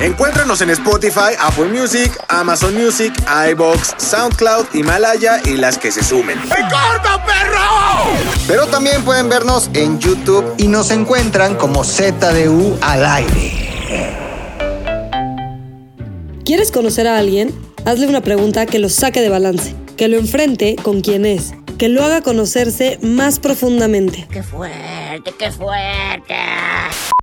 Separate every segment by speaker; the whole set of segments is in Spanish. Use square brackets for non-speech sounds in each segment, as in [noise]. Speaker 1: Encuéntranos en Spotify, Apple Music, Amazon Music, iBox, SoundCloud, Himalaya y las que se sumen.
Speaker 2: Pero también pueden vernos en YouTube.
Speaker 3: y nos encuentran como ZDU al aire.
Speaker 4: ¿Quieres conocer a alguien? Hazle una pregunta que lo saque de balance, que lo enfrente con quien es, que lo haga conocerse más profundamente.
Speaker 5: ¡Qué fuerte, qué fuerte!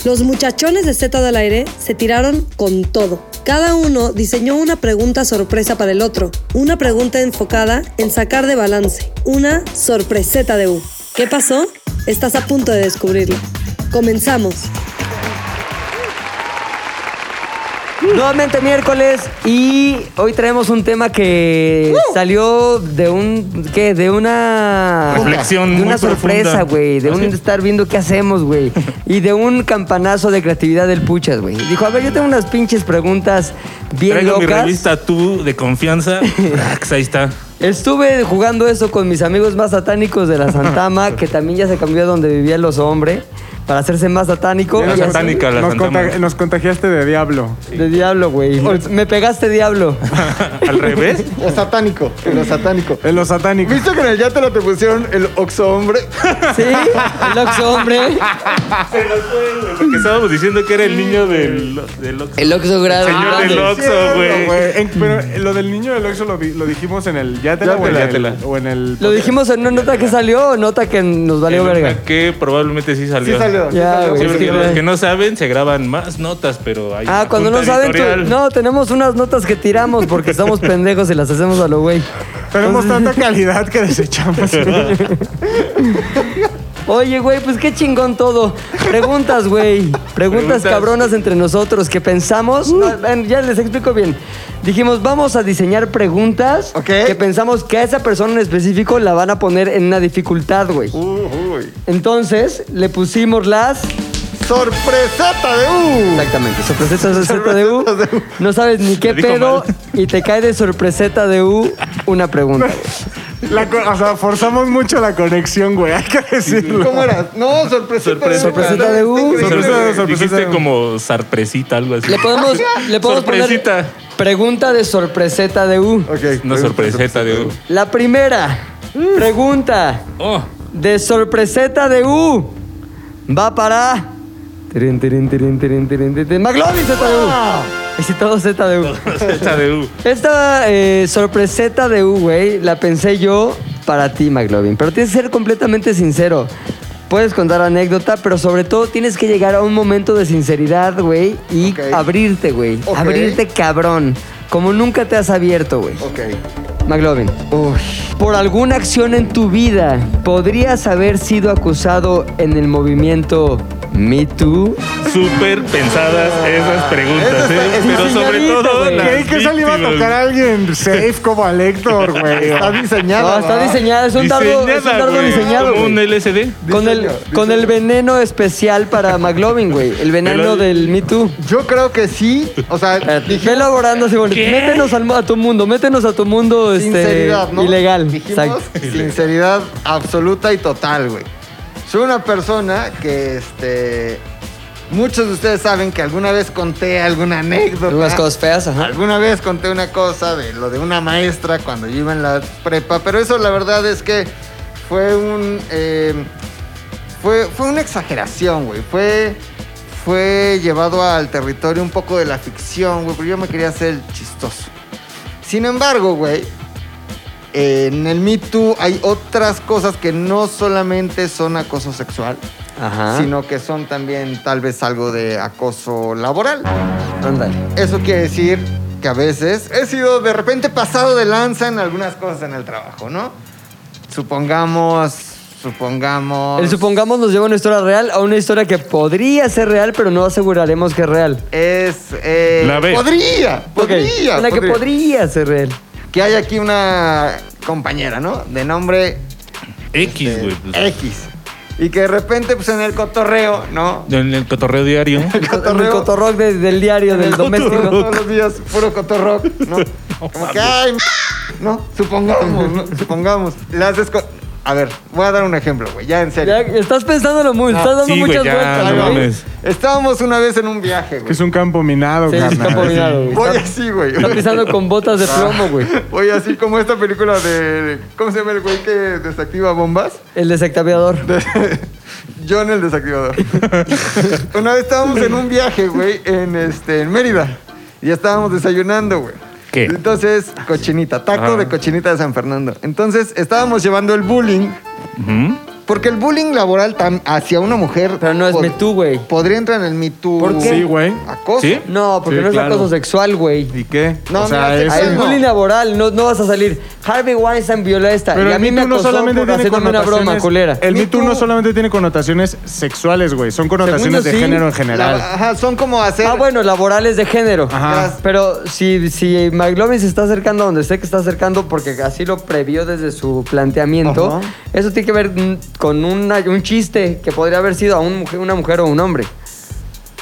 Speaker 4: Los muchachones de Z del Aire se tiraron con todo. Cada uno diseñó una pregunta sorpresa para el otro, una pregunta enfocada en sacar de balance, una sorpreseta de U. ¿Qué pasó? Estás a punto de descubrirlo. Comenzamos.
Speaker 6: Nuevamente miércoles y hoy traemos un tema que salió de un ¿qué? de una
Speaker 7: Reflexión
Speaker 6: de una
Speaker 7: muy
Speaker 6: sorpresa,
Speaker 7: profunda.
Speaker 6: güey, de un
Speaker 7: Así.
Speaker 6: estar viendo qué hacemos, güey, y de un campanazo de creatividad del Puchas, güey. Dijo, "A ver, yo tengo unas pinches preguntas bien
Speaker 7: Traigo mi
Speaker 6: locas."
Speaker 7: revista tú
Speaker 6: [laughs]
Speaker 7: de confianza. Rax, ahí está.
Speaker 6: Estuve jugando eso con mis amigos más satánicos
Speaker 7: [laughs]
Speaker 6: de la Santama, que también ya se cambió a donde vivía los hombres para hacerse más satánico.
Speaker 7: Era
Speaker 6: Y así-
Speaker 7: satánica la
Speaker 8: nos,
Speaker 7: Santama.
Speaker 8: conta- nos contagiaste de diablo.
Speaker 6: De diablo, güey. O- Me pegaste diablo.
Speaker 7: [laughs]
Speaker 6: [laughs]
Speaker 7: Al revés.
Speaker 2: Lo satánico, lo satánico.
Speaker 8: En lo satánico.
Speaker 2: ¿Viste que en el yate lo te pusieron el oxo hombre?
Speaker 6: Sí, el Oxo, hombre.
Speaker 7: Lo que estábamos diciendo que era el niño del, del Oxxo.
Speaker 6: El Oxo grande.
Speaker 7: Señor Ah, del Oxxo, güey.
Speaker 8: En- pero lo del niño del Oxxo lo, vi- lo dijimos en el Yatela, o, en
Speaker 7: Yatela,
Speaker 8: el-
Speaker 7: Yatela.
Speaker 8: o en el.
Speaker 6: Lo dijimos en una nota que salió o nota que nos valió
Speaker 7: El
Speaker 6: verga.
Speaker 7: Que probablemente sí salió.
Speaker 2: Sí salió.
Speaker 6: Ya,
Speaker 7: Sí,
Speaker 6: güey.
Speaker 7: porque
Speaker 6: sí,
Speaker 7: los
Speaker 6: güey.
Speaker 7: que no saben se graban más notas, pero hay
Speaker 6: Ah,
Speaker 7: una
Speaker 6: cuando no
Speaker 7: junta
Speaker 6: saben, tú-
Speaker 7: editorial.
Speaker 6: no, tenemos unas notas que tiramos porque
Speaker 7: [laughs]
Speaker 6: somos pendejos y las hacemos a lo güey. [laughs]
Speaker 8: Tenemos tanta calidad que desechamos.
Speaker 6: Oye, güey, pues qué chingón todo. Preguntas,
Speaker 2: [laughs]
Speaker 6: güey. Preguntas,
Speaker 7: Preguntas.
Speaker 6: cabronas entre nosotros que pensamos.
Speaker 2: Uh.
Speaker 6: No, ven, ya les explico bien. Dijimos, vamos a diseñar preguntas
Speaker 2: Ok.
Speaker 6: que pensamos que a esa persona en específico la van a poner en una dificultad, güey. Entonces, le pusimos las.
Speaker 2: ¡Sorpreseta de U!
Speaker 6: Exactamente, sorpreseta de Z de U.
Speaker 2: Sorpresetas de U.
Speaker 6: No sabes ni qué
Speaker 7: Lo dijo
Speaker 6: pedo
Speaker 7: mal.
Speaker 6: y te cae de sorpreseta de U una
Speaker 2: [laughs]
Speaker 6: pregunta.
Speaker 8: La co- o sea, forzamos mucho la conexión, güey. Hay que decirlo.
Speaker 2: ¿Cómo era? No, sorpreseta de U.
Speaker 6: Sorpreseta de U.
Speaker 2: Está increíble.
Speaker 8: Sorpresa,
Speaker 7: Dijiste-
Speaker 8: sorpresa.
Speaker 7: Dijiste como sarpresita, algo así.
Speaker 6: Le podemos, le podemos poner
Speaker 7: Sorpresita.
Speaker 6: pregunta de sorpreseta de U.
Speaker 2: Ok.
Speaker 7: [laughs] Una sorpreseta de U.
Speaker 6: La primera pregunta
Speaker 7: Oh,
Speaker 6: de sorpreseta de U va para. Tirín, tirín, tirín, tirín, tirín, tirín, tirín. McLovin ZDU. Es todo ZDU.
Speaker 7: sorpreseta de U.
Speaker 6: Esta eh, sorpreseta de U, güey, la pensé yo para ti, McLovin. Pero tienes que ser completamente sincero. Puedes contar anécdota, pero sobre todo tienes que llegar a un momento de sinceridad, güey, y
Speaker 2: Ok.
Speaker 6: abrirte, güey.
Speaker 2: Ok.
Speaker 6: Abrirte cabrón. Como nunca te has abierto, güey.
Speaker 2: Ok.
Speaker 6: McLovin, por alguna acción en tu vida, ¿podrías haber sido acusado en el movimiento Me Too?
Speaker 7: Súper pensadas esas preguntas,
Speaker 2: Esa está-
Speaker 7: ¿eh?
Speaker 2: es mi
Speaker 7: Pero sobre
Speaker 6: señorita,
Speaker 7: todo
Speaker 6: güey.
Speaker 7: las
Speaker 8: Creí que solo iba a
Speaker 7: víctimas.
Speaker 8: tocar a alguien safe como al
Speaker 2: [laughs]
Speaker 8: Héctor, güey.
Speaker 2: Está diseñada.
Speaker 6: No, está
Speaker 2: ¿va?
Speaker 6: diseñada, es un dardo, es un
Speaker 7: Diseñada,
Speaker 6: dardo
Speaker 7: güey.
Speaker 6: diseñado.
Speaker 7: Como un
Speaker 6: güey.
Speaker 7: LSD.
Speaker 6: Con el,
Speaker 2: diseño,
Speaker 6: con el veneno especial para McLovin, güey. El veneno
Speaker 7: Pero-
Speaker 6: del Me Too.
Speaker 2: Yo creo que sí. O sea,
Speaker 6: Espérate,
Speaker 2: dije
Speaker 6: Ve elaborando así, güey.
Speaker 7: ¿Qué?
Speaker 6: Métenos al- a tu mundo, métenos a tu mundo este,
Speaker 2: sinceridad, ¿no?
Speaker 6: ilegal.
Speaker 2: Dijimos
Speaker 6: Exacto.
Speaker 2: sinceridad absoluta y total, güey. Soy una persona que, este... Muchos de ustedes saben que alguna vez conté alguna anécdota.
Speaker 6: [laughs] Unas cosas feas, ajá.
Speaker 2: Alguna vez conté una cosa de lo de una maestra cuando yo iba en la prepa, pero eso la verdad es que fue un. eh, fue, fue una exageración, güey. Fue, fue llevado al territorio un poco de la ficción, güey, porque yo me quería hacer el chistoso. Sin embargo, güey, en el Me Too hay otras cosas que no solamente son acoso sexual,
Speaker 6: Ajá.
Speaker 2: sino que son también tal vez algo de acoso laboral.
Speaker 6: Ándale.
Speaker 2: Eso quiere decir que a veces he sido de repente pasado de lanza en algunas cosas en el trabajo, ¿no? Supongamos, supongamos...
Speaker 6: El supongamos nos lleva a una historia real, a una historia que podría ser real, pero no aseguraremos que es real.
Speaker 2: Es... eh,
Speaker 7: La B.
Speaker 2: Podría, podría.
Speaker 6: Ok, La que
Speaker 2: podría.
Speaker 6: podría ser real.
Speaker 2: Que hay aquí una compañera, ¿no? De nombre
Speaker 7: X, güey. pues.
Speaker 9: X. Y que de repente, pues en el cotorreo, ¿no?
Speaker 6: Este,
Speaker 7: En el
Speaker 6: [laughs]
Speaker 7: cotorreo diario.
Speaker 6: En el cotorrock de- del diario, del doméstico.
Speaker 9: Todos los días, puro cotorrock, ¿no? Como que, ay, m- no, supongamos, ¿no? supongamos. Las desco- A ver, voy a dar un ejemplo, güey, ya en serio.
Speaker 6: Ya, estás pensándolo mucho, estás dando
Speaker 7: Ah, sí, güey,
Speaker 6: muchas
Speaker 7: ya,
Speaker 6: vueltas,
Speaker 9: Ay,
Speaker 7: no
Speaker 6: güey.
Speaker 9: güey.
Speaker 7: mames.
Speaker 9: Estábamos una vez en un viaje,
Speaker 8: Que
Speaker 9: güey.
Speaker 8: es un campo minado,
Speaker 6: Sí, está
Speaker 8: carnal.
Speaker 6: poblado, güey.
Speaker 9: Voy
Speaker 6: Está-
Speaker 9: así, güey.
Speaker 6: Está pisando con botas de plomo, güey.
Speaker 9: Voy así como esta película de... ¿Cómo se llama el güey que desactiva bombas?
Speaker 6: El desactivador.
Speaker 9: Yo en el desactivador.
Speaker 8: [laughs]
Speaker 9: Una vez estábamos en un viaje, güey, en, este, en Mérida. Y ya estábamos desayunando, güey.
Speaker 7: ¿Qué?
Speaker 9: Entonces, cochinita, taco
Speaker 7: Ajá.
Speaker 9: de cochinita de San Fernando. Entonces, estábamos llevando el bullying,
Speaker 7: Ujú.
Speaker 9: porque el bullying laboral tam- hacia una mujer...
Speaker 6: Pero no es
Speaker 9: pod-
Speaker 6: Me Too, güey.
Speaker 9: Podría entrar en el Me Too.
Speaker 6: ¿Por qué?
Speaker 8: Sí, güey.
Speaker 9: Acoso.
Speaker 7: ¿Sí?
Speaker 6: No, porque
Speaker 7: Sí,
Speaker 6: no es
Speaker 7: claro.
Speaker 6: acoso sexual, güey.
Speaker 8: ¿Y qué?
Speaker 9: No,
Speaker 8: o sea,
Speaker 9: no,
Speaker 8: es-
Speaker 9: Ah,
Speaker 6: Hay
Speaker 9: no.
Speaker 6: bullying laboral, no, no vas a salir. Harvey Weinstein violó a esta.
Speaker 8: Pero
Speaker 6: y a
Speaker 8: el
Speaker 6: mí me
Speaker 8: Me Too no
Speaker 6: acosó
Speaker 8: solamente
Speaker 6: por
Speaker 8: tiene
Speaker 6: haciéndome una
Speaker 8: connotaciones-
Speaker 6: broma culera.
Speaker 8: El
Speaker 9: Me
Speaker 8: Me Too
Speaker 9: Too-
Speaker 8: no solamente tiene connotaciones sexuales, güey. Son connotaciones
Speaker 6: yo
Speaker 8: de
Speaker 6: sí.
Speaker 8: género en
Speaker 9: La-
Speaker 8: general.
Speaker 9: ajá, son como hacer...
Speaker 6: Ah, bueno, laborales de género.
Speaker 8: Ajá.
Speaker 6: Pero si, si McLovin se está acercando a donde sé que está acercando, porque así lo previó desde su planteamiento,
Speaker 9: Ajá.
Speaker 6: eso tiene que ver mm, con una- un chiste que podría haber sido a un mujer- una mujer o un hombre.
Speaker 9: [laughs]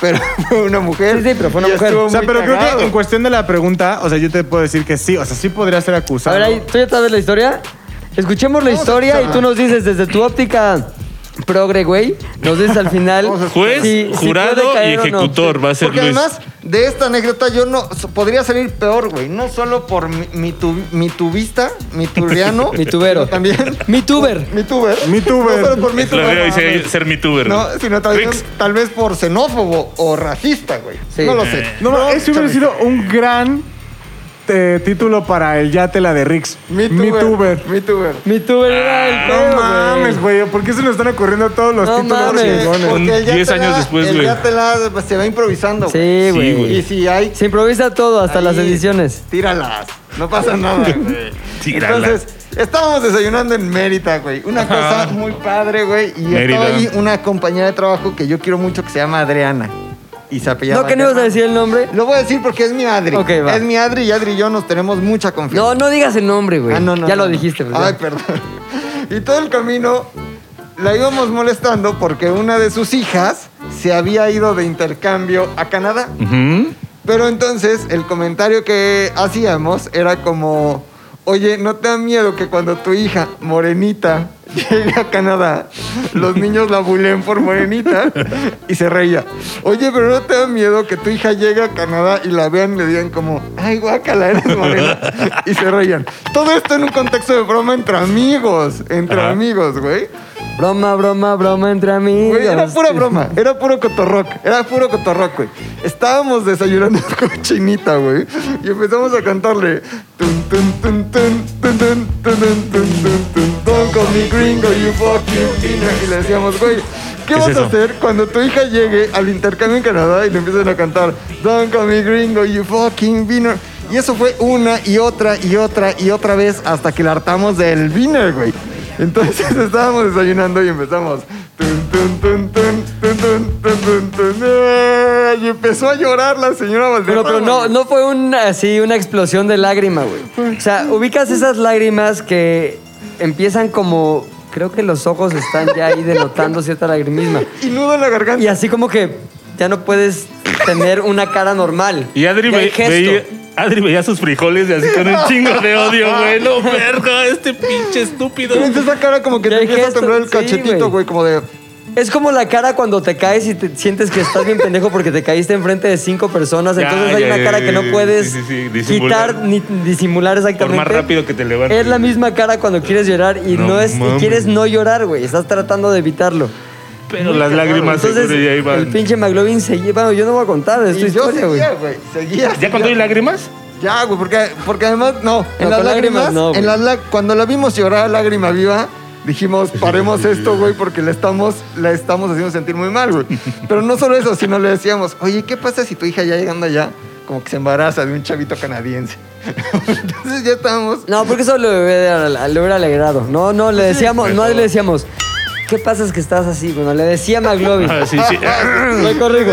Speaker 9: Pero fue una mujer.
Speaker 6: Sí, sí, pero fue una
Speaker 9: y
Speaker 6: mujer.
Speaker 9: estuvo
Speaker 6: O
Speaker 8: O sea,
Speaker 9: muy
Speaker 8: pero creo
Speaker 9: cagado.
Speaker 8: que en cuestión de la pregunta, o sea, yo te puedo decir que sí, o sea, sí podría ser
Speaker 6: A
Speaker 8: acusado.
Speaker 6: ver, ahí, ¿tú ya sabes la historia? Escuchemos la historia y tú nos dices desde tu óptica progre, güey, nos dices al final.
Speaker 7: Juez,
Speaker 6: si- si puede
Speaker 7: jurado y
Speaker 6: caer o no.
Speaker 7: ejecutor va a ser
Speaker 9: Porque
Speaker 7: Luis.
Speaker 9: además de esta anécdota yo no so- podría salir peor, güey. No solo por mi, mi, tu- mi tubista, mi turiano.
Speaker 6: Mi tubero.
Speaker 9: sino También. [laughs]
Speaker 6: Mi tuber.
Speaker 9: Mi tuber.
Speaker 8: Mi tuber.
Speaker 9: No solo por mi
Speaker 7: Lo
Speaker 9: tuber.
Speaker 7: veo y sé
Speaker 9: mames.
Speaker 7: ser mi tuber.
Speaker 9: No, sino tal vez,
Speaker 7: Rix.
Speaker 9: tal vez por xenófobo o racista, güey.
Speaker 6: Sí.
Speaker 9: No lo sé.
Speaker 8: No, no, ese hubiera sido un gran eh, título para el ya la de Rix.
Speaker 9: Mi tuber. Mi tuber.
Speaker 6: Mi tuber era
Speaker 9: Ah,
Speaker 6: el pedo,
Speaker 8: No
Speaker 6: güey.
Speaker 8: mames, güey. ¿Por qué se nos están ocurriendo todos los
Speaker 6: No
Speaker 8: títulos
Speaker 6: mames.
Speaker 8: chingones?
Speaker 7: Un
Speaker 9: el ya
Speaker 7: 10
Speaker 9: te
Speaker 7: años
Speaker 9: la-
Speaker 7: después,
Speaker 9: el
Speaker 7: güey.
Speaker 9: ya te la- pues, se va improvisando.
Speaker 6: Sí,
Speaker 7: Sí,
Speaker 6: güey.
Speaker 7: güey.
Speaker 9: Y si hay
Speaker 6: Se improvisa todo, hasta las
Speaker 9: Ahí,
Speaker 6: ediciones.
Speaker 9: Tíralas. No
Speaker 7: [laughs]
Speaker 9: pasa nada, güey.
Speaker 7: Tíralas.
Speaker 9: Entonces, estábamos desayunando en Mérida, güey. Una cosa
Speaker 7: Ajá.
Speaker 9: muy padre, güey. Y
Speaker 7: Mérida.
Speaker 9: estaba ahí una compañera de trabajo que yo quiero mucho que se llama Adriana. Y se apellaba.
Speaker 6: No, que no ibas a decir el nombre.
Speaker 9: Lo voy a decir porque es mi Adri.
Speaker 6: Ok, va.
Speaker 9: Es mi Adri y Adri y yo nos tenemos mucha confianza.
Speaker 6: No, no digas el nombre, güey.
Speaker 9: pues, Ah, no, no,
Speaker 6: ya
Speaker 9: no,
Speaker 6: lo
Speaker 9: no.
Speaker 6: dijiste, pues,
Speaker 9: Ay,
Speaker 6: ya.
Speaker 9: perdón. Y todo el camino la íbamos molestando porque una de sus hijas se había ido de intercambio a Canadá.
Speaker 7: Ujú.
Speaker 9: Pero entonces el comentario que hacíamos era como, oye, ¿no te da miedo que cuando tu hija, Morenita, [laughs] llegue a Canadá, los niños la bulen por
Speaker 7: [laughs]
Speaker 9: Morenita? Y se reía. Oye, pero ¿no te da miedo que tu hija llegue a Canadá y la vean y le digan como, ay, guácala,
Speaker 7: [laughs]
Speaker 9: eres morena? Y se reían. Todo esto en un contexto de broma entre amigos, entre
Speaker 7: Ajá.
Speaker 9: amigos, güey.
Speaker 6: Broma, broma, broma entre amigos.
Speaker 9: Güey, era pura broma, era puro cotorrock, era puro cotorrock, güey. Estábamos desayunando [laughs] con chinita, güey, y empezamos a cantarle. Tun, tun, tun, tun, tun, tun, tun, tun, tun, tun, tun, Don't call me gringo, you fucking pinga. Y le decíamos, güey, ¿qué,
Speaker 7: es
Speaker 9: vas
Speaker 7: eso?
Speaker 9: a hacer cuando tu hija llegue al intercambio en Canadá y le empiezan a cantar Don't call me gringo, you fucking beaner? Y eso fue una y otra y otra y otra vez hasta que la hartamos del beaner, güey. Entonces [laughs] estábamos desayunando y empezamos. "Tun, tun, tun, tun, tun, tun, tun, tun, tun", ¡eh! Y empezó a llorar la señora
Speaker 6: Pero,
Speaker 9: Valderrama.
Speaker 6: pero no,
Speaker 9: güey.
Speaker 6: no fue una, así una explosión de lágrima, güey. O sea, ubicas esas lágrimas que empiezan como... Creo que los ojos están ya ahí denotando cierta lagrimisma.
Speaker 9: [laughs] Y nudo en la garganta.
Speaker 6: Y así como que ya no puedes tener una cara normal.
Speaker 7: Y Adri,
Speaker 6: Ya hay
Speaker 7: ve-
Speaker 6: gesto.
Speaker 7: veía, Adri veía sus frijoles y así con un chingo de
Speaker 9: [laughs]
Speaker 7: odio, güey. No, verga, este pinche estúpido.
Speaker 9: Tienes esa cara como que
Speaker 6: Ya
Speaker 9: te
Speaker 6: hay
Speaker 9: empieza a
Speaker 6: gesto,
Speaker 9: temblar el
Speaker 6: sí,
Speaker 9: cachetito,
Speaker 6: güey.
Speaker 9: güey, como de.
Speaker 6: Es como la cara cuando te caes y te sientes que estás bien pendejo porque te caíste enfrente de cinco personas.
Speaker 7: Ya,
Speaker 6: Entonces hay
Speaker 7: ya,
Speaker 6: una
Speaker 7: ya,
Speaker 6: cara
Speaker 7: ya,
Speaker 6: que no
Speaker 7: ya,
Speaker 6: puedes
Speaker 7: sí, sí, sí,
Speaker 6: quitar
Speaker 7: disimular.
Speaker 6: ni disimular exactamente.
Speaker 7: Por más rápido que te levantes.
Speaker 6: Es la misma cara cuando quieres llorar y no,
Speaker 7: No
Speaker 6: es y
Speaker 7: mames.
Speaker 6: quieres no llorar, güey. Estás tratando de evitarlo.
Speaker 7: Pero las lágrimas
Speaker 6: Entonces
Speaker 7: Ah, seguro ya iban.
Speaker 6: el pinche McLovin se lleva. Yo no voy a contar es tu
Speaker 9: Y yo
Speaker 6: historia, güey.
Speaker 9: seguía, güey. Seguía.
Speaker 7: ¿Ya cuando hay lágrimas?
Speaker 9: Ya, güey, porque, porque además, no, en
Speaker 6: No,
Speaker 9: las
Speaker 6: con lágrimas
Speaker 9: lágrimas,
Speaker 6: no, güey.
Speaker 9: en las lá- cuando la vimos llorar a lágrima viva, dijimos, paremos esto, güey, porque la estamos, la estamos haciendo sentir muy
Speaker 7: [laughs]
Speaker 9: mal, güey. Pero no solo eso, sino le decíamos, oye, ¿qué pasa si tu hija ya llegando allá, como que se embaraza de un chavito canadiense? [laughs] Entonces ya estábamos...
Speaker 6: No, porque eso lo hubiera, lo hubiera alegrado. No, no, le decíamos, no le decíamos. ¿Qué pasa es que estás así? Bueno, le decía a
Speaker 7: [laughs]
Speaker 6: McLovin.
Speaker 7: Ah, sí,
Speaker 9: [laughs]
Speaker 7: sí.
Speaker 6: Me corrijo.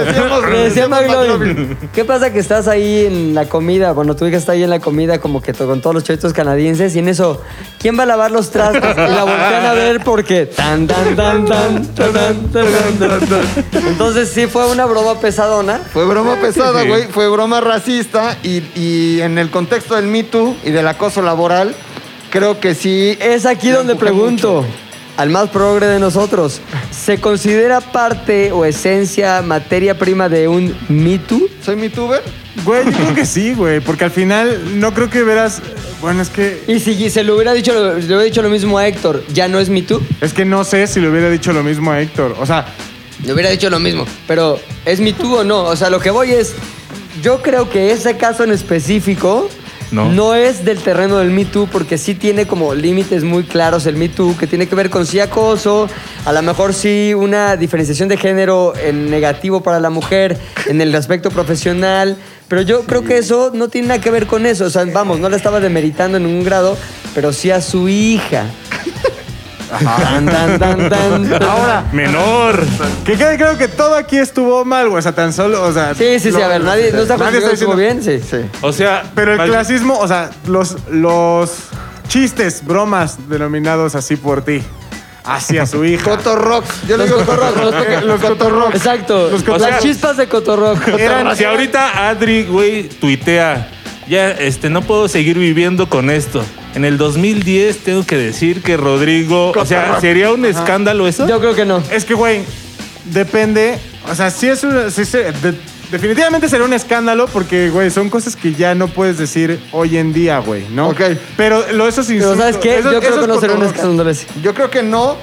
Speaker 6: Le decía a McLovin. ¿Qué pasa que estás ahí en la comida? Bueno, tu hija está ahí en la comida como que to- con todos los chavitos canadienses y en eso, ¿quién va a lavar los trastos? Y la voltean a ver porque tan, tan, tan, tan, tan, tan, tan, tan, tan. Entonces sí fue una broma pesadona.
Speaker 9: Fue broma pesada,
Speaker 7: Sí.
Speaker 9: güey. Fue broma racista y, y en el contexto del Me Too y del acoso laboral, creo que sí. eh,
Speaker 6: Es aquí donde pregunto al más progre de nosotros, ¿se considera parte o esencia, materia prima de un Me Too?
Speaker 9: ¿Soy Me Tuber?
Speaker 8: Güey, yo creo que sí, güey, porque al final no creo que verás. Bueno, es que.
Speaker 6: Y si se lo hubiera dicho, lo- le hubiera dicho lo mismo a Héctor, ¿ya no es Me Too?
Speaker 8: Es que no sé si le hubiera dicho lo mismo a Héctor. O sea,
Speaker 6: Le hubiera dicho lo mismo, pero ¿es Me Too o no? O sea, lo que voy es, yo creo que ese caso en específico no,
Speaker 7: No.
Speaker 6: es del terreno del Me Too porque sí tiene como límites muy claros el Me Too, que tiene que ver con sí acoso, a lo mejor sí una diferenciación de género en negativo para la mujer en el aspecto profesional, pero yo creo que eso no tiene nada que ver con eso. O sea, vamos, no la estaba demeritando en ningún grado, pero sí a su hija. Tan, tan, tan, tan.
Speaker 8: Ahora,
Speaker 7: Menor.
Speaker 8: que creo, creo que todo aquí estuvo mal, güey. O sea, tan solo. O sea,
Speaker 6: Sí, sí, sí,
Speaker 8: lo-
Speaker 6: a ver, nadie no está
Speaker 8: nadie
Speaker 6: jugando
Speaker 8: diciendo-
Speaker 6: bien, sí.
Speaker 9: Sí.
Speaker 7: O sea.
Speaker 8: Pero el
Speaker 7: mal-
Speaker 8: clasismo, o sea, los, los chistes, bromas denominados así por ti, hacia
Speaker 9: [laughs]
Speaker 8: su hija.
Speaker 9: Cotorrocks. Yo le digo
Speaker 6: cotorrocks,
Speaker 2: [laughs]
Speaker 6: los
Speaker 9: cotorrocks. Los cotorrocks.
Speaker 6: Exacto.
Speaker 8: Los
Speaker 7: cotorros.
Speaker 6: Las chispas de cotorrock.
Speaker 8: Eran-
Speaker 7: Si ahorita Adri, güey, tuitea. Ya, este, no puedo seguir viviendo con esto. En el 2010 tengo que decir que Rodrigo. O sea, ¿sería un escándalo eso?
Speaker 6: Yo creo que no.
Speaker 8: Es que, güey, depende. O sea, sí es un. sí se- de- definitivamente será un escándalo porque, güey, son cosas que ya no puedes decir hoy en día, güey, ¿no?
Speaker 9: Ok.
Speaker 8: Pero lo, esos
Speaker 6: Pero
Speaker 8: insultos.
Speaker 6: ¿sabes qué?
Speaker 8: esos-
Speaker 6: Yo creo
Speaker 8: esos
Speaker 6: que no será un
Speaker 8: cotorros-
Speaker 6: escándalo ese.
Speaker 9: Yo creo que no.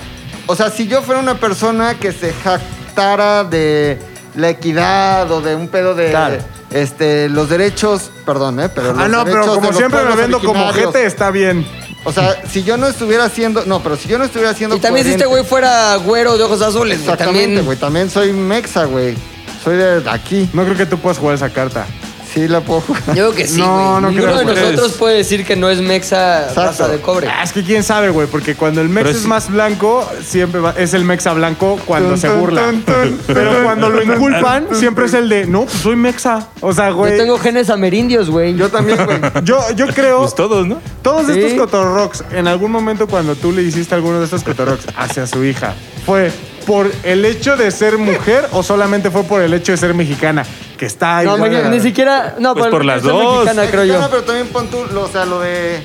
Speaker 9: O sea, si yo fuera una persona que se jactara de la equidad o de un pedo de
Speaker 6: Claro.
Speaker 9: este los derechos, perdón, eh, pero los
Speaker 8: Ah, no, pero
Speaker 9: derechos de
Speaker 8: como
Speaker 9: los
Speaker 8: siempre me
Speaker 9: pueblos
Speaker 8: vendo como
Speaker 9: originarios.
Speaker 8: gente, está bien.
Speaker 9: O sea, si yo no estuviera haciendo, no, pero si yo no estuviera haciendo
Speaker 6: Y también si este güey fuera güero de ojos azules, güey,
Speaker 9: Exactamente,
Speaker 6: también.
Speaker 9: güey, también soy mexa, güey. Soy de aquí.
Speaker 8: No creo que tú puedas jugar esa carta.
Speaker 9: Sí la puedo
Speaker 6: Yo
Speaker 9: jugar.
Speaker 6: creo que sí, güey.
Speaker 8: No, no
Speaker 6: Ninguno
Speaker 8: creo
Speaker 6: de
Speaker 8: que ustedes.
Speaker 6: nosotros puede decir que no es mexa
Speaker 9: Exacto.
Speaker 6: raza de cobre.
Speaker 8: Ah, es que quién sabe, güey, porque cuando el mex
Speaker 7: Pero
Speaker 8: es
Speaker 7: sí.
Speaker 8: más blanco, siempre va- es el mexa blanco cuando
Speaker 9: Tun,
Speaker 8: se
Speaker 9: tun,
Speaker 8: burla.
Speaker 9: tun, tun.
Speaker 8: [laughs] Pero cuando lo inculpan, siempre es el de, no, pues soy mexa. O sea,
Speaker 6: Yo
Speaker 8: güey.
Speaker 6: tengo genes amerindios, güey.
Speaker 9: Yo también, [laughs] güey.
Speaker 8: Yo,
Speaker 6: [laughs]
Speaker 8: yo creo.
Speaker 7: Pues todos, ¿no?
Speaker 8: Todos
Speaker 6: Sí.
Speaker 8: estos cotorrocks, en algún momento cuando tú le hiciste alguno de estos cotorrocks hacia su hija, ¿fue por el hecho de ser mujer o solamente fue por el hecho de ser mexicana? Que está ahí.
Speaker 6: No, me- ni siquiera. No,
Speaker 7: Pues por las
Speaker 6: soy
Speaker 7: dos.
Speaker 6: mexicana, creo
Speaker 9: [laughs] Mexicana,
Speaker 6: yo.
Speaker 9: pero también pon tú, lo- o sea, lo de,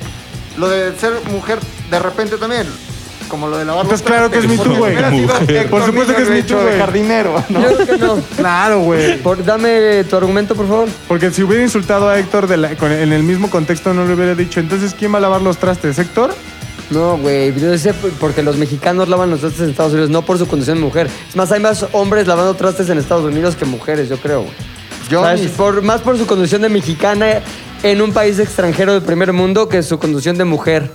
Speaker 9: lo de ser mujer de repente también. Como lo de lavar
Speaker 8: Pues
Speaker 9: los
Speaker 8: claro que es
Speaker 9: trastes.
Speaker 8: mi tú, güey.
Speaker 9: Hubiera sido
Speaker 7: Mujer.
Speaker 9: Héctor
Speaker 8: Por supuesto
Speaker 9: Niño
Speaker 8: que es mi
Speaker 9: hecho
Speaker 8: tú,
Speaker 9: de
Speaker 8: güey.
Speaker 9: jardinero, ¿no?
Speaker 6: Yo creo que no.
Speaker 8: Claro, güey.
Speaker 6: Por- dame tu argumento, por favor.
Speaker 8: Porque si hubiera insultado a Héctor de la- con- en el mismo contexto, no le hubiera dicho, entonces, ¿quién va a lavar los trastes, Héctor?
Speaker 6: No, güey, yo sé por- porque los mexicanos lavan los trastes en Estados Unidos, no por su condición de mujer. Es más, hay más hombres lavando trastes en Estados Unidos que mujeres, yo creo, güey.
Speaker 9: Yo
Speaker 6: ¿Sabes?
Speaker 9: ni-
Speaker 6: Por- más por su condición de mexicana en un país extranjero del primer mundo que su condición de mujer.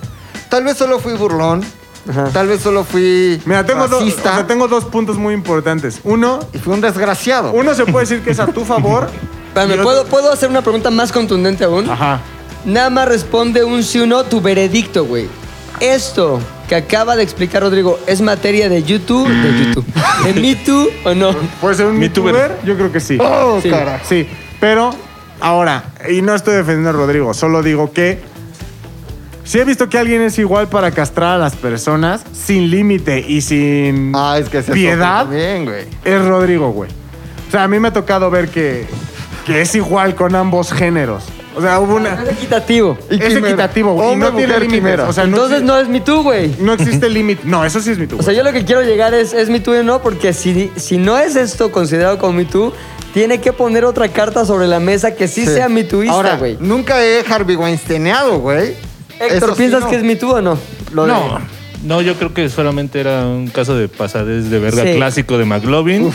Speaker 9: Tal vez solo fui burlón.
Speaker 6: Ajá.
Speaker 9: Tal vez solo fui
Speaker 8: Mira, tengo, dos, o
Speaker 9: racista.
Speaker 8: sea, tengo dos puntos muy importantes. Uno,
Speaker 9: Y fui un desgraciado.
Speaker 8: uno se puede decir que es a tu favor.
Speaker 6: Espérame,
Speaker 8: y otro-
Speaker 6: ¿puedo, ¿puedo hacer una pregunta más contundente aún?
Speaker 8: [laughs] Ajá.
Speaker 6: Nada más responde un sí o no tu veredicto, güey. Esto que acaba de explicar Rodrigo, ¿es materia de YouTube?
Speaker 9: Mm.
Speaker 6: De YouTube. ¿De Me Too o no?
Speaker 8: ¿Puede ser un
Speaker 7: MeToober.
Speaker 8: youtuber? Yo creo que sí.
Speaker 9: Oh,
Speaker 6: Sí.
Speaker 9: cara.
Speaker 8: Sí, pero ahora, y no estoy defendiendo a Rodrigo, solo digo que si he visto que alguien es igual para castrar a las personas sin límite y sin
Speaker 9: Ah, es que es
Speaker 8: piedad,
Speaker 9: Bien, güey.
Speaker 8: es Rodrigo, güey. O sea, a mí me ha tocado ver que, que es igual con ambos géneros. O sea, hubo una...
Speaker 6: Es equitativo.
Speaker 9: Y
Speaker 8: es
Speaker 9: quimera.
Speaker 8: equitativo, güey. y
Speaker 9: Hombre,
Speaker 8: no tiene
Speaker 9: mujer,
Speaker 8: límites.
Speaker 9: quimera.
Speaker 8: O sea, no
Speaker 6: Entonces
Speaker 8: exi-
Speaker 6: no es Me Too, güey.
Speaker 8: no existe límite. No, eso sí es mi tubo.
Speaker 6: O sea, yo lo que quiero llegar es, es Me Too y no, porque si, si no es esto considerado como Me Too, tiene que poner otra carta sobre la mesa que sí, sea Me Tooista,
Speaker 9: Ahora,
Speaker 6: güey.
Speaker 9: nunca he Harvey Weinsteineado, güey.
Speaker 6: Héctor,
Speaker 9: Eso sí,
Speaker 6: ¿piensas
Speaker 9: no.
Speaker 6: que es Me Too o no? Lo de-
Speaker 7: No. No, yo creo que solamente era un caso de pasadez de verga
Speaker 6: Sí.
Speaker 7: clásico de McLovin.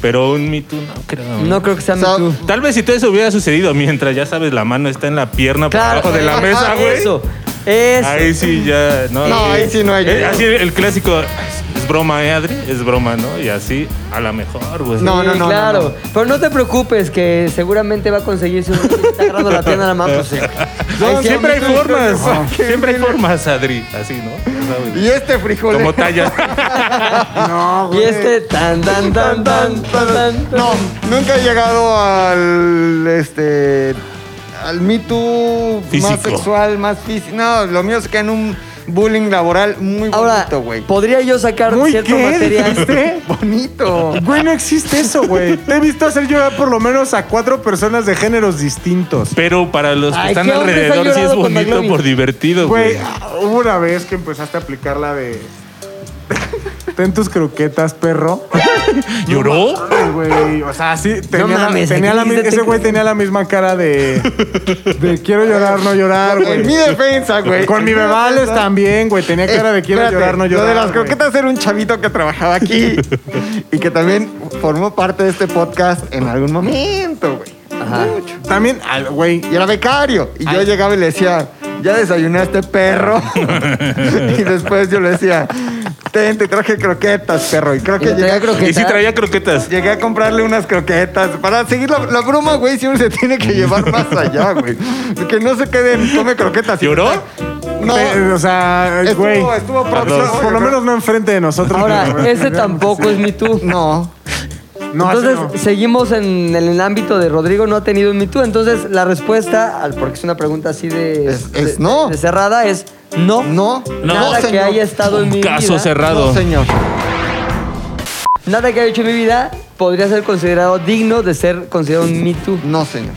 Speaker 7: Pero un Me Too no creo.
Speaker 6: no creo que sea
Speaker 9: O
Speaker 6: Me
Speaker 9: sea,
Speaker 6: Too.
Speaker 7: Tal vez si todo eso hubiera sucedido mientras, ya sabes, la mano está en la pierna por debajo de la
Speaker 6: ajá,
Speaker 7: mesa, güey.
Speaker 6: Ah, [laughs] Eso, eso.
Speaker 7: Ahí sí ya. No,
Speaker 9: No, ahí sí no hay
Speaker 7: Eh,
Speaker 9: video.
Speaker 7: así el clásico. Es broma, ¿eh, Adri? Es broma, ¿no? Y así, a lo mejor, güey.
Speaker 9: No,
Speaker 6: Sí,
Speaker 9: no, no,
Speaker 6: Claro,
Speaker 9: no, no.
Speaker 6: pero no te preocupes que seguramente va a conseguirse un está agarrando
Speaker 9: [laughs]
Speaker 6: la tienda en la mano. pues, sí. Ahí sí,
Speaker 7: siempre hay
Speaker 6: Me Too.
Speaker 7: [laughs] formas. Siempre hay formas, Adri. Así, ¿no? ¿sabes?
Speaker 9: Y este frijol. [laughs]
Speaker 7: Como talla.
Speaker 8: No,
Speaker 6: Y
Speaker 8: güey.
Speaker 6: este tan, tan, tan, tan, tan, tan.
Speaker 9: No, nunca he llegado al este al Me Too más
Speaker 7: Físico.
Speaker 9: sexual, más físico. No, lo mío se queda en un bullying laboral muy
Speaker 6: Ahora,
Speaker 9: bonito, güey.
Speaker 6: podría yo sacar
Speaker 8: Muy
Speaker 6: cierto
Speaker 8: qué,
Speaker 9: [laughs]
Speaker 6: material.
Speaker 8: dijiste.
Speaker 9: Bonito.
Speaker 8: Güey, no existe eso, güey. Te he visto hacer llorar por lo menos a cuatro personas de géneros distintos.
Speaker 7: Pero para los que
Speaker 6: Ay,
Speaker 7: están
Speaker 6: ¿qué hombres han
Speaker 7: alrededor sí es
Speaker 6: llorado con
Speaker 7: bonito
Speaker 6: McLovin?
Speaker 7: por divertido,
Speaker 8: Güey,
Speaker 7: güey.
Speaker 8: hubo una vez que empezaste a aplicar la de. [laughs] Ten tus croquetas, perro.
Speaker 7: ¿Lloró?
Speaker 8: Ay, güey. O sea, sí, tenía, la-
Speaker 6: mames,
Speaker 8: tenía
Speaker 6: aquí
Speaker 8: la mi-
Speaker 6: dice
Speaker 8: ese
Speaker 6: te-
Speaker 8: güey tenía la misma cara de. de quiero llorar, no llorar,
Speaker 9: En mi
Speaker 8: güey.
Speaker 9: defensa, güey.
Speaker 8: Con mi
Speaker 9: En
Speaker 8: bebales
Speaker 9: defensa.
Speaker 8: también, güey. Tenía cara de quiero
Speaker 9: Espérate,
Speaker 8: llorar, no llorar.
Speaker 9: Lo de las
Speaker 8: güey.
Speaker 9: croquetas era un chavito que
Speaker 8: [laughs]
Speaker 9: trabajaba aquí y que también formó parte de este podcast en algún momento, güey.
Speaker 6: Ajá.
Speaker 9: Mucho.
Speaker 8: También, al- güey.
Speaker 9: Y era becario. Y yo llegaba y le decía, ¿ya
Speaker 8: [laughs]
Speaker 9: desayunaste, perro? [laughs] y después yo le decía, ten, te traje croquetas, perro. Y creo que
Speaker 6: Y te traía
Speaker 9: llegué,
Speaker 6: croquetas.
Speaker 7: Y sí traía croquetas.
Speaker 9: llegué a comprarle unas croquetas. Para seguir la, la broma, güey, siempre se tiene que llevar más allá, güey. Que no se queden, come croquetas. y-
Speaker 7: ¿Lloró?
Speaker 9: No,
Speaker 8: eh, o sea, güey.
Speaker 9: estuvo, estuvo próximo.
Speaker 8: Por lo menos no enfrente de nosotros.
Speaker 6: Ahora,
Speaker 8: güey.
Speaker 6: ese tampoco es mi tú.
Speaker 9: [laughs] No.
Speaker 8: No, ese
Speaker 6: entonces,
Speaker 8: no.
Speaker 6: seguimos en, en el ámbito de Rodrigo no ha tenido un Me Too. Entonces, la respuesta, al- porque es una pregunta así de,
Speaker 9: Es- es
Speaker 6: de-
Speaker 9: no.
Speaker 6: de cerrada, es no.
Speaker 9: No, no,
Speaker 6: Nada que
Speaker 9: señor.
Speaker 6: haya estado en mi
Speaker 7: Caso
Speaker 6: vida.
Speaker 7: cerrado.
Speaker 9: No, señor.
Speaker 6: Nada que haya hecho en mi vida podría ser considerado digno de ser considerado un Me Too.
Speaker 9: No, señor.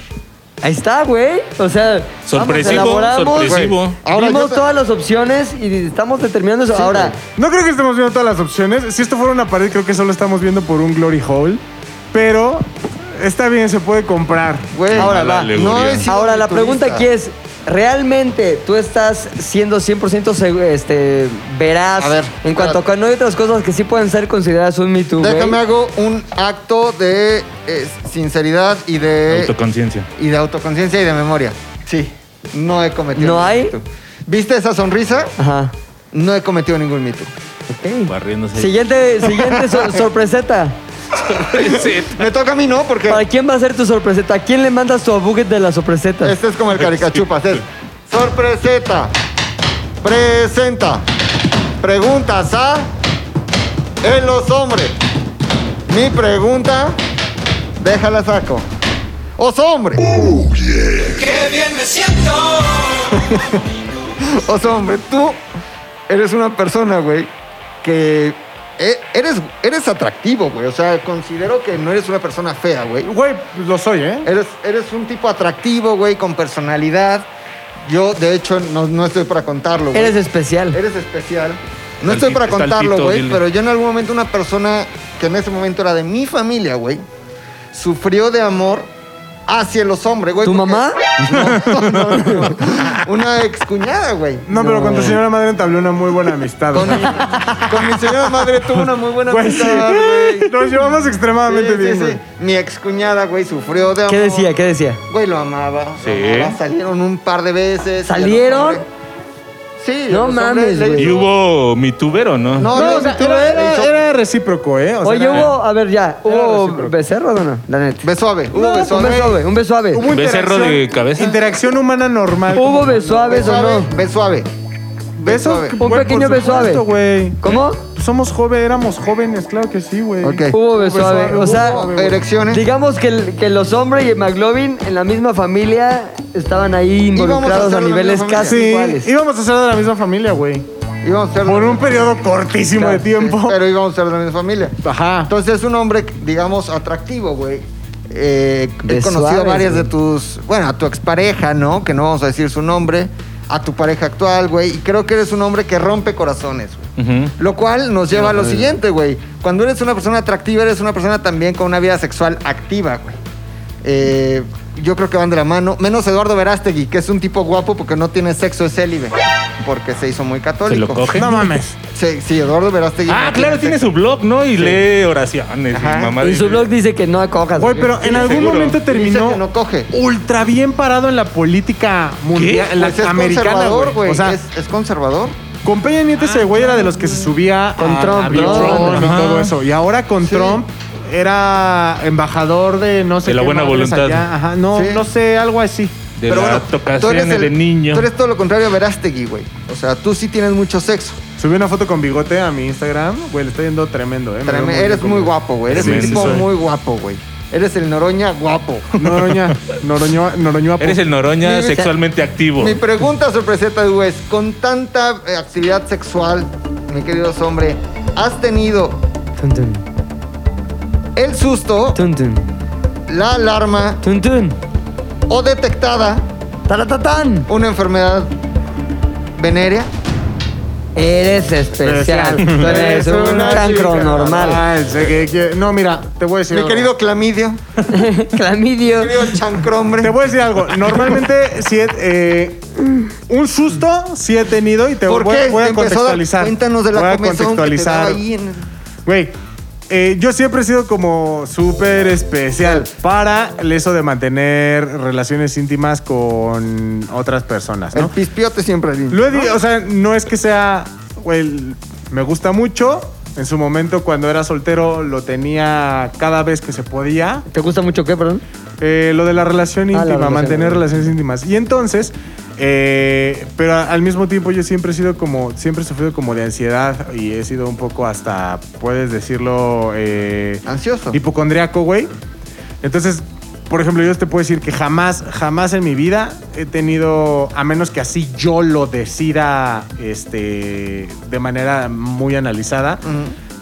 Speaker 6: Ahí está, güey. O sea,
Speaker 7: Sorpresivo,
Speaker 6: vamos, elaboramos.
Speaker 7: sorpresivo.
Speaker 6: güey.
Speaker 9: Ahora
Speaker 6: Vimos
Speaker 9: yo te-
Speaker 6: todas las opciones y estamos determinando eso. Ahora,
Speaker 8: No creo que estemos viendo todas las opciones. Si esto fuera una pared, creo que solo estamos viendo por un glory hole. Pero está bien, se puede comprar.
Speaker 9: Güey,
Speaker 6: Ahora
Speaker 7: va.
Speaker 9: No he sido
Speaker 6: ahora la
Speaker 9: futurista.
Speaker 6: pregunta aquí es, ¿realmente tú estás siendo 100% segu- este, veraz
Speaker 9: A ver,
Speaker 6: en cuanto a
Speaker 9: espérate.
Speaker 6: que no hay otras cosas que sí pueden ser consideradas un Me Too, güey?
Speaker 9: Déjame hago un acto de eh, sinceridad y de
Speaker 7: Eh, Autoconciencia.
Speaker 9: y de autoconciencia y de memoria. Sí, no he cometido.
Speaker 6: ¿No
Speaker 9: ningún
Speaker 6: hay?
Speaker 9: Me Too. ¿Viste esa sonrisa?
Speaker 6: Ajá.
Speaker 9: No he cometido ningún mito.
Speaker 6: Ok.
Speaker 7: Barriéndose.
Speaker 6: Siguiente, siguiente
Speaker 9: [laughs]
Speaker 6: sor- sorpreseta.
Speaker 9: Me toca a mí, ¿no? Porque
Speaker 6: ¿Para quién va a ser tu sorpreseta? ¿A quién le mandas tu bucket de la sorpreseta?
Speaker 9: este es como el caricachupas. Es sorpreseta. Presenta. Preguntas a en los hombres. Mi pregunta, déjala saco. Os hombre. O sea, hombre, tú eres una persona, güey, que e- eres, eres atractivo, güey. O sea, considero que no eres una persona fea, güey.
Speaker 8: Güey, lo soy, ¿eh?
Speaker 9: Eres, eres un tipo atractivo, güey, con personalidad. Yo, de hecho, no, no estoy para contarlo, güey. Este,
Speaker 6: Eres especial.
Speaker 9: Eres especial. No
Speaker 7: Está
Speaker 9: estoy
Speaker 7: el
Speaker 9: para
Speaker 7: pito, está el
Speaker 9: contarlo,
Speaker 7: pito,
Speaker 9: güey,
Speaker 7: dile.
Speaker 9: pero yo en algún momento una persona que en ese momento era de mi familia, güey, sufrió de amor hacia los hombres, güey.
Speaker 6: ¿Tu
Speaker 9: porque-
Speaker 6: mamá?
Speaker 9: [laughs] No, no, no. Una excuñada, güey.
Speaker 8: No, pero con tu señora madre entablé una muy buena amistad.
Speaker 9: Con mi,
Speaker 8: güey.
Speaker 9: con mi señora madre tuvo una muy buena
Speaker 8: Güey, sí.
Speaker 9: amistad, güey.
Speaker 8: Nos llevamos extremadamente
Speaker 9: Sí, sí,
Speaker 8: bien,
Speaker 9: sí.
Speaker 8: güey.
Speaker 9: Mi excuñada, güey, sufrió de amor.
Speaker 6: ¿Qué decía? ¿Qué decía?
Speaker 9: Güey, lo amaba. lo
Speaker 7: Sí.
Speaker 9: amaba. Salieron un par de veces.
Speaker 6: ¿Salieron?
Speaker 9: Y a los hombres- Sí.
Speaker 6: No
Speaker 9: a los hombres
Speaker 6: mames,
Speaker 9: le-
Speaker 6: güey.
Speaker 7: Y hubo mitubero, ¿no?
Speaker 9: No,
Speaker 8: No,
Speaker 9: no,
Speaker 8: o sea,
Speaker 9: tú
Speaker 8: era,
Speaker 9: eres-
Speaker 8: era- era recíproco, ¿eh? O sea,
Speaker 6: Oye,
Speaker 8: era-
Speaker 6: hubo, a ver, ya, ¿hubo
Speaker 8: recíproco.
Speaker 6: becerros o no? La neta.
Speaker 9: Besuave. Hubo
Speaker 6: No, pues, un
Speaker 9: besuave.
Speaker 6: besuave, un besuave.
Speaker 8: Hubo
Speaker 7: Becerro
Speaker 8: interacción-
Speaker 7: de cabeza.
Speaker 8: Interacción humana normal.
Speaker 6: ¿Hubo besuaves o
Speaker 9: Besuave.
Speaker 6: no?
Speaker 9: Besuave.
Speaker 8: besos.
Speaker 9: Un
Speaker 8: Güey, por
Speaker 6: pequeño
Speaker 8: supuesto,
Speaker 6: besuave.
Speaker 8: güey.
Speaker 6: ¿Cómo?
Speaker 8: Somos jóvenes, éramos jóvenes, claro que sí, güey.
Speaker 9: Ok.
Speaker 6: Hubo besuave. O sea,
Speaker 8: Hubo besuave, güey.
Speaker 9: Erecciones.
Speaker 6: digamos que, el- que los hombres y el McLovin en la misma familia estaban ahí
Speaker 9: Íbamos a
Speaker 6: involucrados a
Speaker 9: hacer la
Speaker 6: niveles
Speaker 9: misma
Speaker 6: casi
Speaker 8: Sí,
Speaker 6: iguales.
Speaker 8: íbamos a ser de la misma familia, güey.
Speaker 9: Íbamos a ser
Speaker 8: Por un periodo cortísimo de tiempo.
Speaker 9: Sí, [laughs] pero íbamos a ser de la misma familia.
Speaker 8: Ajá.
Speaker 9: Entonces, un hombre, digamos, atractivo, güey. Eh, he
Speaker 6: De
Speaker 9: conocido a
Speaker 6: Suárez,
Speaker 9: varias de
Speaker 6: güey.
Speaker 9: tus. Bueno, a tu expareja, ¿no? Que no vamos a decir su nombre. A tu pareja actual, güey. Y creo que eres un hombre que rompe corazones, güey.
Speaker 7: Ujú.
Speaker 9: Lo cual nos lleva a lo siguiente, güey. Cuando eres una persona atractiva, eres una persona también con una vida sexual activa, güey. Eh, yo creo que van de la mano. Menos Eduardo Verástegui, que es un tipo guapo porque no tiene sexo, es célibe. Porque se hizo muy
Speaker 7: Se
Speaker 9: católico.
Speaker 7: lo coge.
Speaker 8: No mames.
Speaker 9: Sí, sí, Eduardo Verástegui.
Speaker 7: Ah,
Speaker 9: no
Speaker 7: claro, tiene su blog, ¿no? Y lee oraciones.
Speaker 9: Ajá.
Speaker 7: Y, mamá
Speaker 6: Y su blog dice que no acojas.
Speaker 8: Güey, pero en algún
Speaker 7: seguro.
Speaker 8: momento terminó
Speaker 9: Dice que no coge.
Speaker 8: ultra bien parado en la política mundial, en la
Speaker 9: Pues es
Speaker 8: americana,
Speaker 9: conservador,
Speaker 8: güey.
Speaker 9: güey.
Speaker 8: O sea,
Speaker 9: es, es conservador.
Speaker 8: con Peña Nieto ese güey era de los que se subía
Speaker 6: Con
Speaker 8: a
Speaker 6: Trump,
Speaker 8: avión
Speaker 6: ¿no?
Speaker 8: y
Speaker 7: Ajá.
Speaker 8: todo eso. Y ahora con
Speaker 9: Sí.
Speaker 8: Trump era embajador de no sé
Speaker 7: De la
Speaker 8: qué
Speaker 7: buena
Speaker 8: madres
Speaker 7: voluntad.
Speaker 8: allá. Ajá, no,
Speaker 9: Sí.
Speaker 8: no sé, algo así.
Speaker 7: De la
Speaker 9: tú eres
Speaker 7: tocación
Speaker 9: el-
Speaker 7: de niño.
Speaker 9: Tú eres todo lo contrario a Verástegui, güey. O sea, tú sí tienes mucho sexo.
Speaker 8: Subí una foto con bigote a mi Instagram. Güey, le está yendo tremendo, ¿eh? Me veo
Speaker 9: Trem- eres
Speaker 8: bien
Speaker 9: muy
Speaker 8: con-
Speaker 9: guapo, güey. Eres
Speaker 7: Sí,
Speaker 9: un
Speaker 7: sí
Speaker 9: tipo
Speaker 7: soy.
Speaker 9: muy guapo, güey. Eres el Noroña guapo.
Speaker 8: Noroña, Noroño, Noroñuapo.
Speaker 7: Eres el noroña
Speaker 9: Mi-
Speaker 7: sexualmente activo.
Speaker 9: Mi pregunta sorpreseta, güey, es, con tanta eh, actividad sexual, mi querido hombre, ¿has tenido
Speaker 6: Tun, tun,
Speaker 9: el susto,
Speaker 6: tun, tun,
Speaker 9: la alarma
Speaker 6: tun, tun.
Speaker 9: o detectada
Speaker 6: Taratatán.
Speaker 9: una enfermedad venérea?
Speaker 6: Eres especial. Tú eres un cancro
Speaker 8: chica Ah.
Speaker 6: normal.
Speaker 8: sé que- que- no, mira, te voy a decir
Speaker 9: Mi
Speaker 8: algo.
Speaker 9: querido clamidio,
Speaker 6: [laughs] Clamidio.
Speaker 9: mi querido chancrombre.
Speaker 8: Te voy a decir algo. Normalmente, si he- eh, un susto sí he tenido y te
Speaker 9: ¿Por
Speaker 8: voy,
Speaker 9: qué?
Speaker 8: voy a
Speaker 9: Te empezó a dar-
Speaker 8: contextualizar.
Speaker 9: Cuéntanos de
Speaker 8: voy
Speaker 9: la
Speaker 8: a
Speaker 9: comezón que te daba
Speaker 8: contextualizar.
Speaker 9: ahí en el-
Speaker 8: Güey, eh, yo siempre he sido como súper especial para el eso de mantener relaciones íntimas con otras personas,
Speaker 9: El
Speaker 8: ¿no?
Speaker 9: pispiote siempre. lindo.
Speaker 8: Lo he di- o sea, no es que sea, güey, el- me gusta mucho. En su momento, cuando era soltero, lo tenía cada vez que se podía.
Speaker 6: ¿Te gusta mucho qué, perdón?
Speaker 8: Eh, lo de la relación
Speaker 6: Ah, la
Speaker 8: íntima,
Speaker 6: relación,
Speaker 8: mantener
Speaker 6: ok.
Speaker 8: relaciones íntimas. Y entonces, eh, pero a- al mismo tiempo yo siempre he sido como, siempre he sufrido como de ansiedad y he sido un poco hasta, puedes decirlo, eh,
Speaker 9: Ansioso.
Speaker 8: hipocondriaco, güey. Entonces, por ejemplo, yo te puedo decir que jamás, jamás en mi vida he tenido, a menos que así yo lo decida este, de manera muy analizada,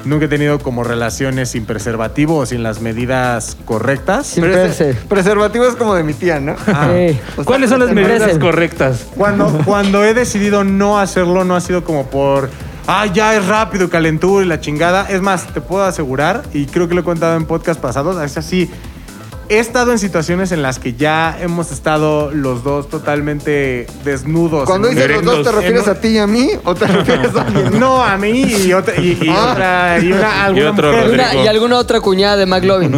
Speaker 8: nunca he tenido como relaciones sin preservativo o sin las medidas correctas.
Speaker 6: Sin prese.
Speaker 9: Preservativo es como de mi tía, ¿no?
Speaker 8: Ah.
Speaker 6: Sí.
Speaker 9: Pues
Speaker 7: ¿Cuáles son las
Speaker 6: te
Speaker 7: medidas
Speaker 6: merecen.
Speaker 7: correctas?
Speaker 8: [laughs] Cuando, cuando he decidido no hacerlo, no ha sido como por. Ah, ya es rápido, calentura y la chingada. Es más, te puedo asegurar, y creo que lo he contado en podcast pasados, es así. He estado en situaciones en las que ya hemos estado los dos totalmente desnudos.
Speaker 9: Cuando
Speaker 8: en
Speaker 9: dices los dos, ¿te
Speaker 7: Erectos.
Speaker 9: refieres a ti y a mí o te refieres a alguien?
Speaker 8: un- [laughs] No, a mí y otra. Y, y
Speaker 9: Ah.
Speaker 8: otra. Y una. alguna
Speaker 7: otro
Speaker 8: mujer.
Speaker 7: Rodrigo.
Speaker 6: Una- y alguna otra cuñada de McLovin. a,
Speaker 8: Y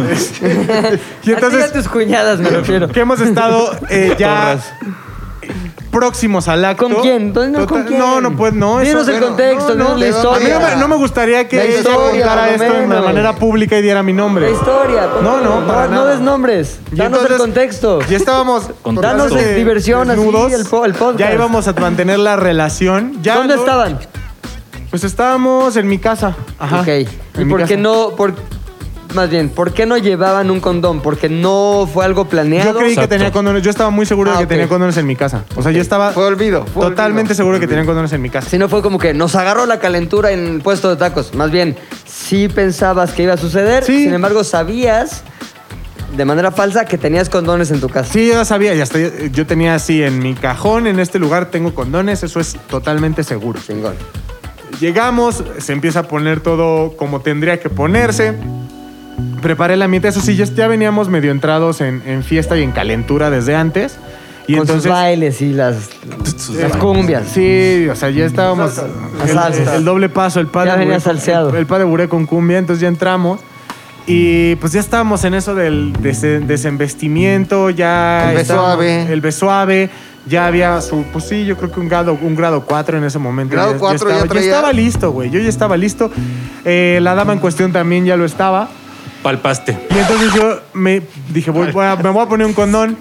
Speaker 6: ti y a
Speaker 8: entonces.
Speaker 6: tus cuñadas me refiero.
Speaker 8: Que hemos estado eh, ya.
Speaker 7: Torras.
Speaker 8: Próximos al acto.
Speaker 6: ¿Con quién? ¿Dónde no, con
Speaker 8: Total-
Speaker 6: quién?
Speaker 8: No, no, pues no. eso-
Speaker 6: Dinos el
Speaker 8: bueno,
Speaker 6: contexto,
Speaker 8: no, no,
Speaker 6: dinos la
Speaker 9: de dónde-
Speaker 8: A mí no
Speaker 6: historia.
Speaker 8: me, no me gustaría que
Speaker 6: La
Speaker 8: ella
Speaker 6: historia,
Speaker 8: contara
Speaker 6: lo
Speaker 8: esto de una
Speaker 6: menos.
Speaker 8: manera pública y diera mi nombre.
Speaker 6: La historia. por
Speaker 8: No, no,
Speaker 6: favor.
Speaker 8: para
Speaker 6: no,
Speaker 8: nada.
Speaker 6: des nombres.
Speaker 8: Y
Speaker 6: Danos
Speaker 8: entonces,
Speaker 6: el contexto.
Speaker 8: Ya estábamos
Speaker 7: Danos
Speaker 8: totalmente
Speaker 6: de diversión, así, el po- el podcast.
Speaker 8: Ya íbamos a mantener la relación. Ya
Speaker 6: ¿Dónde
Speaker 8: no-
Speaker 6: estaban?
Speaker 8: Pues estábamos en mi casa. Ajá.
Speaker 6: Ok. ¿Y
Speaker 8: En mi
Speaker 6: por qué
Speaker 8: casa.
Speaker 6: no? Por, más bien, ¿por qué no llevaban un condón? ¿Porque no fue algo planeado?
Speaker 8: Yo creí
Speaker 7: Exacto.
Speaker 8: que tenía condones. Yo estaba muy seguro
Speaker 6: Ah,
Speaker 8: de que
Speaker 6: ok.
Speaker 8: tenía condones en mi casa. O sea, yo estaba
Speaker 9: Fue olvido, fue
Speaker 8: totalmente
Speaker 9: olvido.
Speaker 8: seguro de que tenían condones en mi casa.
Speaker 6: Si no fue como que nos agarró la calentura en el puesto de tacos. Más bien, sí pensabas que iba a suceder,
Speaker 8: Sí.
Speaker 6: sin embargo, sabías de manera falsa que tenías condones en tu casa.
Speaker 8: Sí, yo ya sabía, ya estoy, yo tenía así en mi cajón, en este lugar tengo condones, eso es totalmente seguro.
Speaker 6: Chingón.
Speaker 8: Llegamos, se empieza a poner todo como tendría que ponerse. Preparé la mitad, eso sí, ya, ya veníamos medio entrados en, en fiesta y en calentura desde antes. Y
Speaker 6: Con
Speaker 8: entonces.
Speaker 6: sus bailes y las, las cumbias.
Speaker 8: Sí, o sea, ya estábamos.
Speaker 6: Las
Speaker 8: El,
Speaker 6: salsas.
Speaker 8: el doble paso, el padre.
Speaker 6: Ya venía salseado.
Speaker 8: El, el padre buré con cumbia, entonces ya entramos. Y pues ya estábamos en eso del des- desinvestimiento, ya.
Speaker 9: El beso
Speaker 8: estábamos-
Speaker 9: suave.
Speaker 8: El besuave. Ya había su. Pues sí, yo creo que un grado, un grado 4 en ese momento.
Speaker 9: Grado cuatro ya
Speaker 8: estaba,
Speaker 9: traía-
Speaker 8: Yo estaba listo, güey. Yo ya estaba listo. Eh, la dama en cuestión también ya lo estaba.
Speaker 7: Palpaste.
Speaker 8: Y entonces yo me dije, voy- voy a- me voy a poner un condón.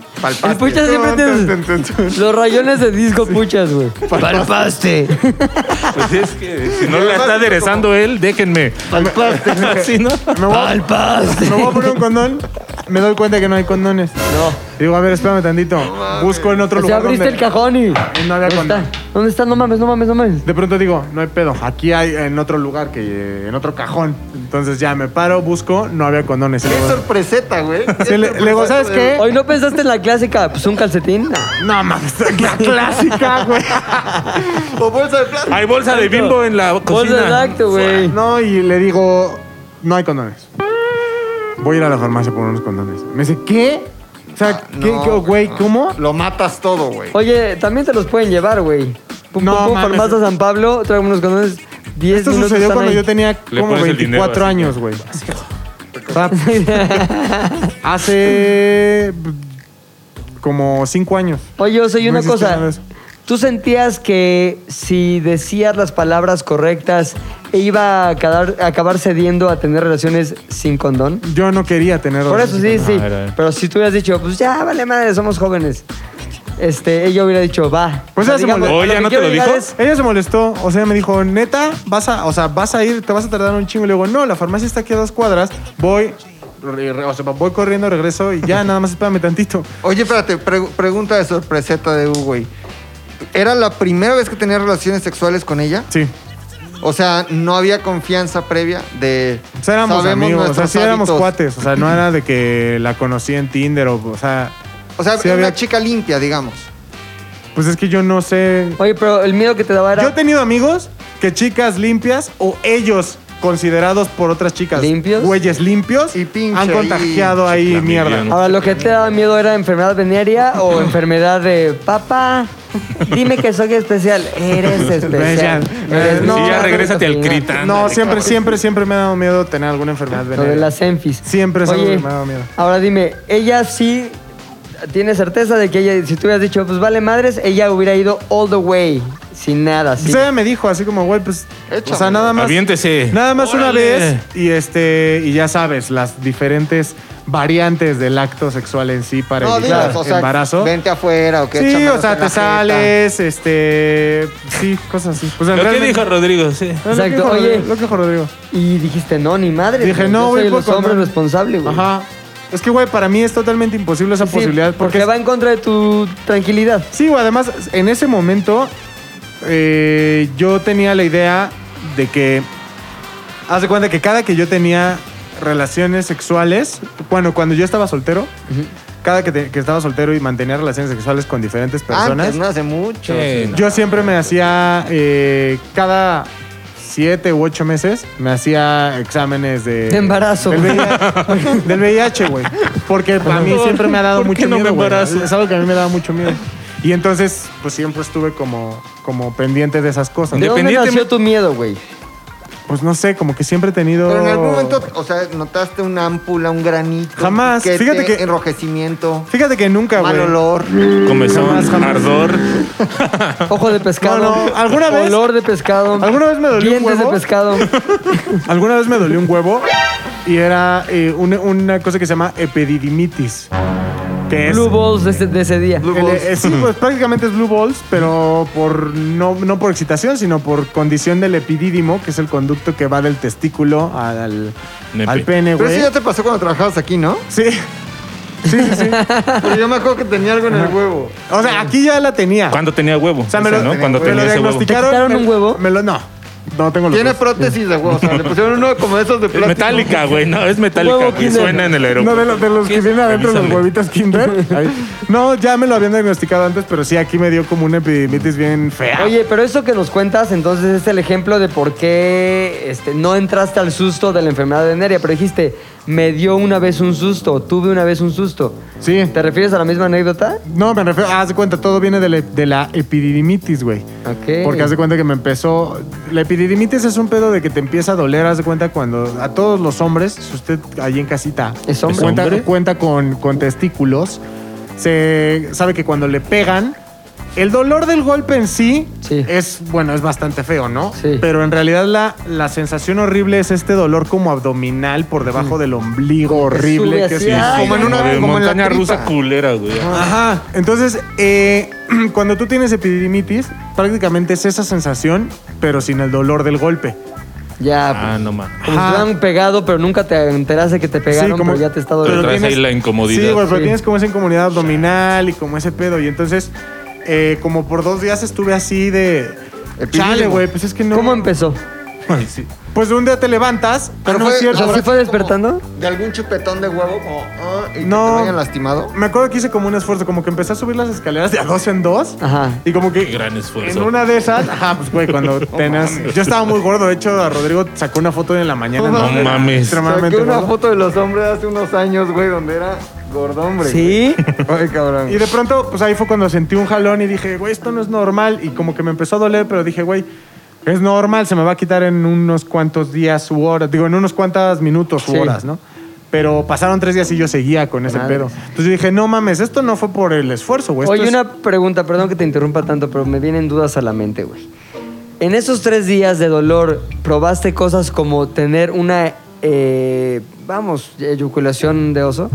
Speaker 6: El puchas siempre tiene
Speaker 8: [laughs]
Speaker 6: los rayones de disco puchas, güey. Palpaste.
Speaker 7: Pues es que si no la está aderezando él, déjenme.
Speaker 8: [laughs]
Speaker 7: Así, ¿no?
Speaker 8: Me voy a-
Speaker 6: Palpaste.
Speaker 8: Me voy a poner un condón. Me doy cuenta que no hay condones.
Speaker 6: No.
Speaker 8: Digo, a ver, espérame tantito. Busco en otro
Speaker 6: O sea,
Speaker 8: lugar.
Speaker 6: abriste
Speaker 8: donde-
Speaker 6: el cajón y...
Speaker 8: no había
Speaker 6: ¿Dónde
Speaker 8: condón.
Speaker 6: está? ¿Dónde está? No mames, no mames, no mames.
Speaker 8: De pronto digo, no hay pedo. Aquí hay en otro lugar que eh, en otro cajón. Entonces ya me paro, busco, no había condones. Y
Speaker 9: Qué
Speaker 8: luego-
Speaker 9: sorpreseta, güey.
Speaker 8: Sí, le- luego, ¿sabes qué?
Speaker 6: Hoy no pensaste en la clásica, pues un calcetín.
Speaker 8: No mames, [laughs] la clásica, güey.
Speaker 9: O bolsa de plástico.
Speaker 7: Hay bolsa de bimbo en la
Speaker 6: Pues
Speaker 7: cocina.
Speaker 6: exacto, güey.
Speaker 8: No, y le digo, no hay condones. Voy a ir a la farmacia por unos condones. Me dice, ¿qué? O sea, ¿qué,
Speaker 9: No,
Speaker 8: qué- güey, ¿cómo?
Speaker 9: Lo matas todo, güey.
Speaker 6: Oye, también te los pueden llevar, güey. Pum,
Speaker 8: No,
Speaker 6: pum, pum,
Speaker 8: mames.
Speaker 6: Farmacia San Pablo, trae unos condones. 10
Speaker 8: Esto
Speaker 6: minutos
Speaker 8: sucedió
Speaker 6: están
Speaker 8: cuando
Speaker 6: ahí.
Speaker 8: yo tenía
Speaker 7: Le
Speaker 8: como
Speaker 7: pones el dinero
Speaker 8: 24
Speaker 7: así,
Speaker 8: años, güey. O sea, Hace como 5 años.
Speaker 6: [laughs] Oye, o sea, y
Speaker 8: No
Speaker 6: una
Speaker 8: existe nada de
Speaker 6: cosa.
Speaker 8: eso.
Speaker 6: ¿Tú sentías que si decías las palabras correctas iba a acabar, a acabar cediendo a tener relaciones sin condón?
Speaker 8: Yo no quería tener
Speaker 6: Por eso sí, sí.
Speaker 7: a ver.
Speaker 6: Pero si tú hubieras dicho, pues ya, vale madre, somos jóvenes. este, ella hubiera dicho, va. O
Speaker 8: Pues
Speaker 6: sea,
Speaker 8: ella se
Speaker 6: digamos,
Speaker 8: molestó.
Speaker 6: a
Speaker 7: Oye,
Speaker 6: que
Speaker 7: ¿no te
Speaker 6: quiero
Speaker 7: lo
Speaker 6: llegar
Speaker 7: dijo?
Speaker 6: es-
Speaker 8: Ella se molestó, o sea, me dijo, neta, vas a, o sea, vas a ir, te vas a tardar un chingo. Y le digo, no, la farmacia está aquí a dos cuadras, voy, re- re- o sea, voy corriendo, regreso y ya, nada más espérame tantito.
Speaker 9: Oye, espérate, pre- pregunta de sorpreseta de U, güey. ¿Era la primera vez que tenía relaciones sexuales con ella?
Speaker 8: Sí.
Speaker 9: O sea, no había confianza previa de.
Speaker 8: O sea, éramos
Speaker 9: sabemos
Speaker 8: amigos, o sea,
Speaker 9: nuestros
Speaker 8: sí éramos
Speaker 9: hábitos.
Speaker 8: cuates, o sea, no era de que la conocí en Tinder o, o sea,
Speaker 9: O sea,
Speaker 8: Sí
Speaker 9: era
Speaker 8: había-
Speaker 9: una chica limpia, digamos.
Speaker 8: pues es que yo no sé.
Speaker 6: Oye, pero el miedo que te daba era
Speaker 8: Yo he tenido amigos que chicas limpias o ellos considerados por otras chicas
Speaker 6: ¿Limpios?
Speaker 8: güeyes limpios
Speaker 9: Y pinche
Speaker 8: han contagiado ahí
Speaker 7: La
Speaker 8: mierda.
Speaker 7: millón.
Speaker 6: Ahora, lo que te daba miedo era enfermedad venérea
Speaker 8: [laughs]
Speaker 6: o enfermedad de papá. Dime que soy especial. Eres especial.
Speaker 8: Ya.
Speaker 6: Eres
Speaker 8: Eh,
Speaker 7: Sí,
Speaker 8: no,
Speaker 7: ya
Speaker 8: no,
Speaker 7: regrésate al
Speaker 6: crita.
Speaker 7: crita.
Speaker 8: Ah, No,
Speaker 7: ándale,
Speaker 8: siempre,
Speaker 7: cabrón.
Speaker 8: siempre, siempre me ha dado miedo tener alguna enfermedad
Speaker 6: Lo de
Speaker 8: venérea.
Speaker 6: las enfis.
Speaker 8: Siempre es algo
Speaker 6: Oye,
Speaker 8: que me ha dado miedo.
Speaker 6: Ahora dime, ella sí tiene certeza de que ella, si tú hubieras dicho, pues vale madres, ella hubiera ido all the way, sin nada, así.
Speaker 8: Pues ella me dijo así como, güey, pues,
Speaker 9: Échame.
Speaker 8: o sea, nada más,
Speaker 7: Aviéntese.
Speaker 8: nada más una
Speaker 7: Órale.
Speaker 8: vez y este, y ya sabes, las diferentes variantes del acto sexual en sí para
Speaker 9: No,
Speaker 8: evitar
Speaker 9: digas, o sea,
Speaker 8: embarazo.
Speaker 9: vente afuera o que
Speaker 8: Sí,
Speaker 9: échame
Speaker 8: o sea,
Speaker 9: en la
Speaker 8: te
Speaker 9: jeta.
Speaker 8: sales, este, sí, cosas así. Pues,
Speaker 7: Lo que
Speaker 8: realmente-
Speaker 7: dijo Rodrigo, sí.
Speaker 8: No, Lo que
Speaker 6: Exacto,
Speaker 8: dijo
Speaker 6: oye.
Speaker 8: Rodrigo, lo que dijo Rodrigo.
Speaker 6: Y dijiste, no, ni madre.
Speaker 8: Dije, no,
Speaker 6: yo
Speaker 8: güey,
Speaker 6: soy los
Speaker 8: pues,
Speaker 6: hombres
Speaker 8: no.
Speaker 6: responsables, güey.
Speaker 8: Ajá. Es que, güey, para mí es totalmente imposible esa
Speaker 6: Sí,
Speaker 8: posibilidad. Porque,
Speaker 6: porque va en contra de tu tranquilidad.
Speaker 8: Sí, güey, además, en ese momento eh, yo tenía la idea de que. Haz de cuenta que cada que yo tenía relaciones sexuales, bueno, cuando yo estaba soltero, cada que, te- que estaba soltero y mantenía relaciones sexuales con diferentes personas,
Speaker 9: Antes, no hace mucho.
Speaker 7: Sí, no.
Speaker 8: yo siempre me hacía eh, cada siete u ocho meses me hacía exámenes de,
Speaker 6: De embarazo,
Speaker 8: del
Speaker 6: güey. [laughs]
Speaker 8: VIH, del VIH, güey porque a mí
Speaker 7: Ajá.
Speaker 8: siempre me ha dado
Speaker 7: ¿Por qué
Speaker 8: mucho
Speaker 7: no me
Speaker 8: miedo güey.
Speaker 7: embarazo?
Speaker 8: es algo que a mí me daba mucho miedo y entonces pues siempre estuve como como pendiente de esas cosas
Speaker 6: ¿De dónde
Speaker 7: Independientemente-
Speaker 6: nació tu miedo, güey?
Speaker 8: pues no sé como que siempre he tenido
Speaker 9: Pero en algún momento, o sea, notaste una ámpula, un granito. un
Speaker 8: Jamás.
Speaker 9: piquete,
Speaker 8: Fíjate que-
Speaker 9: Enrojecimiento.
Speaker 8: fíjate que nunca
Speaker 9: Mal
Speaker 8: güey
Speaker 9: olor.
Speaker 7: Comezón,
Speaker 8: Jamás, jamás.
Speaker 7: ardor.
Speaker 6: Ojo de pescado.
Speaker 8: No, no, ¿alguna vez-
Speaker 6: Olor de pescado.
Speaker 8: ¿Alguna vez me dolió un
Speaker 6: Dientes
Speaker 8: huevo?
Speaker 6: de
Speaker 8: [laughs]
Speaker 6: pescado.
Speaker 8: alguna vez me dolió un huevo y era eh, una, una cosa que se llama epididimitis que es
Speaker 6: Blue balls de ese, de ese día.
Speaker 8: El- eh, sí,
Speaker 9: [laughs]
Speaker 8: pues prácticamente es Blue Balls, pero por no, no por excitación, sino por condición del epidídimo, que es el conducto que va del testículo al,
Speaker 7: Nepe.
Speaker 8: al pene,
Speaker 9: Pero eso
Speaker 8: güey.
Speaker 9: ya te pasó cuando trabajabas aquí, ¿no?
Speaker 8: Sí. Sí, sí, sí.
Speaker 9: [laughs] Porque yo me acuerdo que tenía algo en el huevo.
Speaker 8: O sea, aquí ya la tenía.
Speaker 7: ¿Cuándo tenía huevo?
Speaker 8: O sea, me lo,
Speaker 7: Dice, ¿no? Cuando
Speaker 8: me
Speaker 7: tenía
Speaker 8: lo
Speaker 7: ese huevo.
Speaker 8: diagnosticaron.
Speaker 6: ¿Te quitaron un
Speaker 8: me-
Speaker 6: huevo?
Speaker 8: Me lo, no. No tengo los
Speaker 9: Tiene
Speaker 8: huevos.
Speaker 9: prótesis de huevo. O sea, [laughs] le pusieron uno como esos de
Speaker 7: Es
Speaker 9: plástico.
Speaker 7: metálica, güey. No, es metálica.
Speaker 6: Huevo
Speaker 7: güey.
Speaker 6: Kinder.
Speaker 7: Suena en el
Speaker 8: No,
Speaker 7: aeropuerto.
Speaker 8: de, los- de los que
Speaker 7: ¿Qué?
Speaker 8: vienen adentro los
Speaker 7: Avísame.
Speaker 8: huevitos
Speaker 7: [laughs]
Speaker 8: Kinder. Ahí. No, ya me lo habían diagnosticado antes, pero sí, aquí me dio como una epididimitis bien fea.
Speaker 6: Oye, pero eso que nos cuentas, entonces es el ejemplo de por qué este, no entraste al susto de la enfermedad venérea, pero dijiste, me dio una vez un susto, tuve una vez un susto.
Speaker 8: Sí.
Speaker 6: ¿Te refieres a la misma anécdota?
Speaker 8: No, me refiero, haz de cuenta, todo viene de la, de la epididimitis, güey.
Speaker 6: Ok.
Speaker 8: Porque haz de cuenta que me empezó. La epididimitis es un pedo de que te empieza a doler, haz de cuenta cuando a todos los hombres, si usted ahí en casita
Speaker 6: ¿Es hombre?
Speaker 8: cuenta,
Speaker 7: ¿Hombre?
Speaker 8: cuenta con, con testículos, se sabe que cuando le pegan, el dolor del golpe en sí,
Speaker 6: Sí.
Speaker 8: es, bueno, es bastante feo, ¿no?
Speaker 6: Sí.
Speaker 8: Pero en realidad la, la sensación horrible es este dolor como abdominal por debajo del ombligo
Speaker 6: que
Speaker 8: horrible.
Speaker 6: Mm. sube
Speaker 8: que es-
Speaker 6: así, Ah, ay,
Speaker 9: Como en una-
Speaker 7: de
Speaker 9: como en la
Speaker 7: montaña
Speaker 9: tripa.
Speaker 7: rusa culera, güey.
Speaker 8: Ajá. Entonces, eh, [clears throat] cuando tú tienes epididimitis, prácticamente es esa sensación, pero sin el dolor del golpe.
Speaker 6: Ya,
Speaker 7: Ah,
Speaker 6: pues,
Speaker 7: no mames.
Speaker 6: como
Speaker 8: Ajá.
Speaker 6: si te hubieran pegado, pero nunca te enteraste que te pegaron,
Speaker 8: como-
Speaker 6: pero ya te está
Speaker 7: Pero
Speaker 6: doliendo.
Speaker 7: traes ahí la incomodidad.
Speaker 8: Sí, güey, pero
Speaker 6: Sí.
Speaker 8: tienes como esa incomodidad abdominal y como ese pedo. Y entonces, eh, como por dos días estuve así de. Chale, güey, pues es que no.
Speaker 6: ¿Cómo empezó?
Speaker 8: Pues un día te levantas, pero no es
Speaker 6: o
Speaker 8: cierto.
Speaker 6: sea, sí fue
Speaker 9: como
Speaker 6: despertando?
Speaker 9: De algún chupetón de huevo, como. ah,
Speaker 8: No.
Speaker 9: y que te lo hayan lastimado.
Speaker 8: Me acuerdo que hice como un esfuerzo, como que empecé a subir las escaleras de a dos en dos.
Speaker 6: Ajá.
Speaker 8: Y como que.
Speaker 7: Qué gran esfuerzo.
Speaker 8: En una de esas, ajá, pues
Speaker 6: [laughs]
Speaker 8: güey, cuando tenías. Yo estaba muy gordo, de hecho, a Rodrigo sacó una foto en la mañana.
Speaker 9: No
Speaker 8: Era
Speaker 7: mames.
Speaker 8: Extremadamente
Speaker 9: Saqué una
Speaker 8: gordo.
Speaker 9: foto de los hombres hace unos años, güey, donde era gordombre.
Speaker 6: Sí.
Speaker 9: güey. Ay, cabrón.
Speaker 8: Y de pronto, pues ahí fue cuando sentí un jalón y dije, güey, esto no es normal. Y como que me empezó a doler, pero dije, güey, es normal, se me va a quitar en unos cuantos días u horas. Digo, en unos cuantos minutos u
Speaker 6: Sí.
Speaker 8: horas, ¿no? Pero pasaron tres días y yo seguía con ese
Speaker 6: Madre.
Speaker 8: pedo. Entonces yo dije, no mames, esto no fue por el esfuerzo, güey. esto
Speaker 6: Oye,
Speaker 8: es-
Speaker 6: una pregunta, perdón que te interrumpa tanto, pero me vienen dudas a la mente, güey. En esos tres días de dolor, ¿probaste cosas como tener una, eh, vamos, eyaculación de oso?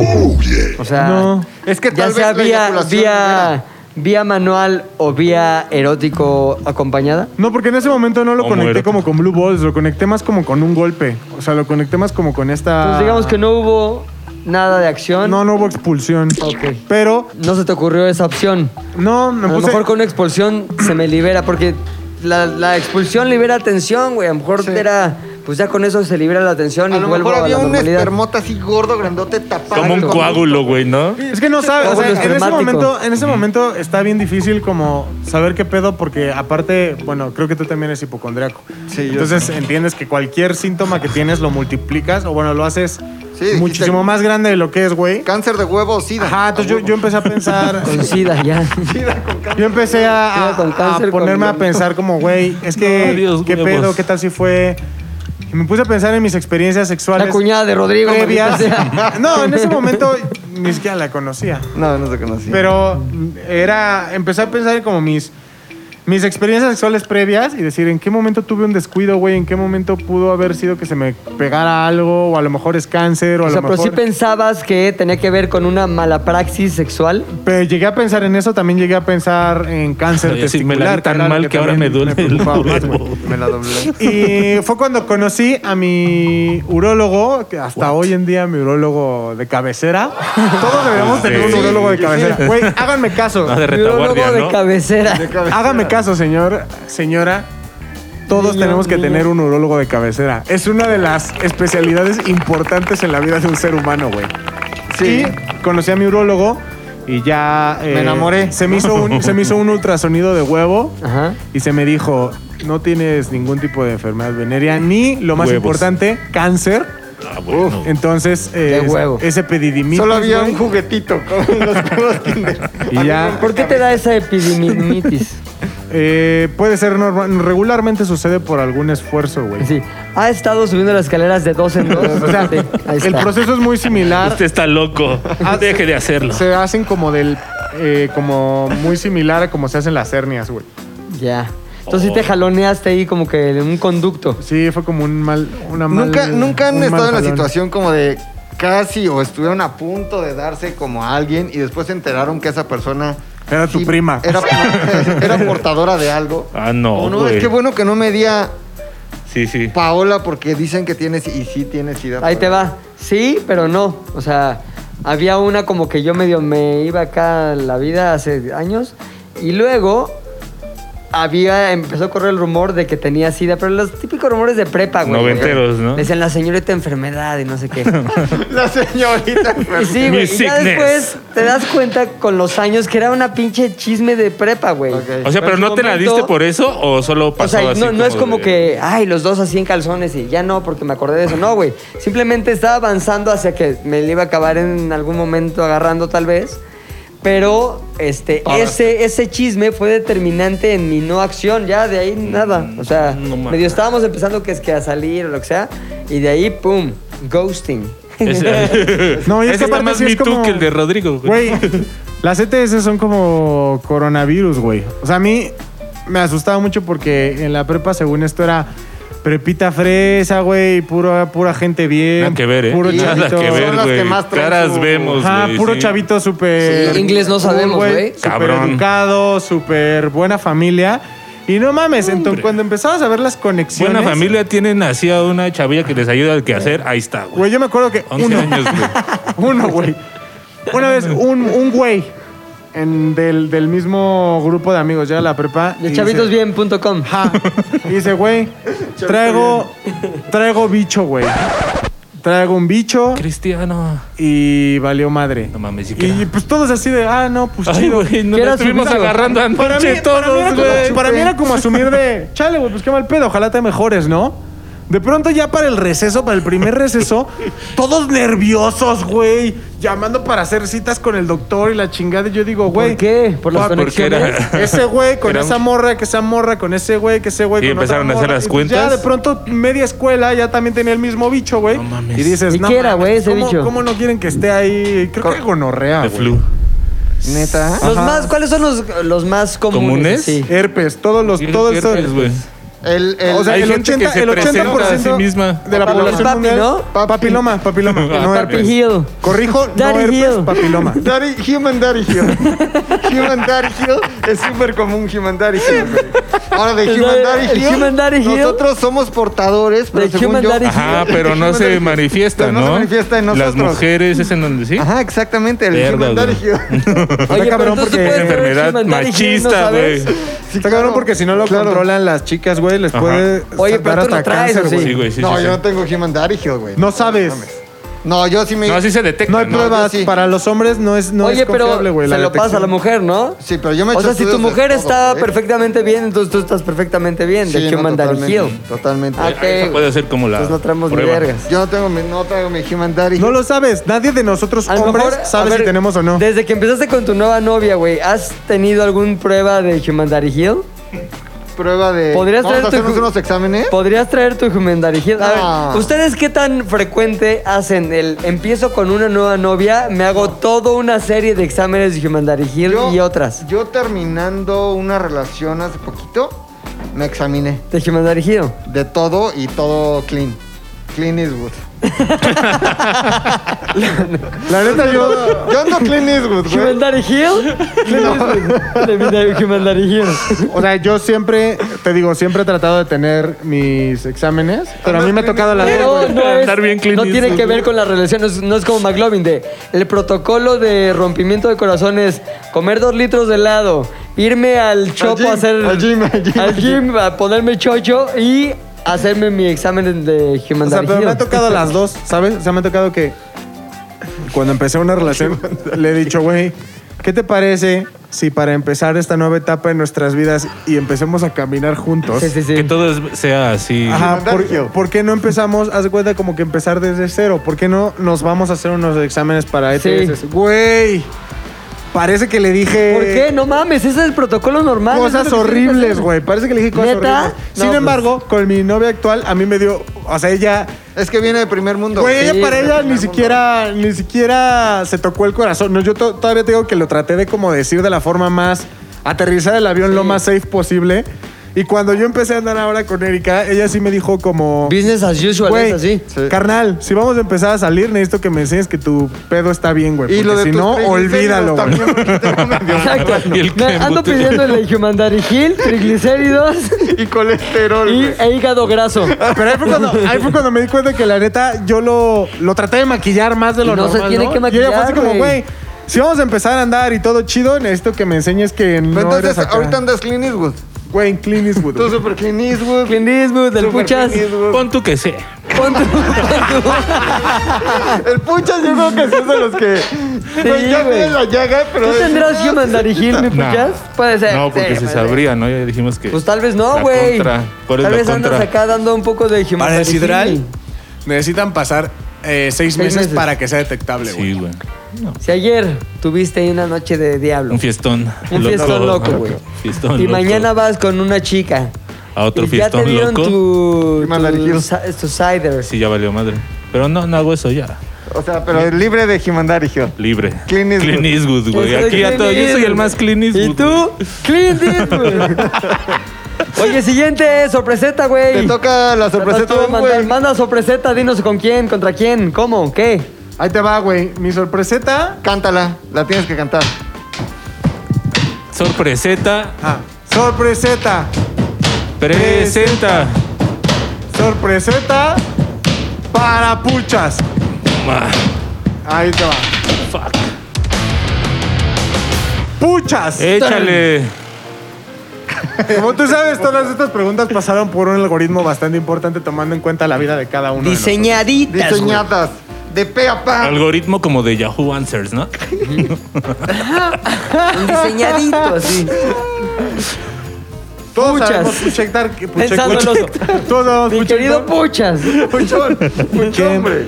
Speaker 6: O sea,
Speaker 8: No.
Speaker 9: Es que
Speaker 6: ya
Speaker 9: tal
Speaker 6: se
Speaker 9: vez la
Speaker 6: había,
Speaker 9: eyaculación
Speaker 6: vía, vía manual o vía erótico acompañada?
Speaker 8: No, porque en ese momento no lo
Speaker 7: O
Speaker 8: conecté
Speaker 7: muerto.
Speaker 8: como con Blue Balls, lo conecté más como con un golpe. O sea, lo conecté más como con esta.
Speaker 6: Pues digamos que no hubo nada de acción.
Speaker 8: No, no hubo expulsión.
Speaker 6: Ok.
Speaker 8: Pero,
Speaker 6: No se te ocurrió esa opción.
Speaker 8: no, me
Speaker 6: a lo
Speaker 8: puse.
Speaker 6: mejor con una expulsión se me libera, porque la, la expulsión libera tensión, güey. A lo mejor era. Pues ya con eso se libera la tensión
Speaker 9: A
Speaker 6: y
Speaker 9: lo
Speaker 6: vuelvo
Speaker 9: mejor
Speaker 6: a
Speaker 9: había
Speaker 6: la
Speaker 9: un
Speaker 6: normalidad.
Speaker 9: espermota así gordo, grandote, tapado.
Speaker 7: Como un
Speaker 9: con-
Speaker 7: coágulo, güey, ¿no?
Speaker 8: Es que no sabes, o sea,
Speaker 6: Óvulo
Speaker 8: en ese
Speaker 6: espermático.
Speaker 8: momento, en ese momento está bien difícil como saber qué pedo, porque aparte, bueno, creo que tú también eres hipocondriaco.
Speaker 9: Sí, yo
Speaker 8: Entonces entiendes que cualquier síntoma que tienes lo multiplicas, o bueno, lo haces
Speaker 9: Sí,
Speaker 8: muchísimo
Speaker 9: dijiste-
Speaker 8: más grande de lo que es, güey.
Speaker 9: Cáncer de huevo o sida.
Speaker 8: Ajá, entonces yo, yo empecé a
Speaker 6: [laughs]
Speaker 8: pensar.
Speaker 6: Con SIDA,
Speaker 8: [laughs]
Speaker 6: ya.
Speaker 8: Yo empecé a,
Speaker 6: Mira, con
Speaker 8: a
Speaker 6: cáncer,
Speaker 8: ponerme
Speaker 6: con-
Speaker 8: a pensar como, güey,
Speaker 6: [laughs]
Speaker 8: es que,
Speaker 7: No, Dios,
Speaker 8: ¿qué
Speaker 7: huevos.
Speaker 6: pues.
Speaker 8: pedo? ¿Qué tal si fue? Y me puse a pensar en mis experiencias sexuales
Speaker 6: La cuñada de Rodrigo.
Speaker 8: previas. [laughs]
Speaker 6: maldita sea. [laughs]
Speaker 8: No, en ese momento ni siquiera la conocía.
Speaker 9: No, no se conocía.
Speaker 8: Pero era, empecé a pensar en como mis, mis experiencias sexuales previas y decir, ¿en qué momento tuve un descuido, güey? ¿En qué momento pudo haber sido que se me pegara algo? O a lo mejor es cáncer, o a
Speaker 6: O sea,
Speaker 8: lo
Speaker 6: pero
Speaker 8: mejor...
Speaker 6: sí pensabas que tenía que ver con una mala praxis sexual.
Speaker 8: Pero llegué a pensar en eso, también llegué a pensar en cáncer
Speaker 7: Oye, sí,
Speaker 8: testicular.
Speaker 7: me la di tan
Speaker 8: era lo
Speaker 7: mal que ahora
Speaker 8: también
Speaker 7: me duele el
Speaker 8: preocupaba más,
Speaker 7: huevo.
Speaker 8: güey.
Speaker 9: Me la doblé.
Speaker 8: Y fue cuando conocí a mi urólogo, que hasta hoy en día mi urólogo de cabecera. Todos deberíamos tener un
Speaker 7: Sí,
Speaker 8: urólogo de cabecera. Güey, háganme caso.
Speaker 7: No, de
Speaker 6: Neurólogo
Speaker 7: retaguardia,
Speaker 6: de
Speaker 7: ¿no?
Speaker 6: cabecera.
Speaker 8: Hágame caso, señor, señora. Todos
Speaker 6: Niño,
Speaker 8: tenemos que
Speaker 6: niña.
Speaker 8: tener un urólogo de cabecera. Es una de las especialidades importantes en la vida de un ser humano, güey.
Speaker 9: Sí.
Speaker 8: Y conocí a mi urólogo y ya... eh,
Speaker 9: enamoré.
Speaker 8: Se me, hizo un, se
Speaker 6: [laughs]
Speaker 8: me hizo un ultrasonido de huevo
Speaker 6: Ajá.
Speaker 8: y se me dijo, no tienes ningún tipo de enfermedad venérea ni, lo más
Speaker 7: Huevos.
Speaker 8: importante, cáncer.
Speaker 7: Ah, bueno.
Speaker 8: Entonces,
Speaker 6: De
Speaker 8: eh,
Speaker 6: huevo.
Speaker 8: ese pedidimitis,
Speaker 9: Solo había
Speaker 8: güey,
Speaker 9: un juguetito con los
Speaker 8: [laughs]
Speaker 9: huevos Kinder.
Speaker 8: Y ya...
Speaker 6: ¿Por qué te da esa
Speaker 8: [laughs]
Speaker 6: epididimitis?
Speaker 8: Eh, puede ser normal, regularmente sucede por algún esfuerzo, güey.
Speaker 6: Sí. Ha estado subiendo las escaleras de dos en dos.
Speaker 8: O sea,
Speaker 6: Sí, ahí
Speaker 8: el
Speaker 6: está.
Speaker 8: proceso es muy similar.
Speaker 7: Usted está loco. Deje de hacerlo.
Speaker 8: Se hacen como del, eh, como muy similar a como se hacen las hernias, güey.
Speaker 6: Ya. Entonces
Speaker 7: Oh.
Speaker 6: sí te jaloneaste ahí como que en un conducto.
Speaker 8: Sí, fue como un mal, una mal-
Speaker 9: Nunca, nunca han
Speaker 8: un mal
Speaker 9: estado en la
Speaker 8: jalón.
Speaker 9: situación como de casi o estuvieron a punto de darse como a alguien y después se enteraron que esa persona
Speaker 8: Era tu prima. [laughs]
Speaker 9: era, por- era portadora de algo.
Speaker 7: Ah, no,
Speaker 9: O
Speaker 7: güey.
Speaker 9: es que bueno que no me di a
Speaker 7: Sí, sí.
Speaker 9: Paola porque dicen que tienes y sí tienes sida.
Speaker 6: Ahí te
Speaker 9: Paola.
Speaker 6: va. Sí, pero no. O sea, había una como que yo medio me iba acá a la vida hace años. Y luego había, empezó a correr el rumor de que tenía sida, pero los típicos rumores de prepa, güey.
Speaker 7: Noventeros, ¿no?
Speaker 6: Decían la señorita enfermedad y no sé
Speaker 7: [laughs]
Speaker 6: qué.
Speaker 9: La
Speaker 8: [laughs]
Speaker 9: señorita.
Speaker 6: Y sí, güey.
Speaker 7: Mi
Speaker 6: Y ya
Speaker 7: sickness.
Speaker 6: después te das cuenta con los años que era una pinche chisme de prepa, güey.
Speaker 9: Ok.
Speaker 7: O sea, pero
Speaker 6: en
Speaker 7: no
Speaker 6: su
Speaker 7: te la
Speaker 6: momento-
Speaker 7: diste por eso o solo
Speaker 6: O
Speaker 7: pasó
Speaker 6: sea,
Speaker 7: así
Speaker 6: no, no es como
Speaker 7: de-
Speaker 6: que, ay, los dos así en calzones y ya no, porque me acordé de eso. No, güey. Simplemente estaba avanzando hacia que me le iba a acabar en algún momento agarrando, tal vez. Pero este, ese, ese chisme fue determinante en mi no acción. Ya de ahí nada. O sea,
Speaker 7: Mm, No mames.
Speaker 6: medio estábamos empezando que es que a salir o lo que sea. Y de ahí, pum, ghosting.
Speaker 7: Es-
Speaker 8: No, y es
Speaker 7: Ese
Speaker 8: que
Speaker 7: está
Speaker 8: aparte
Speaker 7: más
Speaker 8: sí es
Speaker 7: Me Too
Speaker 8: como-
Speaker 7: que el de Rodrigo. güey.
Speaker 8: Güey, [laughs] las ETS son como coronavirus, güey. O sea, a mí me asustaba mucho porque en la prepa, según esto, era prepita fresa, güey, pura, pura gente bien.
Speaker 7: Nada que ver, ¿eh?
Speaker 8: Puro
Speaker 9: Y-
Speaker 7: Nada
Speaker 8: chavito.
Speaker 7: que ver,
Speaker 9: Son las que
Speaker 7: güey.
Speaker 9: más traen
Speaker 7: Caras
Speaker 9: su-
Speaker 7: vemos,
Speaker 8: Ajá,
Speaker 7: güey,
Speaker 8: puro
Speaker 7: sí.
Speaker 8: chavito súper.
Speaker 6: Sí, inglés no
Speaker 8: cool,
Speaker 6: sabemos, güey.
Speaker 8: Súper
Speaker 7: Cabrón.
Speaker 8: educado, súper buena familia. Y no mames, entonces cuando empezabas a ver las conexiones.
Speaker 7: Buena familia tienen así a una chavilla que les ayuda al quehacer. Ahí está, güey.
Speaker 8: Güey, yo me acuerdo que
Speaker 7: 11
Speaker 8: uno-
Speaker 7: años, güey.
Speaker 8: [laughs] Uno, güey. Una vez, un, un güey en- del, del mismo grupo de amigos, ya de la prepa.
Speaker 6: De
Speaker 8: y
Speaker 6: chavitosbien.com.
Speaker 8: dice, "Ja". Y
Speaker 6: [laughs]
Speaker 8: dice, güey, traigo, traigo bicho, güey. Traigo un bicho
Speaker 7: Cristiano.
Speaker 8: y valió madre.
Speaker 7: No mames, sí que
Speaker 8: Y
Speaker 7: era.
Speaker 8: pues todos así de, ah, no, pues
Speaker 7: Ay,
Speaker 8: chido.
Speaker 7: güey, nos
Speaker 6: ¿Qué era su
Speaker 7: estuvimos
Speaker 6: gusto?
Speaker 7: agarrando
Speaker 8: Para mí,
Speaker 7: anoche
Speaker 8: para, mí era
Speaker 7: todos,
Speaker 8: como,
Speaker 7: güey.
Speaker 8: para mí era como asumir de, chale, güey, pues qué mal pedo, ojalá te mejores, ¿no? De pronto ya para el receso, para el
Speaker 7: [laughs]
Speaker 8: primer receso, todos nerviosos, güey, llamando para hacer citas con el doctor y la chingada. Y yo digo, güey,
Speaker 6: ¿Por qué? ¿Por las
Speaker 7: Ah, porque era-
Speaker 6: conexiones? [laughs]
Speaker 8: ese güey con
Speaker 7: Era un-
Speaker 8: esa morra, que esa morra con ese güey, que ese güey
Speaker 7: Y
Speaker 8: con otra
Speaker 7: empezaron a hacer
Speaker 8: morra.
Speaker 7: las
Speaker 8: Y pues Ya
Speaker 7: cuentas.
Speaker 8: de pronto media escuela ya también tenía el mismo bicho, güey.
Speaker 7: No mames.
Speaker 8: Y dices,
Speaker 6: ¿Y
Speaker 8: no
Speaker 6: qué era,
Speaker 8: mames,
Speaker 6: güey, ese
Speaker 8: ¿cómo-
Speaker 6: bicho?
Speaker 8: ¿Cómo no quieren que esté ahí? Creo que gonorrea,
Speaker 7: De
Speaker 8: güey.
Speaker 7: flu.
Speaker 9: Neta.
Speaker 6: ¿eh? Los más, ¿Cuáles son los, los más comunes?
Speaker 7: ¿Comunes?
Speaker 6: Sí.
Speaker 7: Eh,
Speaker 8: Herpes, todos los,
Speaker 7: Sí,
Speaker 8: todo
Speaker 7: herpes,
Speaker 8: eso-
Speaker 7: güey.
Speaker 9: El, el-
Speaker 8: O sea,
Speaker 7: Hay
Speaker 8: el
Speaker 7: gente
Speaker 8: 80%,
Speaker 7: que se
Speaker 8: el 80
Speaker 7: presenta a sí misma.
Speaker 8: de la
Speaker 9: Papiloma.
Speaker 8: población
Speaker 6: Papi,
Speaker 8: mundial.
Speaker 6: ¿no?
Speaker 8: Papiloma,
Speaker 6: [laughs]
Speaker 8: papiloma. no
Speaker 7: Papi
Speaker 8: herpes.
Speaker 6: Hill.
Speaker 8: Corrijo, no
Speaker 6: Daddy
Speaker 8: herpes,
Speaker 6: Hill.
Speaker 8: papiloma.
Speaker 9: Daddy- human Daddy Hill. human Daddy Hill es súper común Human Daddy Hill. güey. Ahora de
Speaker 6: El
Speaker 9: Human
Speaker 6: Daddy-
Speaker 9: Daddy
Speaker 6: el
Speaker 9: Hill,
Speaker 6: Human Daddy Hill.
Speaker 9: nosotros somos portadores, pero
Speaker 6: De
Speaker 9: según
Speaker 6: Human
Speaker 9: yo-
Speaker 6: Daddy Hill.
Speaker 7: Ajá,
Speaker 9: de
Speaker 7: pero no
Speaker 9: Human Daddy
Speaker 7: se
Speaker 9: Hill.
Speaker 7: manifiesta,
Speaker 9: Pero
Speaker 7: ¿no?
Speaker 9: No se manifiesta en nosotros.
Speaker 7: Las mujeres es en donde sí.
Speaker 9: Ajá, exactamente, el
Speaker 7: Verga,
Speaker 9: Human Daddy
Speaker 7: güey. Mm.
Speaker 9: Hill.
Speaker 6: Oye,
Speaker 8: cabrón
Speaker 6: pero entonces
Speaker 8: porque
Speaker 6: puedes tener
Speaker 7: enfermedad
Speaker 6: Human Daddy Hill, ¿no
Speaker 7: machista,
Speaker 6: sabes?
Speaker 7: güey.
Speaker 9: Sí,
Speaker 8: Está cabrón
Speaker 9: claro.
Speaker 8: porque si no lo
Speaker 9: Claro.
Speaker 8: controlan las chicas, güey, les
Speaker 7: Ajá.
Speaker 8: puede
Speaker 6: Oye,
Speaker 8: dar
Speaker 6: pero tú lo
Speaker 8: hasta
Speaker 6: traes,
Speaker 8: cáncer,
Speaker 6: ¿o sí?
Speaker 7: Sí, güey, sí,
Speaker 9: no,
Speaker 7: sí,
Speaker 9: yo
Speaker 7: sí.
Speaker 9: no tengo Human Daddy Hill, güey.
Speaker 8: No sabes.
Speaker 9: No, yo sí me...
Speaker 7: No, sí se detecta.
Speaker 8: No hay
Speaker 7: ¿no?
Speaker 8: pruebas.
Speaker 9: yo sí.
Speaker 8: Para los hombres no es, no
Speaker 6: Oye,
Speaker 8: es
Speaker 6: pero
Speaker 8: confiable, güey.
Speaker 6: se
Speaker 8: la
Speaker 6: lo pasa a la
Speaker 8: detección.
Speaker 6: mujer, ¿no?
Speaker 9: Sí, pero yo me he
Speaker 6: O sea,
Speaker 9: hecho
Speaker 6: si tu
Speaker 9: estudios de
Speaker 6: mujer
Speaker 9: todo,
Speaker 6: está
Speaker 9: güey.
Speaker 6: perfectamente bien, entonces tú estás perfectamente bien
Speaker 9: Sí,
Speaker 6: de
Speaker 9: no,
Speaker 6: Human Daddy
Speaker 9: totalmente,
Speaker 6: Hill.
Speaker 9: Totalmente.
Speaker 6: Ah,
Speaker 7: Ahí
Speaker 6: güey.
Speaker 7: se puede hacer como la.
Speaker 6: Entonces no traemos ni
Speaker 7: prueba.
Speaker 6: vergas.
Speaker 9: Yo no tengo mi, no tengo mi Human Daddy
Speaker 8: No
Speaker 9: Hill.
Speaker 8: lo sabes. Nadie de nosotros
Speaker 6: A lo
Speaker 8: hombres
Speaker 6: mejor,
Speaker 8: sabe
Speaker 6: a ver,
Speaker 8: si tenemos o no.
Speaker 6: Desde que empezaste con tu nueva novia, güey, ¿has tenido alguna prueba de Human Daddy Hill?
Speaker 9: Prueba de...
Speaker 6: ¿Podrías
Speaker 9: Eh, ¿Vamos a
Speaker 6: traer tu-
Speaker 9: hacernos unos exámenes? Ah.
Speaker 6: ¿Podrías traer tu Human Daddy Hill? A ver,
Speaker 9: No.
Speaker 6: ¿ustedes qué tan frecuente hacen el empiezo con una nueva novia, me hago toda una serie de exámenes de Human Daddy Hill y otras?
Speaker 9: Yo terminando una relación hace poquito, me examiné
Speaker 6: De Human Daddy Hill.
Speaker 9: de todo y todo clean.
Speaker 6: [laughs]
Speaker 9: Clean Eastwood.
Speaker 8: La neta, yo.
Speaker 6: [laughs]
Speaker 9: Yo ando clean Eastwood,
Speaker 6: ¿Human
Speaker 9: güey.
Speaker 6: Daddy [laughs] Hill? ¿Qué dices? De mi de Human Daddy Hill.
Speaker 8: O sea, yo siempre, te digo, siempre he tratado de tener mis exámenes, pero a mí me ha tocado la ley,
Speaker 6: Pero
Speaker 8: güey.
Speaker 6: no es-
Speaker 7: Andar bien clean
Speaker 6: no tiene
Speaker 7: Eastwood.
Speaker 6: que ver con la relación, no es, no es como McLovin de el protocolo de rompimiento de corazones, comer dos litros de helado, irme al chopo
Speaker 9: gym,
Speaker 6: a hacer
Speaker 9: al gym, al gym,
Speaker 6: al
Speaker 9: al gym.
Speaker 6: gym, a ponerme chocho y hacerme mi examen de Human
Speaker 8: O sea,
Speaker 6: Daddy
Speaker 8: pero me
Speaker 6: Hill.
Speaker 8: ha tocado
Speaker 6: [laughs]
Speaker 8: las dos, ¿sabes? O sea, me ha tocado que cuando empecé
Speaker 6: [laughs]
Speaker 8: una relación le he dicho, güey, ¿qué te parece si para empezar esta nueva etapa en nuestras vidas y empecemos a caminar juntos?
Speaker 6: Sí, sí, sí.
Speaker 7: Que todo es- sea así.
Speaker 8: Ajá,
Speaker 9: Human Daddy Hill.
Speaker 8: ¿por, por qué no empezamos? Haz de cuenta como que empezar desde cero. ¿Por qué no nos vamos a hacer unos exámenes para
Speaker 6: Sí.
Speaker 8: ETS? Güey, parece que le dije...
Speaker 6: ¿Por qué? No mames, ese es el protocolo normal. eso
Speaker 8: Cosas
Speaker 6: es lo que tienes que
Speaker 8: horribles,
Speaker 6: hacer.
Speaker 8: güey. Parece que le dije cosas
Speaker 6: ¿Neta?
Speaker 8: horribles.
Speaker 6: No,
Speaker 8: Sin
Speaker 6: pues.
Speaker 8: embargo, con mi novia actual, a mí me dio. O sea, ella.
Speaker 9: Es que viene de primer mundo.
Speaker 8: Güey, ella
Speaker 6: sí,
Speaker 8: para
Speaker 9: de
Speaker 8: ella
Speaker 9: primer
Speaker 8: ni
Speaker 9: mundo.
Speaker 8: siquiera, ni siquiera se tocó el corazón. No, yo to- todavía te digo que lo traté de como decir de la forma más aterrizar el avión lo más safe posible. Y cuando yo empecé a andar ahora con Erika, ella sí me dijo como.
Speaker 6: Business as usual,
Speaker 8: Güey,
Speaker 6: es así.
Speaker 8: carnal, si vamos a empezar a salir, necesito que me enseñes que tu pedo está bien, güey.
Speaker 9: Y lo
Speaker 8: porque
Speaker 9: de
Speaker 8: si
Speaker 9: tus
Speaker 8: no,
Speaker 9: triglicéridos
Speaker 8: olvídalo, güey.
Speaker 9: también, porque tengo medio-
Speaker 6: [laughs] Exacto.
Speaker 7: Y el
Speaker 6: Me- Ando
Speaker 7: clembo te-
Speaker 6: pidiendo el Human Daddy Hill,
Speaker 7: [laughs]
Speaker 6: triglicéridos
Speaker 9: Y colesterol.
Speaker 6: y,
Speaker 9: güey.
Speaker 6: e hígado graso.
Speaker 8: Pero ahí fue, cuando, ahí fue cuando me di cuenta que la neta yo lo, lo traté de maquillar más de lo
Speaker 6: Y no se
Speaker 8: normal.
Speaker 6: tiene que
Speaker 8: Y ella fue así
Speaker 6: maquillar,
Speaker 8: como,
Speaker 6: güey.
Speaker 8: güey, si vamos a empezar a andar y todo chido, necesito que me enseñes que no
Speaker 9: Pero entonces,
Speaker 8: eres acá.
Speaker 9: ahorita andas clean Eastwood.
Speaker 8: Güey, en Clean Eastwood.
Speaker 9: Tú super clean Eastwood.
Speaker 6: Clint Eastwood, del
Speaker 9: super
Speaker 6: Puchas.
Speaker 9: Clint Eastwood.
Speaker 7: Pon tú que sea.
Speaker 6: Pon
Speaker 7: [laughs]
Speaker 6: tu- pon tu-
Speaker 9: El Puchas yo creo que sí es de los que...
Speaker 7: Pues
Speaker 9: Güey, ya
Speaker 6: güey.
Speaker 9: tiene la llaga, pero...
Speaker 6: ¿Tú
Speaker 9: es-
Speaker 6: tendrás Human Daddy Hill, mi
Speaker 7: No.
Speaker 6: puchas? Puede ser.
Speaker 7: No, porque
Speaker 6: Sí,
Speaker 7: se
Speaker 6: puede ser.
Speaker 7: sabría, ¿no? Ya dijimos que.
Speaker 6: Pues tal vez no,
Speaker 7: La
Speaker 6: güey.
Speaker 7: contra. ¿Cuál es
Speaker 6: Tal
Speaker 7: la
Speaker 6: vez andas
Speaker 7: contra?
Speaker 6: acá dando un poco de Human
Speaker 10: Para el
Speaker 6: Daddy
Speaker 10: sidral
Speaker 6: Hill.
Speaker 10: necesitan pasar eh, seis, meses,
Speaker 6: meses.
Speaker 10: para que sea detectable, güey.
Speaker 7: Sí, güey.
Speaker 6: Si ayer tuviste una noche de diablo
Speaker 7: Un fiestón.
Speaker 6: Un fiestón loco, güey.
Speaker 7: Fiestón
Speaker 6: y
Speaker 7: loco.
Speaker 6: mañana vas con una chica
Speaker 7: A otro
Speaker 6: y ya te
Speaker 7: fiestón
Speaker 6: dieron
Speaker 7: loco.
Speaker 6: tu,
Speaker 9: Human Daddy
Speaker 6: tu,
Speaker 9: Hill.
Speaker 6: ci- tu cider.
Speaker 7: Sí, ya valió madre. Pero no, no hago eso ya.
Speaker 9: O sea, pero libre de Jimandar
Speaker 7: Libre.
Speaker 9: Clean Eastwood.
Speaker 7: Clean Eastwood, Pues, güey.
Speaker 6: Yo soy
Speaker 7: Aquí ya
Speaker 6: Pues, Clint
Speaker 7: todo. Yo soy
Speaker 6: Eastwood.
Speaker 7: el más clean Eastwood.
Speaker 6: ¿Y tú?
Speaker 7: güey.
Speaker 6: Clint Eastwood.
Speaker 7: [laughs]
Speaker 6: Oye, siguiente sorpreseta, güey.
Speaker 9: Te toca la sorpreseta,
Speaker 6: Te toca mandar-
Speaker 9: güey.
Speaker 6: Manda sorpreseta, dinos con quién, contra quién, cómo, qué.
Speaker 8: Ahí te va, güey. Mi sorpreseta.
Speaker 9: Cántala, la tienes que cantar.
Speaker 7: Sorpreseta.
Speaker 8: Ah, sorpreseta.
Speaker 7: Presenta.
Speaker 8: Sorpreseta para puchas.
Speaker 7: Ma-
Speaker 8: Ahí te va.
Speaker 7: Fuck.
Speaker 8: ¡Puchas!
Speaker 7: Échale.
Speaker 8: Como tú sabes, todas estas preguntas pasaron por un algoritmo bastante importante tomando en cuenta la vida de cada uno. de nosotros.
Speaker 6: Diseñaditas. güey.
Speaker 9: Diseñadas de pe a
Speaker 6: Ah.
Speaker 9: pa. Ah,
Speaker 7: Algoritmo como de Yahoo Answers, ¿no?
Speaker 6: Diseñadito [laughs] así.
Speaker 8: Todos
Speaker 6: Puchas.
Speaker 8: sabemos puchectar. que- puche-
Speaker 6: Pensando en
Speaker 8: puchectar. [laughs] Todos sabemos
Speaker 6: Mi querido Puchas.
Speaker 8: puchectar.
Speaker 6: [laughs]
Speaker 9: Puchón, puchón, hombre.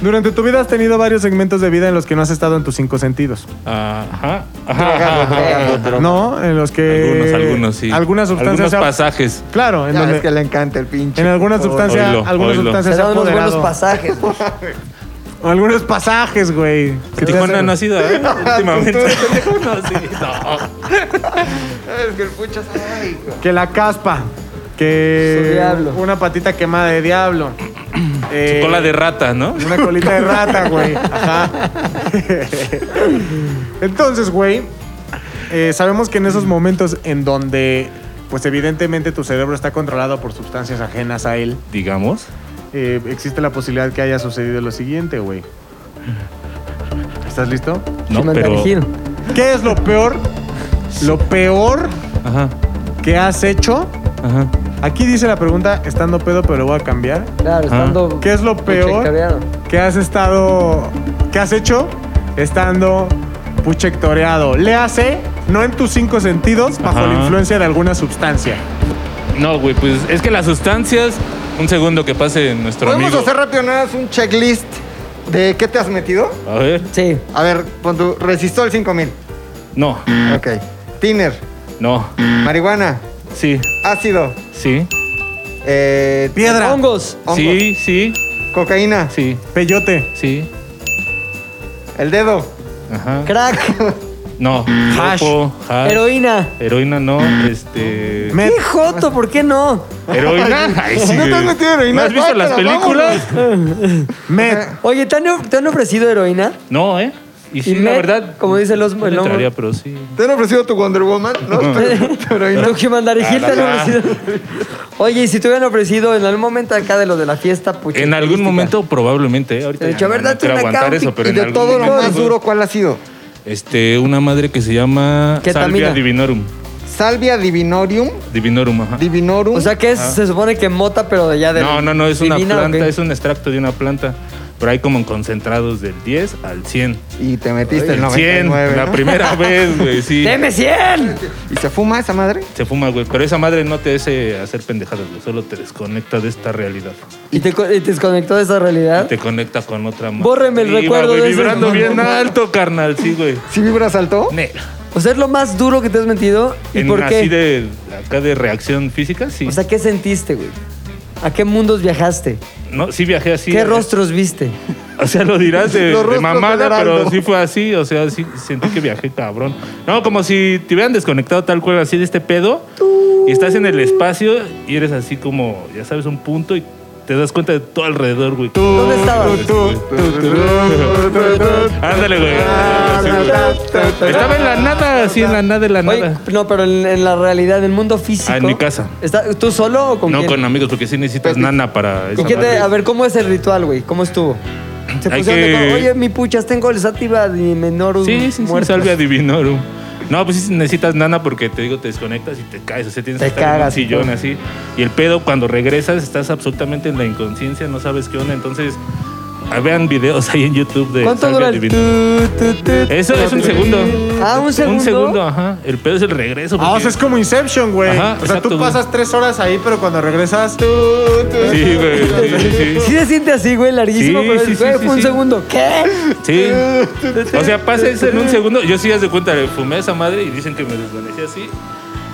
Speaker 8: Durante tu vida has tenido varios segmentos de vida en los que no has estado en tus cinco sentidos.
Speaker 7: Ajá. Ajá. ajá, ajá.
Speaker 8: No, en los que.
Speaker 7: Algunos, algunos, sí.
Speaker 8: Algunas sustancias.
Speaker 7: Algunos
Speaker 8: se ha-
Speaker 7: pasajes.
Speaker 8: Claro, en
Speaker 9: Ya
Speaker 8: donde.
Speaker 9: ves que le encanta el pinche.
Speaker 8: En alguna
Speaker 9: por favor.
Speaker 8: sustancia,
Speaker 7: Oílo,
Speaker 8: algunas
Speaker 7: oílo.
Speaker 8: sustancias
Speaker 6: Se
Speaker 8: se ha
Speaker 6: dan unos buenos
Speaker 8: apoderado.
Speaker 6: pasajes. güey.
Speaker 8: algunos pasajes, güey. que te
Speaker 7: Tijuana
Speaker 8: hacen-
Speaker 7: no ha sido,
Speaker 6: [laughs]
Speaker 7: ¿eh?
Speaker 6: Ah,
Speaker 7: Últimamente. no, sí, no.
Speaker 9: Es que el puchas, ay, güey.
Speaker 8: Que la caspa. Que.
Speaker 6: Su diablo.
Speaker 8: Una patita quemada
Speaker 6: [clears throat]
Speaker 8: de diablo. Eh,
Speaker 7: Cola de rata, ¿no?
Speaker 8: una colita de
Speaker 6: [laughs]
Speaker 8: rata, güey. Ajá. Entonces, güey, eh, sabemos que en esos momentos en donde, pues evidentemente tu cerebro está controlado por sustancias ajenas a él,
Speaker 7: Digamos.
Speaker 8: eh, existe la posibilidad que haya sucedido lo siguiente, güey. ¿Estás listo?
Speaker 7: No,
Speaker 6: Sí, manda
Speaker 7: pero.
Speaker 6: giro.
Speaker 8: ¿Qué es lo peor? Lo peor
Speaker 7: Ajá,
Speaker 8: que has hecho.
Speaker 7: ajá.
Speaker 8: Aquí dice la pregunta, estando pedo, pero lo voy a cambiar.
Speaker 6: Claro, estando.
Speaker 8: ¿Qué es lo peor
Speaker 6: checareado.
Speaker 8: que has estado. que has hecho estando puchectoreado? Le hace, no en tus cinco sentidos, bajo
Speaker 7: Ajá.
Speaker 8: la influencia de alguna sustancia.
Speaker 7: No, güey, pues es que las sustancias. Un segundo que pase nuestro
Speaker 9: ¿Podemos
Speaker 7: amigo.
Speaker 9: hacer rápido nada más un checklist de qué te has metido?
Speaker 7: A ver.
Speaker 6: Sí.
Speaker 9: A ver, pon tu resistol 5000.
Speaker 7: No,
Speaker 9: Ok. Tiner,
Speaker 7: no.
Speaker 9: marihuana,
Speaker 7: Sí,
Speaker 9: ácido,
Speaker 7: sí.
Speaker 9: eh,
Speaker 8: Piedra,
Speaker 6: Hongos.
Speaker 9: hongo,
Speaker 7: Sí, sí,
Speaker 9: cocaína,
Speaker 7: sí,
Speaker 8: peyote,
Speaker 7: sí.
Speaker 9: el dedo,
Speaker 7: Ajá.
Speaker 6: Crack.
Speaker 7: No.
Speaker 8: Hash.
Speaker 7: Lopo, hash.
Speaker 6: Heroína.
Speaker 7: Heroína no, este.
Speaker 8: met,
Speaker 6: ¡Qué joto! ¿Por qué no?
Speaker 7: ¿Heroína? [laughs] Ay, sí.
Speaker 9: ¿No te has
Speaker 7: güey.
Speaker 9: metido heroína?
Speaker 7: ¿No has visto las
Speaker 9: Guácala,
Speaker 7: películas?
Speaker 8: met.
Speaker 6: Oye, ¿te han, te han ofrecido heroína?
Speaker 7: No, ¿eh? Y sí,
Speaker 6: Y
Speaker 7: la
Speaker 6: met,
Speaker 7: verdad.
Speaker 6: como dice el os-
Speaker 7: no
Speaker 6: el
Speaker 7: le
Speaker 6: homo.
Speaker 7: entraría, pero sí.
Speaker 9: ¿Te han ofrecido tu Wonder Woman? No, tu- tu heroína.
Speaker 6: Lo que
Speaker 7: Ah,
Speaker 6: mandaré Gil te han ofrecido. Oye, y si te hubieran ofrecido en algún momento acá de lo de la fiesta, pucha,
Speaker 7: En algún
Speaker 6: turística.
Speaker 7: momento, probablemente. ¿eh? Ahorita.
Speaker 6: De hecho, a ver,
Speaker 7: no
Speaker 6: date
Speaker 7: quiero
Speaker 6: una
Speaker 7: aguantar
Speaker 6: campi-
Speaker 7: eso, pero
Speaker 9: Y
Speaker 7: en
Speaker 9: de
Speaker 7: algún
Speaker 9: todo lo
Speaker 7: momento,
Speaker 9: más duro, ¿cuál ha sido?
Speaker 7: Este, una madre que se llama.
Speaker 6: Ketamina.
Speaker 7: Salvia divinorum.
Speaker 9: Salvia divinorium,
Speaker 7: Divinorum, ajá.
Speaker 9: divinorum.
Speaker 6: O sea que es- se supone que mota, pero de ya de.
Speaker 7: Ah. No, no, no, es una
Speaker 6: divina, ¿o
Speaker 7: planta,
Speaker 6: qué?
Speaker 7: es un extracto de una planta. Pero hay como en concentrados del 10 al 100.
Speaker 9: y te metiste el
Speaker 7: El 100,
Speaker 9: 99,
Speaker 7: la
Speaker 6: [laughs]
Speaker 9: ¿no?
Speaker 7: primera vez, güey, sí.
Speaker 6: ¡Deme 100!
Speaker 9: ¿Y se fuma esa madre?
Speaker 7: Se fuma, güey. Pero esa madre no te hace hacer pendejadas, güey. Solo te desconecta de esta realidad.
Speaker 6: Y te, co- y te desconectó de esa realidad.
Speaker 7: Te conecta con otra madre.
Speaker 6: ¿Ah? Bórreme el recuerdo de
Speaker 7: güey,
Speaker 6: ese
Speaker 7: Vibrando
Speaker 6: momento.
Speaker 7: bien alto, carnal, sí, güey.
Speaker 9: ¿Sí vibra saltó?
Speaker 7: Ne-
Speaker 6: O sea, es lo más duro que te has metido. ¿Y
Speaker 7: En
Speaker 6: por qué?
Speaker 7: así de acá de reacción física, sí.
Speaker 6: O sea, ¿qué sentiste, güey? ¿A qué mundos viajaste?
Speaker 7: no, sí viajé así.
Speaker 6: ¿Qué
Speaker 7: eh,
Speaker 6: rostros viste?
Speaker 7: O sea, lo dirás de, de
Speaker 9: Los rostros del
Speaker 7: mamada,
Speaker 9: heraldo.
Speaker 7: pero sí fue así. O sea, sí sentí que viajé cabrón. No, como si te hubieran desconectado tal cual así de este pedo. Y estás en el espacio y eres así como, ya sabes, un punto y te das cuenta de todo alrededor, güey.
Speaker 6: ¿Dónde estabas?
Speaker 7: Ándale, güey. Estaba en la nada, así en la nada de la
Speaker 6: Oye,
Speaker 7: nada.
Speaker 6: no, pero en, en la realidad, en el mundo físico.
Speaker 7: Ah, en mi casa.
Speaker 6: ¿Está- ¿Tú solo o con
Speaker 7: No
Speaker 6: quién?
Speaker 7: con amigos, porque sí
Speaker 9: Pues,
Speaker 7: necesitas nana para
Speaker 6: ¿Y
Speaker 7: esa
Speaker 6: qué te-
Speaker 7: madre.
Speaker 6: a ver, ¿cómo es el ritual, güey? ¿Cómo estuvo? Se
Speaker 7: Hay
Speaker 6: pusieron de
Speaker 7: que-
Speaker 6: acuerdo, Oye, mi puchas, tengo el sativa de menor
Speaker 7: Sí, sí, sí,
Speaker 6: muerto".
Speaker 7: salvia divinorum. No, pues sí necesitas nana porque te digo, te desconectas y te caes. O sea, tienes
Speaker 6: Te
Speaker 7: que estar en un
Speaker 6: cagas y
Speaker 7: sillón
Speaker 6: todo.
Speaker 7: así. Y el pedo, cuando regresas, estás absolutamente en la inconsciencia, no sabes qué onda. Entonces, ah, vean videos ahí en YouTube de
Speaker 6: ¿Cuánto
Speaker 7: salvia
Speaker 6: dura el
Speaker 7: divinorum.
Speaker 6: tu, tu, tu, tu?
Speaker 7: Eso es un segundo.
Speaker 6: Ah, ¿un segundo?
Speaker 7: Un segundo, ajá. El pedo es el regreso.
Speaker 8: Ah, o sea,
Speaker 7: porque-
Speaker 8: es como Inception, güey.
Speaker 7: Ajá,
Speaker 8: o sea,
Speaker 7: exacto,
Speaker 8: tú
Speaker 7: güey.
Speaker 8: pasas tres horas ahí, pero cuando regresas, tú.
Speaker 7: Sí, güey.
Speaker 8: [laughs]
Speaker 7: sí, sí, sí.
Speaker 6: Sí se siente así, güey, larguísimo,
Speaker 7: Sí,
Speaker 6: pero
Speaker 7: sí,
Speaker 6: el
Speaker 7: sí,
Speaker 6: güey,
Speaker 7: sí,
Speaker 6: fue un
Speaker 7: sí.
Speaker 6: segundo. ¿Qué? [laughs]
Speaker 7: Sí. O sea, pasa eso en un segundo. Yo sí, haz de cuenta, fumé esa madre y dicen que me desvanecí así.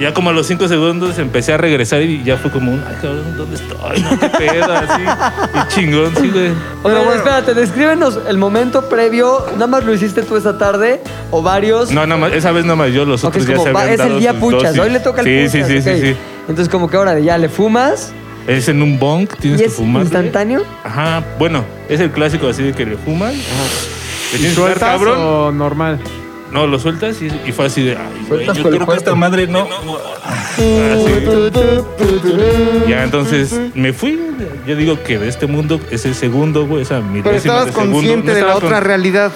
Speaker 7: Ya como a los cinco segundos empecé a regresar y ya fue como un, ay, cabrón, ¿dónde estoy? No, qué pedo, así. Y chingón, sí, güey.
Speaker 6: Oye, bueno, espérate, descríbenos el momento previo. ¿Nada más lo hiciste tú esa tarde o varios?
Speaker 7: No, nada más, esa vez nada más yo, los
Speaker 6: Ok,
Speaker 7: otros
Speaker 6: es
Speaker 7: ya
Speaker 6: como,
Speaker 7: se
Speaker 6: va-
Speaker 7: habían
Speaker 6: es
Speaker 7: dado
Speaker 6: el día
Speaker 7: sus
Speaker 6: puchas,
Speaker 7: dosis.
Speaker 6: hoy le toca el
Speaker 7: sí,
Speaker 6: puchas.
Speaker 7: Sí, sí,
Speaker 6: ok.
Speaker 7: sí, sí.
Speaker 6: Entonces, como que ahora ya le fumas
Speaker 7: Es en un bong, tienes
Speaker 6: y
Speaker 7: que
Speaker 6: es
Speaker 7: fumar.
Speaker 6: instantáneo.
Speaker 7: Ajá, bueno, es el clásico así de que le fuman. Le
Speaker 8: ¿Y
Speaker 7: tienes que dar,
Speaker 8: sueltas
Speaker 7: cabrón.
Speaker 8: o normal?
Speaker 7: No, lo sueltas y, y fue así de, ay, güey, yo
Speaker 6: Sueltas con el
Speaker 7: creo que esta madre no.
Speaker 9: Ah,
Speaker 7: Así. Ya entonces me fui. Yo digo que de este mundo es el segundo, güey. Esa
Speaker 9: Pero
Speaker 7: milésima
Speaker 9: estabas
Speaker 7: de segundo.
Speaker 9: consciente
Speaker 7: No
Speaker 9: de la
Speaker 7: estaba
Speaker 9: otra
Speaker 7: con-
Speaker 9: realidad.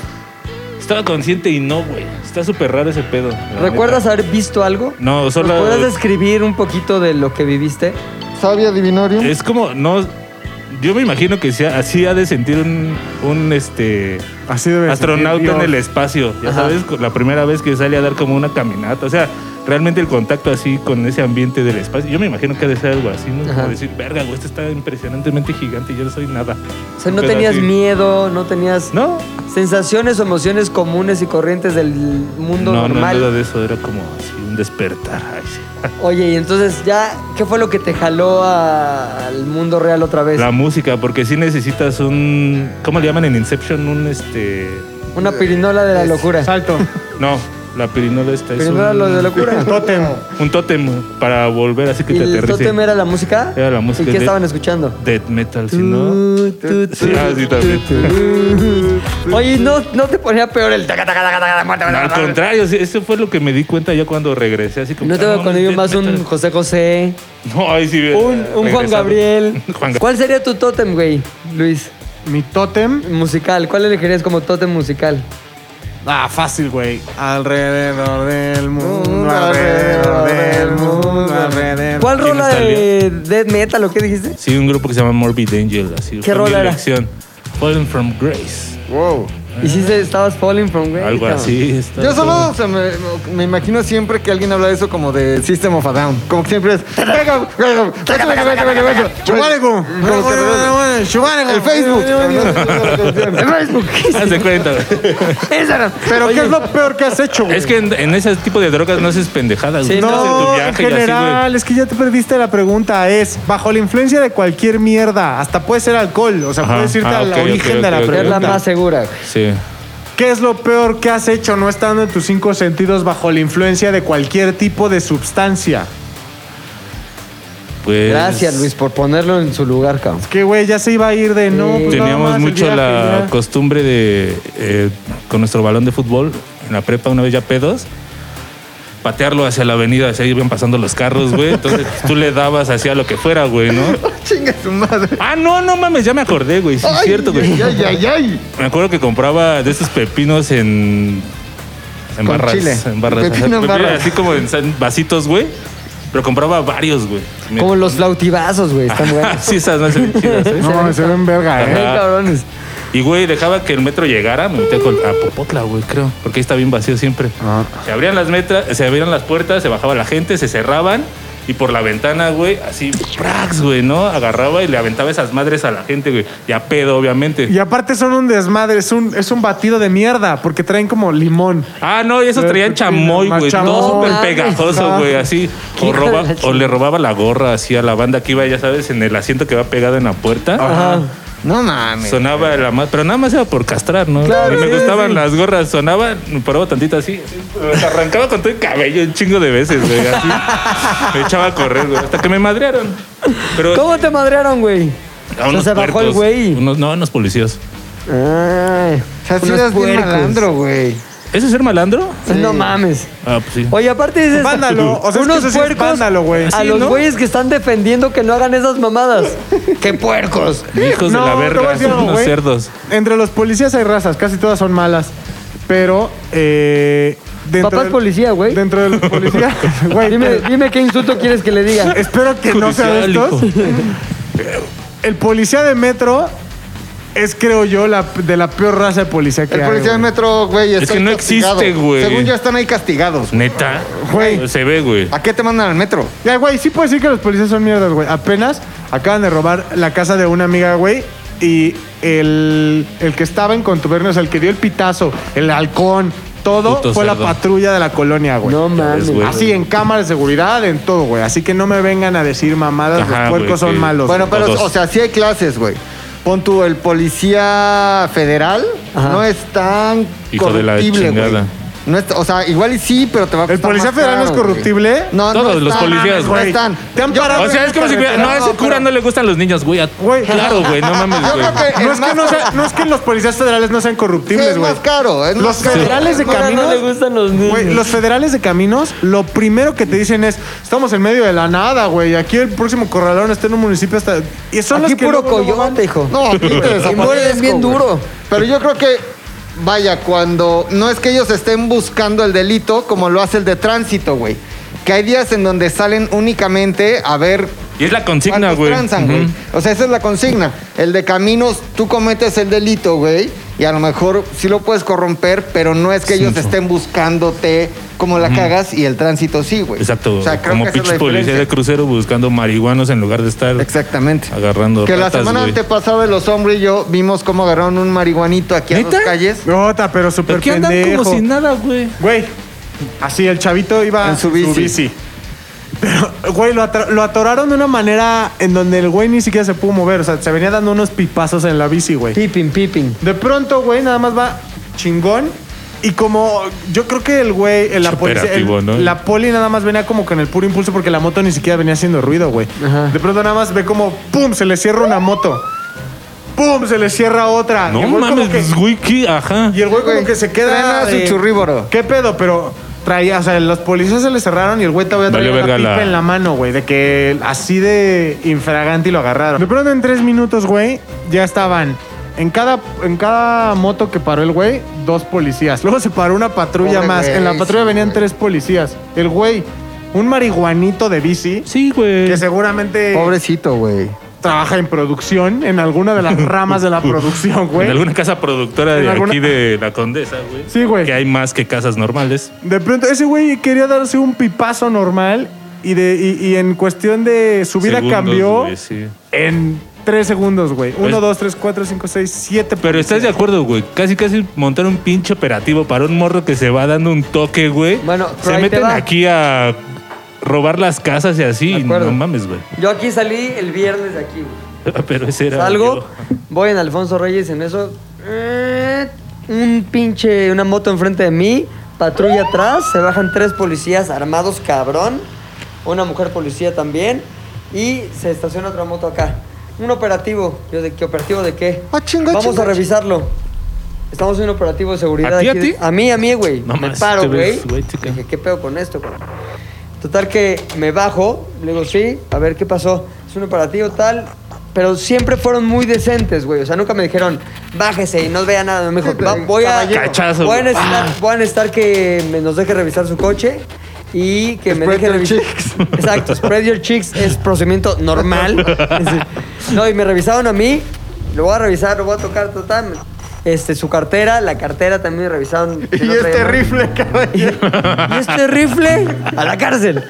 Speaker 7: Estaba consciente y no, güey. Está súper raro ese pedo. la
Speaker 6: ¿Recuerdas
Speaker 7: neta.
Speaker 6: haber visto algo?
Speaker 7: No,
Speaker 6: ¿Nos
Speaker 7: solo.
Speaker 6: podrías describir un poquito de lo que viviste?
Speaker 9: Sabia divinorium.
Speaker 7: Es como, no. Yo me imagino que sea- así ha de sentir un, un este
Speaker 8: Así debe
Speaker 7: astronauta en el espacio. Ya
Speaker 6: Ajá.
Speaker 7: sabes, con- la primera vez que sale a dar como una caminata. O sea, realmente el contacto así con ese ambiente del espacio. Yo me imagino que ha de ser algo así, ¿no?
Speaker 6: Ajá.
Speaker 7: Como decir, verga, güey, esto está impresionantemente gigante y yo no soy nada.
Speaker 6: O sea, no
Speaker 7: Pero
Speaker 6: tenías
Speaker 7: así-
Speaker 6: miedo, no tenías
Speaker 7: No,
Speaker 6: sensaciones o emociones comunes y corrientes del mundo
Speaker 7: no, no,
Speaker 6: normal.
Speaker 7: nada de eso. Era como así un despertar. Ay, sí.
Speaker 6: Oye, y entonces ya, ¿qué fue lo que te jaló a- al mundo real otra vez?
Speaker 7: La música, porque sí necesitas un. ¿Cómo le llaman en Inception? Un este.
Speaker 6: Una pirinola de la locura.
Speaker 8: Salto.
Speaker 7: [laughs] No, La pirinola esta es
Speaker 6: Primero
Speaker 7: un,
Speaker 6: lo de locura.
Speaker 8: Tótem.
Speaker 7: un [laughs] tótem para volver, así que
Speaker 6: ¿Y
Speaker 7: te
Speaker 6: el
Speaker 7: aterrice.
Speaker 6: tótem era la música?
Speaker 7: Era la música
Speaker 6: ¿Y qué
Speaker 7: de-
Speaker 6: estaban escuchando?
Speaker 7: Death metal, si no. Sí, ah, sí, también.
Speaker 6: Oye, ¿no, no te ponía peor el taca, taca, taca, taca, muerte,
Speaker 7: No, al
Speaker 6: muerte, muerte?
Speaker 7: contrario, sí, eso fue lo que me di cuenta ya cuando regresé. Así como,
Speaker 6: No te
Speaker 7: ah,
Speaker 6: voy a poner
Speaker 7: mames,
Speaker 6: más
Speaker 7: death
Speaker 6: un
Speaker 7: metal.
Speaker 6: José José,
Speaker 7: [laughs] No, ahí sí. eh,
Speaker 6: un, un Juan
Speaker 7: regresando.
Speaker 6: Gabriel.
Speaker 7: [laughs] Juan Gabriel.
Speaker 6: ¿Cuál sería tu tótem, güey, Luis?
Speaker 8: Mi tótem.
Speaker 6: Musical. ¿Cuál elegirías como tótem musical?
Speaker 8: Ah, fácil, güey. Alrededor del mundo,
Speaker 9: Mundo,
Speaker 8: alrededor del mundo, alrededor.
Speaker 6: ¿Cuál
Speaker 7: ¿quién
Speaker 6: rola
Speaker 7: salió?
Speaker 6: de Dead Metal o qué dijiste?
Speaker 7: Sí, un grupo que se llama Morbid Angel. Así, fue mi
Speaker 6: rola era?
Speaker 7: elección. Fallen from Grace.
Speaker 9: Wow.
Speaker 6: Y si se- estabas falling from grace.
Speaker 7: Algo
Speaker 6: [laughs] cabrón.
Speaker 7: así. está
Speaker 9: Yo solo
Speaker 7: todo.
Speaker 9: se me, me imagino siempre que alguien habla de eso como de System of a Down. Como que siempre es.
Speaker 8: Chubareco.
Speaker 9: Como que-
Speaker 8: Chubareco.
Speaker 9: El Facebook. El Facebook.
Speaker 7: [laughs] Haz de cuenta.
Speaker 6: [laughs]
Speaker 7: güey.
Speaker 8: Pero ¿qué es lo peor que has hecho, güey?
Speaker 7: es que en, en ese tipo de drogas no haces pendejadas.
Speaker 6: Sí,
Speaker 7: güey. Estás en tu
Speaker 8: No, en
Speaker 7: viaje y así, güey.
Speaker 8: general, es que ya te perdiste la pregunta. Es bajo la influencia de cualquier mierda, hasta puede ser alcohol. O sea,
Speaker 7: Ajá,
Speaker 8: puedes irte
Speaker 7: ah,
Speaker 8: al
Speaker 7: ok, ok,
Speaker 8: origen de
Speaker 7: ok,
Speaker 8: la
Speaker 7: ok.
Speaker 6: Es la
Speaker 8: pregunta.
Speaker 6: más segura. güey.
Speaker 7: Sí.
Speaker 8: ¿Qué es lo peor que has hecho no estando en tus cinco sentidos bajo la influencia de cualquier tipo de sustancia?
Speaker 7: Pues,
Speaker 6: Gracias, Luis, por ponerlo en su lugar, cabrón.
Speaker 8: Que güey, ya se iba a ir de no. pues, nada
Speaker 7: Teníamos
Speaker 8: más el
Speaker 7: mucho
Speaker 8: viaje,
Speaker 7: la
Speaker 8: ya.
Speaker 7: costumbre de, eh, con nuestro balón de fútbol, en la prepa, una vez ya pedos, patearlo hacia la avenida, hacia ahí iban pasando los carros, güey. Entonces pues, tú le dabas hacia lo que fuera, güey,
Speaker 9: [laughs]
Speaker 7: ¿no?
Speaker 9: Oh, Chinga su madre.
Speaker 7: Ah, no, no mames, ya me acordé, güey. Sí, es [laughs]
Speaker 9: Ay,
Speaker 7: cierto, güey.
Speaker 9: Ay, ay, ay.
Speaker 7: Me acuerdo que compraba de esos pepinos en. En
Speaker 9: Con
Speaker 7: barras.
Speaker 9: chile.
Speaker 7: En barras.
Speaker 9: Pepino en
Speaker 7: Pepino
Speaker 9: barras.
Speaker 7: Así como en san- vasitos, güey. Pero compraba varios, güey. Me-
Speaker 6: Como los flautivazos, güey. Están
Speaker 7: [laughs]
Speaker 6: buenos.
Speaker 7: sí, esas no se ven chidas, ¿eh?
Speaker 8: No, se ven verga,
Speaker 6: Bien
Speaker 8: eh.
Speaker 7: Ajá.
Speaker 6: cabrones.
Speaker 7: Y, güey, dejaba que el metro llegara, me metía con, a Popotla, güey, creo. Porque ahí está bien vacío siempre. Se abrían las metras, se abrían las puertas, se bajaba la gente, se cerraban. Y por la ventana, güey, así, prax, güey, ¿no? Agarraba y le aventaba esas madres a la gente, güey. Ya pedo, obviamente.
Speaker 8: Y aparte son un desmadre, es un, es un batido de mierda, porque traen como limón.
Speaker 7: Ah, no, y esos traían chamoy, güey. Todo
Speaker 8: Chamoy.
Speaker 7: súper pegajoso,
Speaker 6: Ah.
Speaker 7: güey. Así.
Speaker 6: Hijo de
Speaker 7: O, roba-
Speaker 6: la
Speaker 7: o
Speaker 6: chingada.
Speaker 7: le robaba la gorra así a la banda que iba, ya sabes, en el asiento que va pegado en la puerta.
Speaker 9: No mames.
Speaker 7: Sonaba la más, pero nada más era por castrar, ¿no?
Speaker 6: Claro,
Speaker 7: y me
Speaker 6: sí,
Speaker 7: gustaban
Speaker 6: sí.
Speaker 7: las gorras, sonaba, me paraba tantito así, me arrancaba con todo el cabello un chingo de veces, güey, así. Me echaba a correr, güey, hasta que me madrearon. Pero
Speaker 6: ¿Cómo te madrearon, güey?
Speaker 7: a
Speaker 6: O sea,
Speaker 7: unos
Speaker 6: se bajó el
Speaker 7: puercos,
Speaker 6: güey.
Speaker 7: unos- no, unos policías.
Speaker 6: Ay,
Speaker 9: O sea, si
Speaker 6: unos
Speaker 9: eras bien
Speaker 6: puercos.
Speaker 9: malandro, güey.
Speaker 7: ¿Eso es ser malandro?
Speaker 6: No mames.
Speaker 7: Ah, pues sí.
Speaker 6: Oye, aparte dices.
Speaker 8: Vándalo, o sea, es que
Speaker 6: unos
Speaker 8: eso sí es
Speaker 6: puercos
Speaker 8: vándalo, güey.
Speaker 6: A
Speaker 8: Sí,
Speaker 6: los
Speaker 8: ¿no?
Speaker 6: güeyes que están defendiendo que no hagan esas mamadas. ¡Qué puercos!
Speaker 7: Hijos de la
Speaker 8: te voy a
Speaker 7: verga,
Speaker 8: decir
Speaker 7: son
Speaker 8: algo,
Speaker 7: unos
Speaker 8: güey.
Speaker 7: cerdos.
Speaker 8: Entre los policías hay razas, casi todas son malas. Pero, eh. Dentro
Speaker 6: Papá es
Speaker 8: del-
Speaker 6: policía, güey.
Speaker 8: Dentro
Speaker 6: [laughs]
Speaker 8: de los policías, [laughs] güey.
Speaker 6: Dime,
Speaker 8: pero-
Speaker 6: dime qué insulto quieres que le diga.
Speaker 8: Espero que no sea de
Speaker 7: Judicial,
Speaker 8: estos. El policía de metro es, creo yo, la, de la peor raza de policía que
Speaker 9: El
Speaker 8: hay,
Speaker 9: policía del
Speaker 8: güey.
Speaker 9: metro, güey,
Speaker 7: Es
Speaker 9: está
Speaker 7: que no
Speaker 9: ahí castigado.
Speaker 7: existe, güey.
Speaker 9: Según yo, están ahí castigados. güey.
Speaker 7: Neta.
Speaker 8: Güey.
Speaker 7: Se ve, güey.
Speaker 9: ¿A qué te mandan al metro?
Speaker 8: Ya, güey, sí puedo decir que los policías son mierdas, güey. Apenas acaban de robar la casa de una amiga, güey. Y el, el que estaba en contubernio, o sea, el que dio el pitazo, el halcón, todo,
Speaker 7: Puto
Speaker 8: fue
Speaker 7: cerdo.
Speaker 8: la patrulla de la colonia, güey.
Speaker 6: No mames.
Speaker 7: ves, güey.
Speaker 8: Así en cámara de seguridad, en todo, güey. Así que no me vengan a decir mamadas,
Speaker 7: Ajá,
Speaker 8: los
Speaker 7: güey,
Speaker 8: puercos son
Speaker 7: sí.
Speaker 8: malos.
Speaker 9: Bueno, pero,
Speaker 7: Todos.
Speaker 9: o sea, sí hay clases, güey. Pon tú, el policía federal
Speaker 6: Ajá.
Speaker 9: no es tan
Speaker 7: Hijo de la
Speaker 9: corruptible, güey.
Speaker 7: chingada.
Speaker 9: No es- o sea, igual y sí, pero te va a
Speaker 8: ¿El
Speaker 9: costar
Speaker 8: policía
Speaker 9: más
Speaker 8: federal no es
Speaker 9: caro, güey.
Speaker 8: corruptible?
Speaker 9: No,
Speaker 7: Todos
Speaker 9: no
Speaker 7: los
Speaker 9: están,
Speaker 7: policías,
Speaker 9: no
Speaker 8: güey.
Speaker 9: están.
Speaker 8: Te han
Speaker 9: Yo-
Speaker 8: parado
Speaker 7: O sea, es como si
Speaker 9: carretera,
Speaker 7: no, a ese
Speaker 9: no,
Speaker 7: cura
Speaker 9: pero-
Speaker 7: no le gustan los niños, güey. a-
Speaker 8: Güey.
Speaker 7: Claro, güey, no mames, güey.
Speaker 9: Yo creo que
Speaker 8: No es, que
Speaker 9: más
Speaker 8: no, sea-
Speaker 9: caro.
Speaker 8: no es que los policías federales no sean
Speaker 9: Sí,
Speaker 8: corruptibles,
Speaker 9: es
Speaker 8: güey.
Speaker 9: más caro. es
Speaker 8: Los
Speaker 9: más caro.
Speaker 8: federales de
Speaker 6: No, no,
Speaker 8: caminos.
Speaker 6: no le gustan los niños.
Speaker 8: Güey, los federales de caminos, lo primero que te dicen es: estamos en medio de la nada, güey. Aquí el próximo corralón está en un municipio hasta. Y son
Speaker 6: Aquí
Speaker 8: los que
Speaker 6: puro
Speaker 8: luego, luego van.
Speaker 6: coyote, hijo.
Speaker 8: [laughs]
Speaker 9: No, aquí te
Speaker 6: Y mueres
Speaker 9: desaparezco,
Speaker 6: bien
Speaker 9: güey.
Speaker 6: duro.
Speaker 9: Pero yo creo que, vaya, cuando no es que ellos estén buscando el delito como lo hace el de tránsito, güey. Que hay días en donde salen únicamente a ver
Speaker 7: Y es la consigna,
Speaker 9: cuántos
Speaker 7: güey.
Speaker 9: transan, güey.
Speaker 7: Ujú.
Speaker 9: O sea, esa es la consigna. El de caminos, tú cometes el delito, güey. Y a lo mejor sí lo puedes corromper, pero no es que ellos estén buscándote como la cagas y el tránsito sí, güey.
Speaker 7: Exacto.
Speaker 9: O sea, creo
Speaker 7: como
Speaker 9: que esa es
Speaker 7: pinche
Speaker 9: la
Speaker 7: policía de
Speaker 9: diferencia.
Speaker 7: crucero buscando marihuanos en lugar de estar
Speaker 9: Exactamente.
Speaker 7: agarrando
Speaker 9: Que la
Speaker 7: ratas,
Speaker 9: semana
Speaker 7: güey.
Speaker 9: antepasada los hombres y yo vimos cómo agarraron un marihuanito aquí a dos
Speaker 7: ¿Neta?
Speaker 9: calles.
Speaker 8: Nota, pero súper
Speaker 7: ¿Por qué andan
Speaker 8: pendejo.
Speaker 7: como si nada, güey?
Speaker 8: Güey, así el chavito iba
Speaker 9: En su bici.
Speaker 8: Pero, güey, lo, atra- lo atoraron de una manera en donde el güey ni siquiera se pudo mover. O sea, se venía dando unos pipazos en la bici, güey.
Speaker 6: Pipin, pipin.
Speaker 8: De pronto, güey, nada más va chingón Y como yo creo que el güey, el- la
Speaker 7: Mucho
Speaker 8: policía- el-
Speaker 7: operativo, ¿no?
Speaker 8: la poli nada más venía como con el puro impulso porque la moto ni siquiera venía haciendo ruido, güey.
Speaker 6: Ajá.
Speaker 8: De pronto nada más ve como pum, se le cierra una moto. Pum, se le cierra otra. Y
Speaker 7: No
Speaker 8: el güey como
Speaker 7: mames,
Speaker 8: que-
Speaker 7: pues, güey, ¿qué? Ajá.
Speaker 8: y el güey como que se queda.
Speaker 9: Frena su
Speaker 8: de,
Speaker 9: churríboro.
Speaker 8: ¿Qué pedo? Pero traía, o sea, los policías se le cerraron y el güey todavía traía
Speaker 7: Valió
Speaker 8: una
Speaker 7: verga
Speaker 8: pipa
Speaker 7: la-
Speaker 8: en la mano, güey. De que así de infragante y lo agarraron. De pronto en tres minutos, güey, ya estaban. En cada, en cada moto que paró el güey, dos policías. Luego se paró una patrulla
Speaker 9: Pobre
Speaker 8: más.
Speaker 9: güey,
Speaker 8: en la patrulla
Speaker 9: sí,
Speaker 8: venían
Speaker 9: güey.
Speaker 8: tres policías. El güey, un marihuanito de bici,
Speaker 7: Sí, güey.
Speaker 8: que seguramente
Speaker 9: Pobrecito, güey.
Speaker 8: trabaja en producción, en alguna de las
Speaker 7: [laughs]
Speaker 8: ramas de la producción, güey.
Speaker 7: En alguna casa productora
Speaker 8: En
Speaker 7: de
Speaker 8: alguna-
Speaker 7: aquí de la Condesa, güey.
Speaker 8: Sí, güey.
Speaker 7: Que hay más que casas normales.
Speaker 8: De pronto, ese güey quería darse un pipazo normal y, de, y, y en cuestión de su vida
Speaker 7: Segundos,
Speaker 8: cambió
Speaker 7: güey, sí.
Speaker 8: en tres segundos, güey. Uno,
Speaker 7: Pues-
Speaker 8: dos, tres, cuatro, cinco, seis, siete.
Speaker 7: Pero estás de acuerdo, güey. Casi, casi montar un pinche operativo para un morro que se va dando un toque, güey.
Speaker 6: Bueno, pero
Speaker 7: se
Speaker 6: ahí te
Speaker 7: meten
Speaker 6: va.
Speaker 7: aquí a robar las casas y así.
Speaker 6: De
Speaker 7: y
Speaker 6: acuerdo.
Speaker 7: No mames, güey. [laughs]
Speaker 6: Yo aquí salí el viernes de aquí. güey.
Speaker 7: Pero ese era.
Speaker 6: Salgo,
Speaker 7: [laughs] yo.
Speaker 6: voy en Alfonso Reyes en eso. eh, Un pinche, una moto enfrente de mí, patrulla atrás, se bajan tres policías armados, cabrón. Una mujer policía también. Y se estaciona otra moto acá. Un operativo. Yo de qué operativo de qué?
Speaker 9: Ah, chinga,
Speaker 6: Vamos
Speaker 9: chinga,
Speaker 6: a revisarlo. Estamos en un operativo de seguridad
Speaker 7: ¿A ti,
Speaker 6: aquí
Speaker 7: a
Speaker 6: de-
Speaker 7: ti?
Speaker 6: a mí, a mí, güey.
Speaker 7: No
Speaker 6: me
Speaker 7: mames,
Speaker 6: paro,
Speaker 7: te
Speaker 6: güey.
Speaker 7: ves, güey, chica.
Speaker 6: Dije, ¿qué pedo con esto, güey? Total que me bajo, le digo, sí, a ver qué pasó. Es un operativo tal, pero siempre fueron muy decentes, güey. O sea, nunca me dijeron, bájese y no vea nada. Me dijo, "Va- voy a...
Speaker 9: caballero.
Speaker 7: Cachazo,
Speaker 6: voy a
Speaker 7: güey.
Speaker 6: necesitar, voy a necesitar que me- nos deje revisar su coche y que me
Speaker 9: Spread
Speaker 6: deje
Speaker 9: your
Speaker 6: revisar...
Speaker 9: cheeks.
Speaker 6: [laughs] Exacto, spread your cheeks es procedimiento
Speaker 9: [laughs]
Speaker 6: normal. Sí. No, y me revisaron a mí, lo voy a revisar, lo voy a tocar total. Este, su cartera, la cartera también me revisaron. que
Speaker 9: Y
Speaker 6: no traía
Speaker 9: este
Speaker 6: nada.
Speaker 9: rifle, caballero.
Speaker 6: Y este rifle a la cárcel.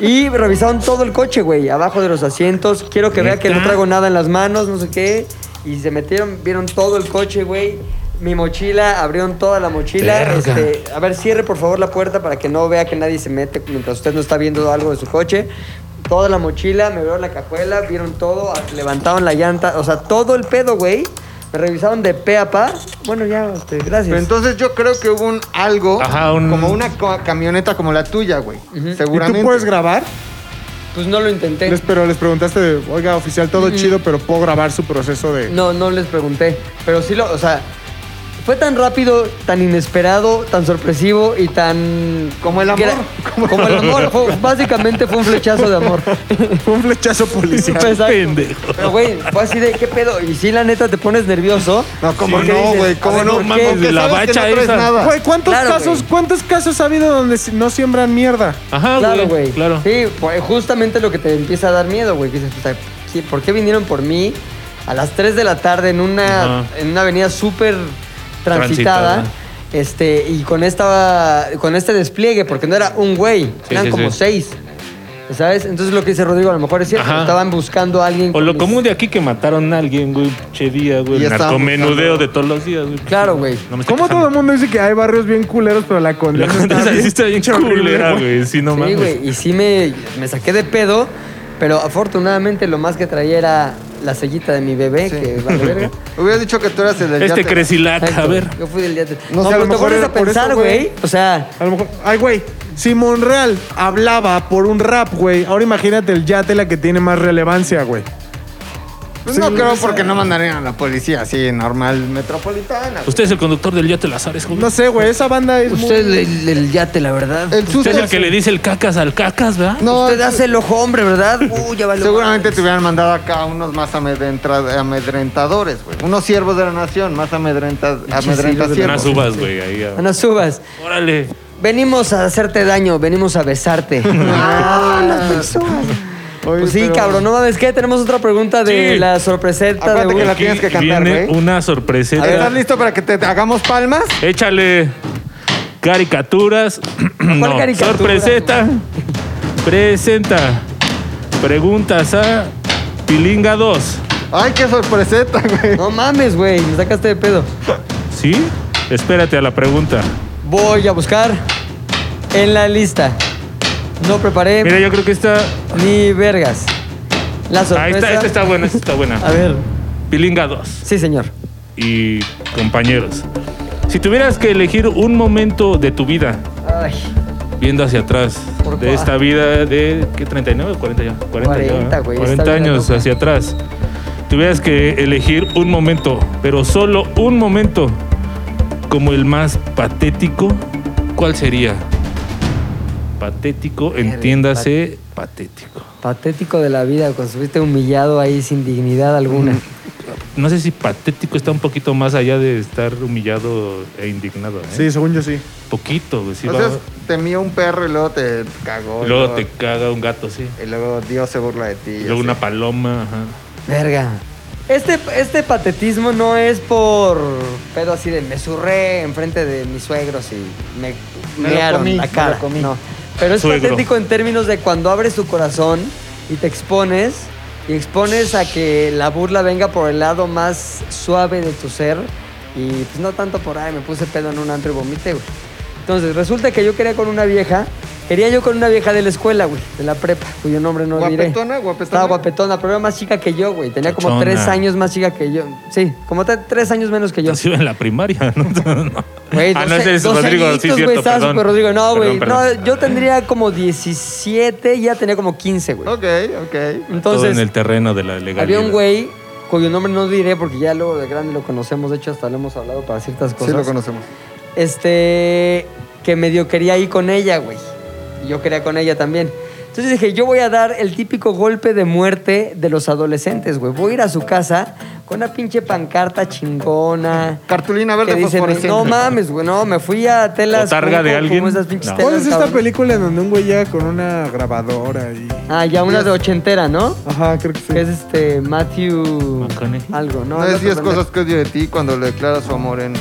Speaker 6: Y revisaron todo el coche, güey, abajo de los asientos. Quiero que vea que no traigo nada en las manos, no sé qué. Y se metieron, vieron todo el coche, güey. Mi mochila, abrieron toda la mochila. Este, a ver, cierre por favor la puerta para que no vea que nadie se mete mientras usted no está viendo algo de su coche. Toda la mochila, me vieron la cajuela, vieron todo, a- levantaron la llanta, o sea, todo el pedo, güey. Me revisaron de pe a pa. Bueno, ya, este, gracias.
Speaker 9: Pero entonces yo creo que hubo un algo,
Speaker 7: Ajá, un-
Speaker 9: como una co- camioneta como la tuya, güey.
Speaker 8: ¿Y
Speaker 9: Seguramente.
Speaker 8: tú puedes grabar?
Speaker 6: pues no lo intenté.
Speaker 8: Les- pero les preguntaste, de, oiga, oficial, todo
Speaker 6: Mm.
Speaker 8: chido, pero puedo grabar su proceso de.
Speaker 6: No, no les pregunté. Pero sí lo, o sea, fue tan rápido, tan inesperado, tan sorpresivo y tan.
Speaker 9: Como el amor.
Speaker 6: Como, el amor.
Speaker 9: [laughs]
Speaker 6: Fue- básicamente fue un flechazo de amor.
Speaker 8: Fue [laughs] un
Speaker 6: [laughs]
Speaker 8: flechazo policial.
Speaker 6: Exacto.
Speaker 7: pendejo.
Speaker 6: Pero, güey, fue así de qué pedo. Y sí, la neta, te pones nervioso.
Speaker 9: No, como
Speaker 6: Sí. ¿Qué
Speaker 9: no,
Speaker 6: dices?
Speaker 9: güey.
Speaker 6: A
Speaker 9: Como
Speaker 6: ver,
Speaker 9: no,
Speaker 6: ¿por qué?
Speaker 9: mames,
Speaker 7: De la bacha
Speaker 9: no traes
Speaker 7: esa.
Speaker 9: nada.
Speaker 8: Güey, ¿cuántos,
Speaker 6: Claro,
Speaker 8: casos,
Speaker 6: güey.
Speaker 8: ¿cuántos casos ha habido donde si- no siembran mierda?
Speaker 7: Ajá,
Speaker 6: Claro, güey.
Speaker 7: Ah, Claro.
Speaker 6: Sí, pues, justamente lo que te empieza a dar miedo, güey. que dices, puta, ¿qué- ¿Por qué vinieron por mí a las 3 de la tarde en una,
Speaker 7: Ajá.
Speaker 6: en una avenida súper transitada?
Speaker 7: Transitada.
Speaker 6: Este, y con esta con este despliegue, porque no era un güey,
Speaker 7: Sí,
Speaker 6: eran
Speaker 7: sí,
Speaker 6: como
Speaker 7: sí.
Speaker 6: seis. ¿Sabes? Entonces lo que dice Rodrigo, a lo mejor es cierto,
Speaker 7: Ajá.
Speaker 6: estaban buscando a alguien.
Speaker 7: O
Speaker 6: con
Speaker 7: lo
Speaker 6: mis-
Speaker 7: común de aquí que mataron a alguien, güey. Che día, güey.
Speaker 9: Y estaban
Speaker 7: Narcomenudeo
Speaker 9: buscando-
Speaker 7: de todos los días, güey.
Speaker 6: Claro, güey.
Speaker 7: No me estoy
Speaker 8: ¿Cómo todo
Speaker 7: quejando.
Speaker 8: el mundo dice que hay barrios bien culeros, pero la
Speaker 7: [laughs] La
Speaker 8: condesa está
Speaker 7: condesa sí está bien
Speaker 8: horrible,
Speaker 7: culera,
Speaker 8: güey?
Speaker 7: güey. Sí, no
Speaker 6: Sí,
Speaker 7: mames.
Speaker 6: güey, pues y sí me, me saqué de pedo, pero afortunadamente lo más que traía era la sellita de mi bebé, que vale
Speaker 7: [laughs]
Speaker 6: verga.
Speaker 9: Hubieras dicho que tú eras el del
Speaker 7: Este
Speaker 9: yate.
Speaker 7: crecilac, a
Speaker 6: Exacto.
Speaker 7: ver.
Speaker 6: Yo fui del día de...
Speaker 8: No sé,
Speaker 6: pero
Speaker 8: a lo
Speaker 6: te
Speaker 8: mejor
Speaker 6: pones
Speaker 8: era
Speaker 6: a
Speaker 8: por eso,
Speaker 6: pensar,
Speaker 8: güey.
Speaker 6: güey. O sea,
Speaker 8: A lo mejor. Ay, güey. Si Monreal hablaba por un rap, güey. Ahora imagínate el yate la que tiene más relevancia, güey.
Speaker 9: Pues no creo porque no mandarían a la policía así, normal, metropolitana.
Speaker 7: Usted es el conductor del Yate Lazares, joven.
Speaker 8: No sé, güey. Esa banda es. muy- Eh,
Speaker 6: usted el, el- el yate, la verdad.
Speaker 9: El susto
Speaker 7: Usted es el
Speaker 9: es-
Speaker 7: que le dice el cacas al cacas, ¿verdad?
Speaker 9: No,
Speaker 6: usted hace el ojo hombre, ¿verdad? Uy, ya valió.
Speaker 9: seguramente te hubieran mandado acá unos más amedrentra- amedrentadores, güey. Unos siervos de la nación, más amedrenta, amedrenta
Speaker 6: siervos de la
Speaker 7: Unas
Speaker 9: siervos.
Speaker 7: uvas, güey. Ahí, a-
Speaker 6: No subas.
Speaker 7: Órale.
Speaker 6: Venimos a hacerte daño, venimos a
Speaker 8: [laughs]
Speaker 6: besarte. ah, las personas.
Speaker 9: Oye,
Speaker 6: Pues sí,
Speaker 9: pero-
Speaker 6: cabrón, no mames, ¿qué? Tenemos otra pregunta de
Speaker 7: Sí.
Speaker 6: la sorpreseta
Speaker 9: Acuérdate
Speaker 6: de
Speaker 9: que la
Speaker 6: Uy.
Speaker 7: Aquí
Speaker 9: tienes que cantar,
Speaker 7: viene
Speaker 9: güey.
Speaker 7: una
Speaker 9: A ver,
Speaker 7: sorpreseta.
Speaker 9: ¿Estás listo para que te hagamos palmas?
Speaker 7: Échale caricaturas. [clears throat] no,
Speaker 6: caricatura,
Speaker 7: sorpreseta. Presenta preguntas a Pilinga 2.
Speaker 9: Ay, qué sorpreseta, güey.
Speaker 6: No mames, güey, me sacaste de pedo.
Speaker 7: ¿Sí? Espérate a la pregunta.
Speaker 6: Voy a buscar en la lista. No preparé
Speaker 7: Mira, yo creo que esta.
Speaker 6: ni vergas. La sorpresa.
Speaker 7: Ahí está, esta está buena, esta está
Speaker 6: A
Speaker 7: buena.
Speaker 6: ver.
Speaker 7: Pilinga 2
Speaker 6: Sí, señor.
Speaker 7: y compañeros. Si tuvieras que elegir un momento de tu vida,
Speaker 6: Ay,
Speaker 7: viendo hacia atrás,
Speaker 6: ¿Por
Speaker 7: de
Speaker 6: cuál?
Speaker 7: esta vida de, ¿qué? ¿39 o 40 ya? 40, ya,
Speaker 6: 40,
Speaker 7: ¿eh?
Speaker 6: güey,
Speaker 7: 40
Speaker 6: esta vida
Speaker 7: años
Speaker 6: loca.
Speaker 7: hacia atrás. Tuvieras que elegir un momento, pero solo un momento, como el más patético, ¿cuál sería? Patético, entiéndase, patético.
Speaker 6: patético de la vida, cuando estuviste humillado ahí sin dignidad alguna.
Speaker 7: No sé si patético está un poquito más allá de estar humillado e indignado. ¿eh?
Speaker 8: Sí, según yo sí.
Speaker 7: Poquito, güey. sí
Speaker 9: o
Speaker 7: va-
Speaker 9: sea, te mía un perro y luego te cagó.
Speaker 7: y luego te caga un gato, sí.
Speaker 9: y luego Dios se burla de ti.
Speaker 7: Y luego
Speaker 9: así.
Speaker 7: una paloma, ajá.
Speaker 6: Verga. Este, este patetismo no es por pedo así de me surré enfrente de mis suegros y me
Speaker 9: Me lo
Speaker 6: mearon
Speaker 9: comí,
Speaker 6: la
Speaker 9: me lo
Speaker 6: cara.
Speaker 9: comí.
Speaker 6: No. Pero es
Speaker 7: Suegro.
Speaker 6: patético en términos de cuando abres tu corazón y te expones y expones a que la burla venga por el lado más suave de tu ser y pues no tanto por ahí me puse pedo en un antro y vomité, güey. Entonces, resulta que yo quería con una vieja, quería yo con una vieja de la escuela, güey, de la prepa, cuyo nombre no diré.
Speaker 9: ¿Guapetona, guapetona?
Speaker 6: Estaba guapetona, pero era más chica que yo, güey. Tenía como
Speaker 7: Chachona.
Speaker 6: tres años más chica que yo. Sí, como te- tres años menos que yo.
Speaker 7: Entonces iba en la primaria, [laughs] ¿no? No.
Speaker 6: Güey,
Speaker 7: [laughs] ah, no,
Speaker 6: doce-
Speaker 7: ese es
Speaker 6: doce
Speaker 7: Rodrigo,
Speaker 6: añitos,
Speaker 7: sí,
Speaker 6: güey,
Speaker 7: cierto,
Speaker 6: estaba
Speaker 7: perdón.
Speaker 6: súper Rodrigo. No, güey.
Speaker 7: Perdón,
Speaker 6: No,
Speaker 7: perdón.
Speaker 6: yo tendría como 17 y ya tenía como 15, güey.
Speaker 9: Ok, ok.
Speaker 6: Entonces,
Speaker 7: Todo en el terreno de la legalidad.
Speaker 6: había un güey cuyo nombre no diré porque ya luego de grande lo conocemos. De hecho, hasta lo hemos hablado para ciertas
Speaker 9: Sí
Speaker 6: cosas.
Speaker 9: lo conocemos.
Speaker 6: Este, que medio quería ir con ella, güey. Y yo quería con ella también. Entonces dije, yo voy a dar el típico golpe de muerte de los adolescentes, güey. Voy a ir a su casa con una pinche pancarta chingona.
Speaker 9: Cartulina
Speaker 6: que
Speaker 9: verde
Speaker 6: dice,
Speaker 9: fosforescente.
Speaker 6: no mames, güey, no, me fui a telas.
Speaker 7: O targa
Speaker 6: como-
Speaker 7: de
Speaker 6: como
Speaker 7: alguien.
Speaker 6: esas pinches
Speaker 7: No.
Speaker 6: telas,
Speaker 10: ¿Cuál es esta
Speaker 6: cabrón.
Speaker 10: película en donde un güey llega con una grabadora y.
Speaker 6: Ah, ya una de ochentera, ¿no?
Speaker 10: Ajá, creo que sí.
Speaker 6: Que es este Matthew
Speaker 7: McConaughey.
Speaker 6: algo, ¿no?
Speaker 9: No
Speaker 6: el
Speaker 9: es
Speaker 6: otro
Speaker 9: 10
Speaker 6: pendejo.
Speaker 9: cosas que odio de ti cuando le declara su amor en.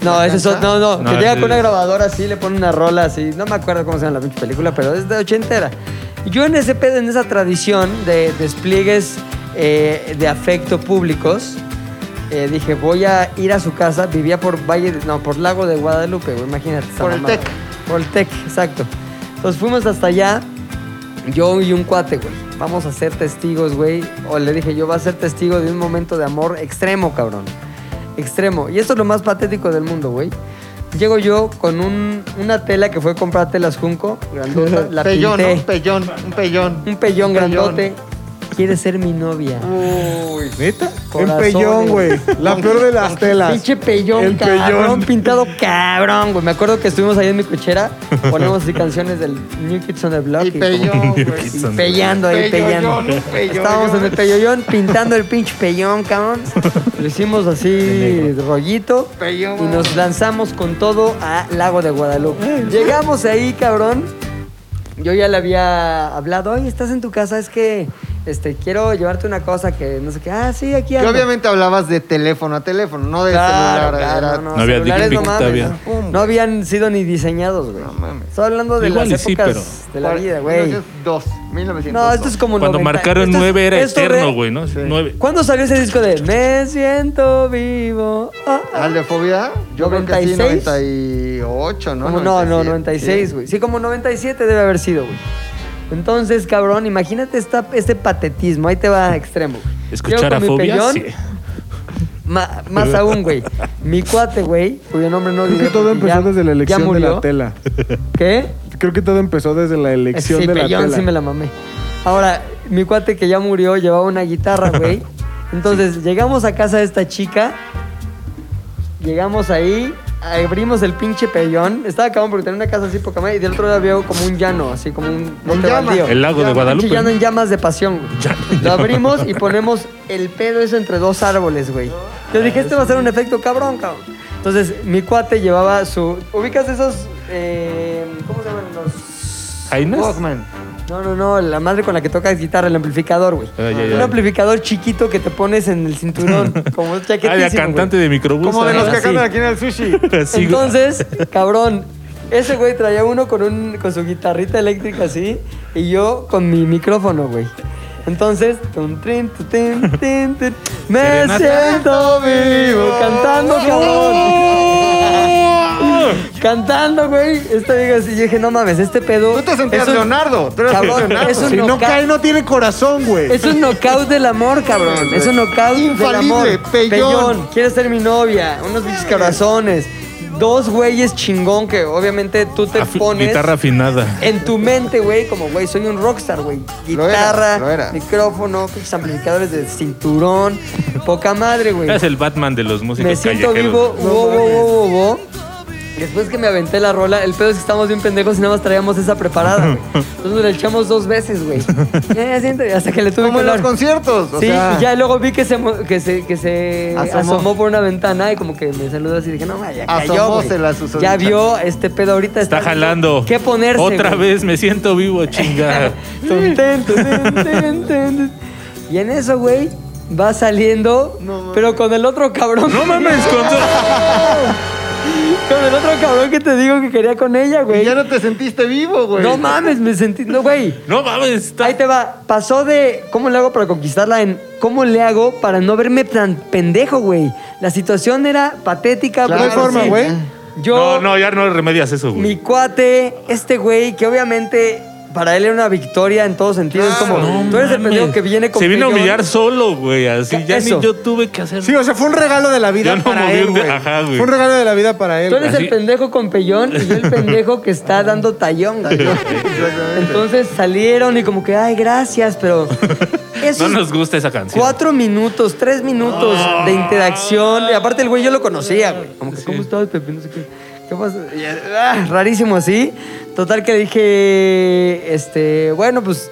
Speaker 6: No, ese es otro. No, no,
Speaker 7: No,
Speaker 6: que llega
Speaker 7: ese
Speaker 6: con una
Speaker 7: es-
Speaker 6: grabadora así, le pone una rola así. No me acuerdo cómo se llama la pinche película, pero es de ochentera. Y Yo en ese pedo, en esa tradición de despliegues eh, de afecto públicos, eh, dije, voy a ir a su casa. Vivía por Valle, de- no, por Lago de Guadalupe, güey, imagínate. esa
Speaker 9: Por el
Speaker 6: mamada.
Speaker 9: Tec.
Speaker 6: Por el Tec, exacto. Entonces fuimos hasta allá, yo y un cuate, güey. Vamos a ser testigos, güey. O le dije, yo voy a ser testigo de un momento de amor extremo, cabrón. Extremo. Y esto es lo más patético del mundo, güey. Llego yo con un- una tela que fue comprar telas Junco, grandota, la
Speaker 9: pellón, ¿no?
Speaker 6: pinté.
Speaker 9: Un pellón, un pellón.
Speaker 6: Un pellón grandote. Quiere ser mi novia.
Speaker 9: Uy.
Speaker 10: ¿Neta?
Speaker 6: Corazones.
Speaker 10: Un
Speaker 9: eh.
Speaker 10: pellón, güey. La peor de
Speaker 9: [laughs]
Speaker 10: las telas.
Speaker 6: Pinche pellón,
Speaker 10: El
Speaker 6: cabrón,
Speaker 10: pellón.
Speaker 6: pintado cabrón, güey. Me acuerdo que estuvimos ahí en mi cochera, ponemos así [laughs] canciones del New Kids on the Block.
Speaker 9: Y pellón, güey.
Speaker 6: y pellando ahí, pellando.
Speaker 9: Pelloyón, pelloyón.
Speaker 6: Estábamos en el pelloyón pintando el pinche pellón, cabrón. Lo hicimos así rollito
Speaker 9: Pellón.
Speaker 6: y nos lanzamos con todo a Lago de Guadalupe. Llegamos ahí, cabrón. Yo ya le había hablado, oye, estás en tu casa, es que este, quiero llevarte una cosa que no sé qué. Ah, sí, aquí
Speaker 9: Que
Speaker 6: ando.
Speaker 9: obviamente hablabas de teléfono a teléfono, no de
Speaker 6: Claro,
Speaker 9: celular.
Speaker 6: claro,
Speaker 9: era-
Speaker 6: no,
Speaker 7: No había
Speaker 6: celulares
Speaker 7: dick pic
Speaker 6: no,
Speaker 7: todavía.
Speaker 6: mames, no. No habían sido ni diseñados, güey.
Speaker 9: No mames.
Speaker 6: Estoy hablando de
Speaker 7: Igual y
Speaker 6: las
Speaker 7: sí,
Speaker 6: épocas
Speaker 7: pero-
Speaker 6: de la vida, güey.
Speaker 9: 1902, 1902.
Speaker 6: No, esto es como
Speaker 7: Cuando
Speaker 6: 90.
Speaker 7: marcaron
Speaker 6: Esto es-
Speaker 7: 9 era
Speaker 6: esto re-
Speaker 7: eterno, güey, ¿no?
Speaker 9: Sí.
Speaker 7: 9.
Speaker 6: ¿Cuándo salió ese disco de Me siento vivo? Ah, ah.
Speaker 9: ¿Al de fobia? Yo creo que
Speaker 6: 96.
Speaker 9: sí, 98,
Speaker 10: Ah,
Speaker 9: ¿no?
Speaker 6: Como- no, no,
Speaker 9: 97,
Speaker 6: 96, güey. Sí, como 97 debe haber sido, güey. Entonces, cabrón, imagínate esta, este patetismo. Ahí te va a extremo. güey.
Speaker 7: Escuchar
Speaker 6: Llego
Speaker 7: a
Speaker 6: con mi
Speaker 7: fobia.
Speaker 6: pellón,
Speaker 7: sí.
Speaker 6: ma- más aún, güey. Mi cuate, güey, cuyo nombre no
Speaker 10: Creo
Speaker 6: diré
Speaker 10: que todo
Speaker 6: porque
Speaker 10: empezó
Speaker 6: ya-
Speaker 10: desde la
Speaker 6: ya
Speaker 10: elección de
Speaker 6: murió.
Speaker 10: la tela.
Speaker 6: ¿Qué?
Speaker 10: Creo que todo empezó desde la elección
Speaker 6: Sí,
Speaker 10: de la
Speaker 6: pellón,
Speaker 10: tela.
Speaker 6: sí me la mamé. Ahora, mi cuate que ya murió llevaba una guitarra,
Speaker 10: [laughs]
Speaker 6: güey. Entonces, llegamos a casa de esta chica. Llegamos ahí, abrimos el pinche pellón. Estaba acabado porque tenía una casa así poca madre. Y del otro lado había como un llano, así como un bote
Speaker 9: llamas.
Speaker 6: baldío.
Speaker 7: El lago de
Speaker 6: Pinche llano en
Speaker 7: Guadalupe.
Speaker 6: llamas de pasión, güey. Lo abrimos y ponemos el pedo eso entre dos árboles, güey. Yo dije, este va a ser un efecto cabrón, cabrón. Entonces, mi cuate llevaba su... ¿Ubicas esos... eh, ¿Cómo se llaman? Los...
Speaker 7: ¿Jainas?
Speaker 9: Walkman.
Speaker 6: No, no, no, la madre con la que tocas guitarra, el amplificador, güey.
Speaker 7: Ah, ya,
Speaker 6: Un
Speaker 7: ya.
Speaker 6: amplificador chiquito que te pones en el cinturón, como un
Speaker 7: Ah, de cantante de microbús.
Speaker 9: Como de
Speaker 7: ah,
Speaker 9: los que
Speaker 7: sí.
Speaker 9: cantan aquí en el sushi.
Speaker 7: [laughs] Sí, güey.
Speaker 6: Entonces, cabrón, ese güey traía uno con, un, con su guitarrita eléctrica así y yo con mi micrófono, güey. Entonces, tun, trin, tu, tin, tin, tin. me
Speaker 7: Serenata.
Speaker 6: siento vivo cantando, cabrón. cantando, güey. Esta vieja así, yo dije, no mames, este pedo.
Speaker 9: Tú te sentías
Speaker 6: es un-
Speaker 9: Leonardo. Tú eras
Speaker 6: Cabrón,
Speaker 9: Leonardo.
Speaker 6: es un
Speaker 8: Si no
Speaker 6: knockout.
Speaker 8: cae, no tiene corazón, güey.
Speaker 6: Es un knockout del amor, cabrón. Es un knockout del
Speaker 9: Infalible,
Speaker 6: amor.
Speaker 9: pellón.
Speaker 6: Quieres ser mi novia. Unos bichos corazones. Dos güeyes chingón que obviamente tú te
Speaker 7: Afi-
Speaker 6: pones.
Speaker 7: Guitarra afinada.
Speaker 6: En tu mente, güey, como, güey, soy un rockstar, güey.
Speaker 9: Lo era,
Speaker 6: Guitarra,
Speaker 9: lo era.
Speaker 6: micrófono, pinches amplificadores de cinturón. Poca madre, güey.
Speaker 7: Es el Batman de los músicos
Speaker 6: Me siento vivo,
Speaker 7: callejeros.
Speaker 6: wo, wo, wo, wo, wo. Después que me aventé la rola, el pedo es que estábamos bien pendejos y nada más traíamos esa preparada, güey. Entonces le echamos dos veces,
Speaker 7: [laughs]
Speaker 6: güey. Ya, ya siento, y hasta que le tuve
Speaker 9: Como
Speaker 6: que
Speaker 9: en los
Speaker 6: hablar.
Speaker 9: conciertos. o
Speaker 6: sí,
Speaker 9: sea,
Speaker 6: y ya luego vi que se, mo- que se, que se asomó.
Speaker 9: Asomó.
Speaker 6: por una ventana y como que me saludó así y dije, no, ma, ya cayó, güey.
Speaker 9: Asomósela, Susodicha.
Speaker 6: Ya vio este pedo ahorita.
Speaker 7: Está jalando.
Speaker 6: ¿Qué ponerse,
Speaker 7: Otra
Speaker 6: güey?
Speaker 7: vez me siento
Speaker 6: [laughs]
Speaker 7: vivo, chinga.
Speaker 6: Tun, tun, tun, tun, tun. Y en eso, güey, va saliendo, pero con el otro cabrón.
Speaker 7: no mames, con
Speaker 6: [laughs] Con el otro cabrón que te digo que quería con ella,
Speaker 9: y
Speaker 6: güey.
Speaker 9: ya no te sentiste vivo, güey.
Speaker 6: No mames, me sentí. No, güey.
Speaker 7: No mames, está-
Speaker 6: Ahí te va. Pasó de cómo le hago para conquistarla en cómo le hago para no verme tan pendejo, güey. La situación era patética.
Speaker 9: Claro,
Speaker 6: güey.
Speaker 9: no hay forma,
Speaker 6: Sí.
Speaker 9: güey.
Speaker 6: Yo,
Speaker 7: No, no, ya no remedias eso,
Speaker 6: mi
Speaker 7: güey.
Speaker 6: cuate, este güey, que obviamente para él era una victoria en todos sentidos. Es como,
Speaker 7: No
Speaker 6: tú eres el
Speaker 7: mames.
Speaker 6: pendejo que viene con
Speaker 7: Se vino a
Speaker 6: pellón.
Speaker 7: humillar solo, güey. Así
Speaker 6: Ca-
Speaker 7: ya
Speaker 6: eso.
Speaker 7: ni yo tuve que hacer.
Speaker 10: Sí, o sea, fue un regalo de la vida
Speaker 7: Ya no
Speaker 10: para
Speaker 7: moví
Speaker 10: él,
Speaker 7: un de-
Speaker 10: güey.
Speaker 7: ajá, güey.
Speaker 10: Fue un regalo de la vida para él.
Speaker 6: Tú eres
Speaker 7: Así-
Speaker 6: el pendejo con pellón y yo el pendejo que está dando tallón, güey. Entonces salieron y como que, ay, gracias, pero
Speaker 7: [laughs] No
Speaker 6: esos
Speaker 7: nos gusta esa canción.
Speaker 6: cuatro minutos, tres minutos
Speaker 7: Ah.
Speaker 6: de interacción. Y aparte el güey yo lo conocía, güey. Como que, ¿cómo estás, Pepe? No sé qué. ¿Qué pasa? Y, ah, rarísimo así. Total que dije, este, bueno, pues...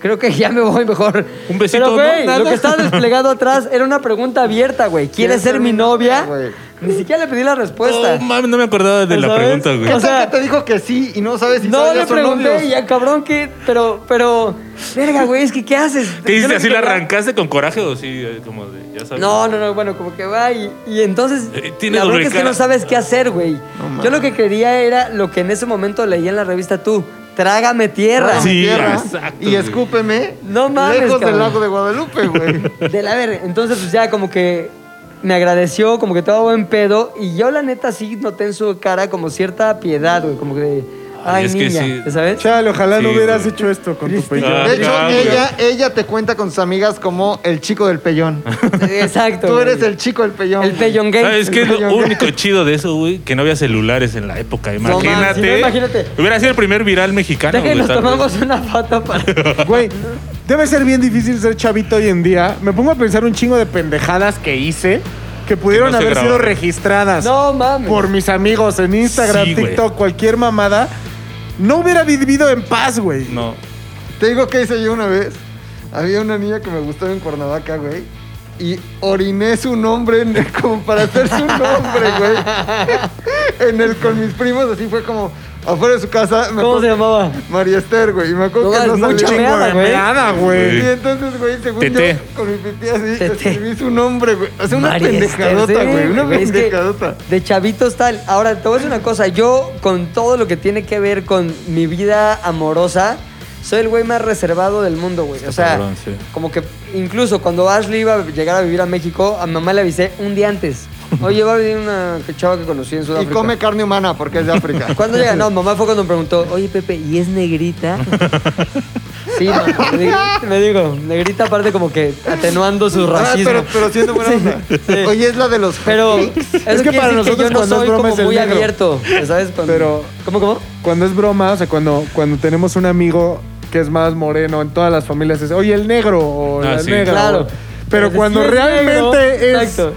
Speaker 6: Creo que ya me voy mejor.
Speaker 7: Un
Speaker 6: Pero,
Speaker 7: besito,
Speaker 6: güey,
Speaker 7: ¿no?
Speaker 6: lo que estaba desplegado atrás era una pregunta abierta, güey. ¿Quieres ser mi novia?
Speaker 9: güey?
Speaker 6: Ni siquiera le pedí la respuesta.
Speaker 7: No mames, no me acordaba de la
Speaker 6: ¿Sabes?
Speaker 7: pregunta, güey.
Speaker 9: ¿Qué
Speaker 6: O
Speaker 9: tal
Speaker 6: sea,
Speaker 9: que te dijo que sí y no sabes si
Speaker 6: No
Speaker 9: todavía
Speaker 6: le
Speaker 9: son
Speaker 6: pregunté,
Speaker 9: novios?
Speaker 6: y ya cabrón, que. Pero, pero. Verga, güey, es que ¿qué haces?
Speaker 7: ¿Qué
Speaker 6: Yo
Speaker 7: hiciste?
Speaker 6: le
Speaker 7: ¿Así
Speaker 6: dije,
Speaker 7: la
Speaker 6: "Ah".
Speaker 7: arrancaste con coraje o sí? eh, Como de, ya sabes.
Speaker 6: No, no, no, bueno, como que va y, y entonces.
Speaker 7: Eh, tienes
Speaker 6: la bronca es
Speaker 7: recara-
Speaker 6: que no sabes qué hacer, güey. Yo lo que quería era lo que en ese momento leía en la revista tú: Trágame tierra.
Speaker 7: Ah, Sí.
Speaker 9: Tierra,
Speaker 7: exacto,
Speaker 9: y
Speaker 7: güey.
Speaker 9: escúpeme
Speaker 6: No mames,
Speaker 9: lejos
Speaker 6: cabrón.
Speaker 9: del lago de Guadalupe,
Speaker 6: [laughs]
Speaker 9: güey.
Speaker 6: De la ver, entonces pues ya como que me agradeció, como que todo buen pedo. Y yo la neta sí noté en su cara como cierta piedad, güey, como que de. Ay,
Speaker 7: Ay, es que
Speaker 6: niña,
Speaker 7: sí.
Speaker 6: ¿sabes?
Speaker 10: Chale, ojalá no
Speaker 7: Sí,
Speaker 10: hubieras
Speaker 7: güey.
Speaker 10: hecho esto con tu
Speaker 6: Triste.
Speaker 10: pecho.
Speaker 7: Ah,
Speaker 9: De hecho,
Speaker 7: claro, güey.
Speaker 9: ella, ella te cuenta con sus amigas como el chico del pellón.
Speaker 6: Exacto.
Speaker 9: Tú
Speaker 6: güey.
Speaker 9: eres el chico del pellón.
Speaker 6: El pellón gay.
Speaker 7: ¿Sabes qué Ah, es
Speaker 6: El
Speaker 7: lo
Speaker 6: pellón gay.
Speaker 7: único chido de eso, güey? Que no había celulares en la época.
Speaker 6: mames, si
Speaker 7: Imagínate.
Speaker 6: no, imagínate.
Speaker 7: Hubiera sido el primer viral mexicano,
Speaker 6: Deja que
Speaker 7: güey.
Speaker 6: nos
Speaker 7: tal vez.
Speaker 6: tomamos una foto para.
Speaker 9: [laughs]
Speaker 10: Güey, debe ser bien difícil ser chavito hoy en día. Me pongo a pensar un chingo de pendejadas que hice que pudieron
Speaker 7: Que no se
Speaker 10: haber sido
Speaker 7: grabaron.
Speaker 10: registradas
Speaker 6: No mames.
Speaker 10: por mis amigos en Instagram,
Speaker 7: Sí, güey.
Speaker 10: TikTok, cualquier mamada. No hubiera vivido en paz, güey.
Speaker 7: No.
Speaker 9: Te digo que hice yo una vez. Había una niña que me gustaba en Cuernavaca, güey. Y oriné su nombre en el- como para hacer su nombre, güey. [laughs] en el con mis primos, así fue como afuera de su casa. me
Speaker 6: ¿Cómo
Speaker 9: acuerdo-
Speaker 6: se llamaba?
Speaker 9: María Esther, güey. Y me acuerdo
Speaker 6: No,
Speaker 9: que
Speaker 6: es
Speaker 9: no
Speaker 6: mucha
Speaker 9: sabía.
Speaker 6: mea-
Speaker 10: Chingo de
Speaker 6: güey.
Speaker 10: meada,
Speaker 9: Y
Speaker 10: güey.
Speaker 9: entonces, güey, según
Speaker 7: Teté.
Speaker 9: yo, con mi pipí así,
Speaker 6: Teté.
Speaker 9: escribí su nombre, güey. O sea, una
Speaker 6: María
Speaker 9: pendejadota,
Speaker 6: Esther,
Speaker 9: güey. Una
Speaker 6: es que
Speaker 9: pendejadota.
Speaker 6: de chavitos tal. Ahora, te voy a decir una cosa. Yo, con todo lo que tiene que ver con mi vida amorosa, soy el güey más reservado del mundo, güey. O sea,
Speaker 7: cabrón, sí.
Speaker 6: como que incluso cuando Ashley iba a llegar a vivir a México, a mi mamá le avisé un día antes. Oye, va a venir una chava que conocí en
Speaker 9: Y
Speaker 6: Sudáfrica.
Speaker 9: come carne humana porque es
Speaker 6: [laughs]
Speaker 9: de África.
Speaker 6: ¿Cuándo llega?
Speaker 9: [laughs]
Speaker 6: No, mamá fue cuando me preguntó, oye Pepe, ¿y es negrita? Sí, mamá, me digo, me digo, negrita aparte como que atenuando su
Speaker 9: Ah,
Speaker 6: racismo.
Speaker 9: pero, pero siendo buena onda.
Speaker 6: sí.
Speaker 9: Oye, es la de los
Speaker 10: [laughs]
Speaker 6: Pero
Speaker 9: hotcakes.
Speaker 6: es que para nosotros yo no
Speaker 10: cuando es
Speaker 6: soy
Speaker 10: broma
Speaker 6: como
Speaker 10: es el
Speaker 6: muy
Speaker 10: negro.
Speaker 6: abierto, ¿sabes? Cuando-
Speaker 10: Pero-
Speaker 6: ¿Cómo, cómo?
Speaker 10: Cuando es broma, o sea, cuando, cuando tenemos un amigo que es más moreno, en todas las familias es, oye, el negro o
Speaker 7: Ah,
Speaker 10: la
Speaker 7: sí.
Speaker 10: negra.
Speaker 6: Claro.
Speaker 10: o- Pero
Speaker 6: si
Speaker 10: cuando
Speaker 6: es
Speaker 10: realmente
Speaker 6: negro,
Speaker 10: es
Speaker 6: Exacto.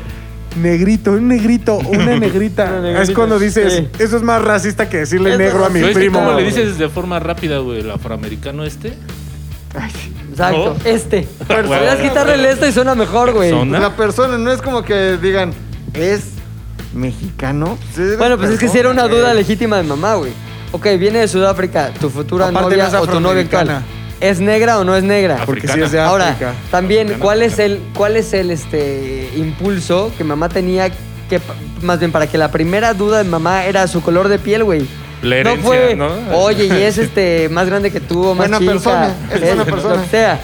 Speaker 10: negrito, un negrito,
Speaker 6: [laughs]
Speaker 10: una negrita,
Speaker 6: Una negrita,
Speaker 10: es cuando dices,
Speaker 6: sí.
Speaker 10: eso es más racista que decirle
Speaker 6: Eso es
Speaker 10: negro a mi
Speaker 7: ¿Sabes que
Speaker 10: primo.
Speaker 7: ¿Cómo le
Speaker 10: güey.
Speaker 7: dices de forma rápida, güey, el afroamericano este?
Speaker 6: Exacto.
Speaker 7: ¿No? [laughs]
Speaker 6: Este.
Speaker 7: Bueno.
Speaker 6: Podrías quitarle el este y suena mejor, güey.
Speaker 7: Persona.
Speaker 9: La persona no es como que digan, es mexicano. Sí, eres
Speaker 6: Bueno, pues es que si
Speaker 9: persona,
Speaker 6: era una
Speaker 9: güey.
Speaker 6: duda legítima de mamá, güey. Ok, viene de Sudáfrica, tu futura
Speaker 10: Aparte no
Speaker 6: novia
Speaker 10: es
Speaker 6: o tu novia actual.
Speaker 10: afroamericana.
Speaker 6: ¿Es negra o no es negra?
Speaker 7: Afro-
Speaker 10: Porque si es de África.
Speaker 6: Ahora, también, ¿cuál es el, cuál es el este, impulso que mamá tenía? Que, pa- más bien, para que la primera duda de mamá era su color de piel, güey.
Speaker 7: La herencia, ¿no?
Speaker 6: Oye, y
Speaker 7: [laughs]
Speaker 6: es este más grande que tú, o más
Speaker 9: Buena
Speaker 6: chica.
Speaker 9: persona, es buena
Speaker 6: lo
Speaker 9: persona.
Speaker 6: que sea.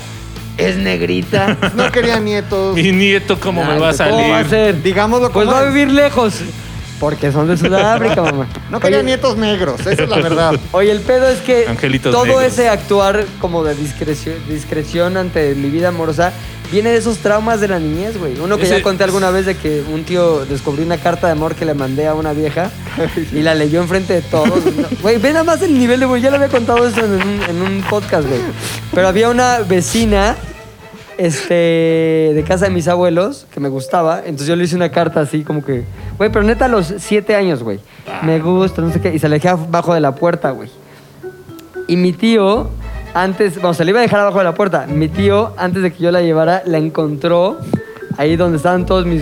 Speaker 6: Es negrita.
Speaker 9: No quería nietos.
Speaker 7: Mi nieto, ¿cómo me va a
Speaker 6: pues, ¿Cómo va a
Speaker 7: salir?
Speaker 6: ser?
Speaker 9: Digámoslo como
Speaker 6: Pues va a
Speaker 9: es.
Speaker 6: vivir lejos. Porque son de Sudáfrica, [laughs] mamá.
Speaker 9: No quería
Speaker 6: Oye,
Speaker 9: nietos negros, esa es la verdad.
Speaker 6: Oye, el pedo es que
Speaker 7: Angelitos
Speaker 6: todo
Speaker 7: negros.
Speaker 6: ese actuar como de discreción, discreción ante mi vida amorosa viene de esos traumas de la niñez, güey. Uno que ya
Speaker 7: Ese-
Speaker 6: conté alguna vez de que un tío descubrió una carta de amor que le mandé a una vieja y la leyó enfrente de todos. No, Güey, ve nada más el nivel de, güey, ya le había contado esto en un, en un podcast, güey. Pero había una vecina este, de casa de mis abuelos, que me gustaba. Entonces yo le hice una carta así, como que, güey, pero neta, a los siete años, güey. Me gusta, no sé qué. Y se la dejé abajo de la puerta, güey. Y mi tío, antes, vamos, se la iba a dejar abajo de la puerta. Mi tío, antes de que yo la llevara, la encontró ahí donde estaban todos mis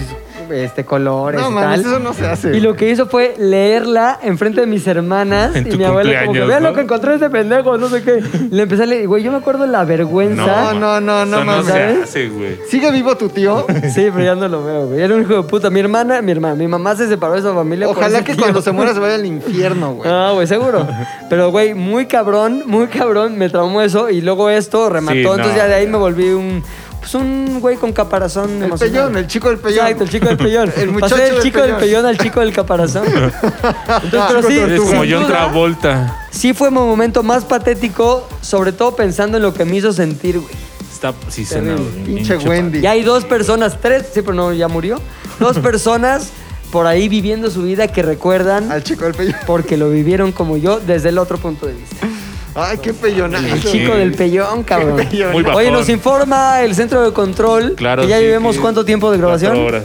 Speaker 6: este, colores.
Speaker 9: No
Speaker 6: y
Speaker 9: mames,
Speaker 6: tal.
Speaker 9: eso no se hace.
Speaker 6: Y lo que hizo fue leerla enfrente de mis hermanas
Speaker 7: En
Speaker 6: y
Speaker 7: tu
Speaker 6: mi abuela, como que
Speaker 7: cumpleaños,
Speaker 6: vean lo
Speaker 7: ¿no?
Speaker 6: que encontró ese pendejo, no sé qué. Le empecé a leer, güey, yo me acuerdo la vergüenza.
Speaker 9: no, no, no
Speaker 7: eso No se
Speaker 6: mames.
Speaker 7: hace, güey.
Speaker 9: ¿Sigue vivo
Speaker 6: [laughs]
Speaker 9: tu tío?
Speaker 6: Sí, pero ya no lo veo, güey. Era un hijo de puta. Mi hermana, mi hermana, mi mamá se separó de su familia. por
Speaker 9: Ojalá
Speaker 6: ese
Speaker 9: que
Speaker 6: tío.
Speaker 9: cuando se muera se vaya al infierno, güey.
Speaker 6: No, güey, seguro. Pero, güey, muy cabrón, muy cabrón. Me traumó eso y luego esto remató.
Speaker 7: Sí, no,
Speaker 6: Entonces ya de ahí
Speaker 7: ya.
Speaker 6: me volví un... Pues un güey con caparazón
Speaker 9: El
Speaker 6: emocional.
Speaker 9: pellón, el chico del pellón.
Speaker 6: Exacto, el chico del pellón.
Speaker 9: [laughs] El muchacho
Speaker 6: Pasé del
Speaker 9: del
Speaker 6: chico del
Speaker 9: pellón.
Speaker 6: pellón al chico del
Speaker 9: [laughs]
Speaker 6: caparazón. Entonces, pero sí,
Speaker 7: Eres como
Speaker 6: sin
Speaker 7: John
Speaker 6: duda,
Speaker 7: Travolta.
Speaker 6: sí fue mi momento más patético, sobre todo pensando en lo que me hizo sentir, güey.
Speaker 7: Está, sí, suena,
Speaker 6: Terrible.
Speaker 7: güey,
Speaker 9: Pinche
Speaker 7: pa-
Speaker 9: Wendy.
Speaker 6: Ya hay dos personas, tres, sí, pero no, ya murió.
Speaker 9: [laughs]
Speaker 6: Dos personas por ahí viviendo su vida que recuerdan
Speaker 9: Al chico del pellón.
Speaker 6: porque lo vivieron como yo desde el otro punto de vista.
Speaker 9: [laughs] Ay, qué pellonazo.
Speaker 6: El
Speaker 7: Sí.
Speaker 6: chico del pellón, cabrón.
Speaker 9: pellón.
Speaker 7: Muy bajón.
Speaker 6: Oye, nos informa el centro de control
Speaker 7: Claro,
Speaker 6: que ya
Speaker 7: sí,
Speaker 6: llevemos
Speaker 7: que-
Speaker 6: cuánto tiempo de grabación.
Speaker 7: Cuatro horas.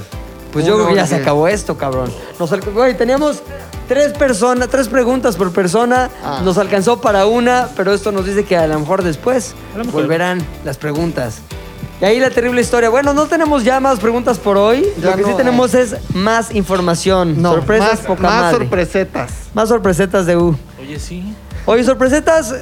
Speaker 6: Pues yo
Speaker 9: Una
Speaker 6: creo que ya
Speaker 9: hora y
Speaker 6: se
Speaker 9: media.
Speaker 6: acabó esto, cabrón. Nos alca- güey, teníamos tres personas, tres preguntas por persona.
Speaker 9: Ah.
Speaker 6: Nos alcanzó para una, pero esto nos dice que a lo mejor después volverán las preguntas. Y ahí la terrible historia. Bueno, no tenemos ya más preguntas por hoy.
Speaker 9: Ya
Speaker 6: lo que sí
Speaker 9: no, eh.
Speaker 6: tenemos es más información.
Speaker 9: No,
Speaker 6: sorpresas,
Speaker 9: más,
Speaker 6: poca
Speaker 9: más
Speaker 6: madre.
Speaker 9: sorpresetas.
Speaker 6: Más sorpresetas de U.
Speaker 7: Oye, sí.
Speaker 6: Oye, sorpresetas,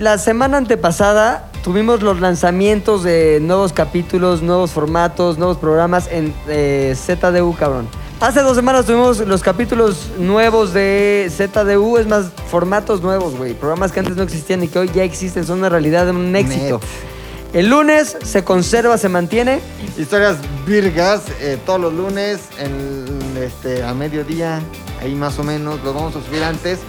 Speaker 6: la semana antepasada tuvimos los lanzamientos de nuevos capítulos, nuevos formatos, nuevos programas en eh, ZDU, cabrón. Hace dos semanas tuvimos los capítulos nuevos de ZDU, es más, formatos nuevos, güey. Programas que antes no existían y que hoy ya existen, son una realidad, un éxito. El lunes se conserva, se mantiene.
Speaker 9: Historias virgas eh, todos los lunes en, este, a mediodía, ahí más o menos, lo vamos a subir antes.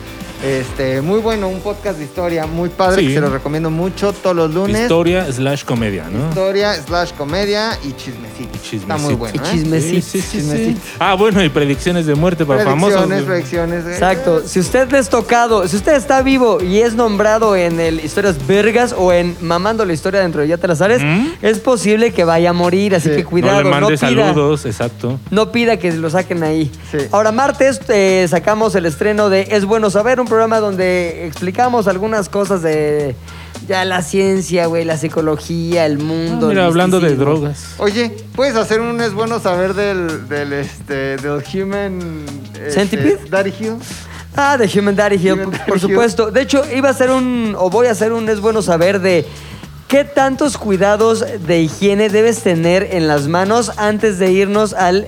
Speaker 9: Este, muy bueno, un podcast de historia muy padre,
Speaker 7: Sí.
Speaker 9: que se lo recomiendo mucho todos los lunes.
Speaker 7: Historia slash comedia, ¿no?
Speaker 9: Historia, slash comedia y chismecito.
Speaker 7: Y chismecito.
Speaker 9: Está muy bueno,
Speaker 6: Y
Speaker 9: ¿eh?
Speaker 6: chismecito.
Speaker 7: Sí, sí, sí,
Speaker 9: Chismecito.
Speaker 7: sí. Ah, bueno, y predicciones de muerte para famosos.
Speaker 9: Predicciones,
Speaker 7: güey.
Speaker 9: predicciones. eh.
Speaker 6: Exacto. Si usted es tocado, si usted está vivo y es nombrado en el Historias Vergas o en Mamando la Historia dentro de Ya te la sabes,
Speaker 7: ¿Mm?
Speaker 6: es posible que vaya a morir. Así
Speaker 9: Sí.
Speaker 6: que
Speaker 7: no
Speaker 6: cuidado,
Speaker 7: le
Speaker 6: no,
Speaker 7: mande
Speaker 6: pida.
Speaker 7: saludos, exacto.
Speaker 6: No pida que lo saquen ahí.
Speaker 9: Sí.
Speaker 6: Ahora, martes eh, sacamos el estreno de Es Bueno Saber, un programa donde explicamos algunas cosas de ya la ciencia, güey, la psicología, el mundo.
Speaker 7: Ah,
Speaker 6: el
Speaker 7: mira, hablando de
Speaker 6: misticismo.
Speaker 7: drogas.
Speaker 9: Oye, ¿puedes hacer un es bueno saber del, del, este, del Human... este,
Speaker 6: ¿Centipede?
Speaker 9: Daddy Hill.
Speaker 6: Ah, de Human Daddy Hill,
Speaker 9: Human
Speaker 6: por
Speaker 9: Daddy
Speaker 6: supuesto. De hecho, iba a ser un, o voy a hacer un, es bueno saber de qué tantos cuidados de higiene debes tener en las manos antes de irnos al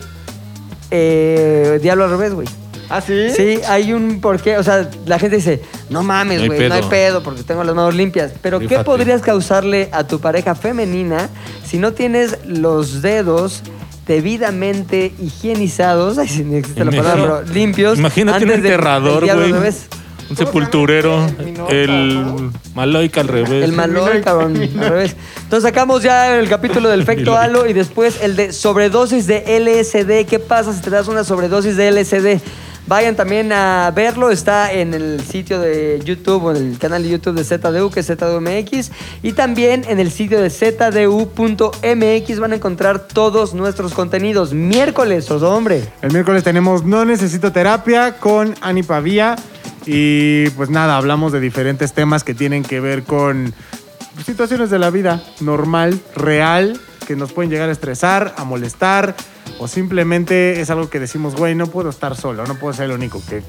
Speaker 6: eh, diablo al revés, güey.
Speaker 9: ¿Ah, sí?
Speaker 6: Sí, hay un porqué. O sea, la gente dice, no mames,
Speaker 7: No hay
Speaker 6: güey, no, hay
Speaker 7: pedo.
Speaker 6: pedo porque tengo las manos limpias. Pero, ¿qué
Speaker 7: Rífate.
Speaker 6: podrías causarle a tu pareja femenina si no tienes los dedos debidamente higienizados? Ay, si ni existe la palabra,
Speaker 7: Imagina-
Speaker 6: pero limpios.
Speaker 7: Imagínate
Speaker 6: antes
Speaker 7: un
Speaker 6: de- del
Speaker 7: enterrador,
Speaker 6: diablo
Speaker 7: güey.
Speaker 6: al revés.
Speaker 7: Un sepulturero.
Speaker 9: Mi nota,
Speaker 7: El
Speaker 9: ¿no?
Speaker 7: Maloica al revés.
Speaker 6: El malor, cabrón, al revés. Entonces sacamos ya el capítulo del
Speaker 8: [laughs]
Speaker 6: efecto halo y después el de sobredosis de LSD. ¿Qué pasa si te das una sobredosis de LSD? Vayan también a verlo, está en el sitio de YouTube o en el canal de YouTube de ZDU, que es ZDUMX, y también en el sitio de ZDU.mx van a encontrar todos nuestros contenidos. Miércoles, os hombre.
Speaker 8: El miércoles tenemos No Necesito Terapia con Ani Pavía. Y pues nada, hablamos de diferentes temas que tienen que ver con situaciones de la vida normal, real, que nos pueden llegar a estresar, a molestar, o simplemente es algo que decimos, güey, no puedo estar solo, no puedo ser el único que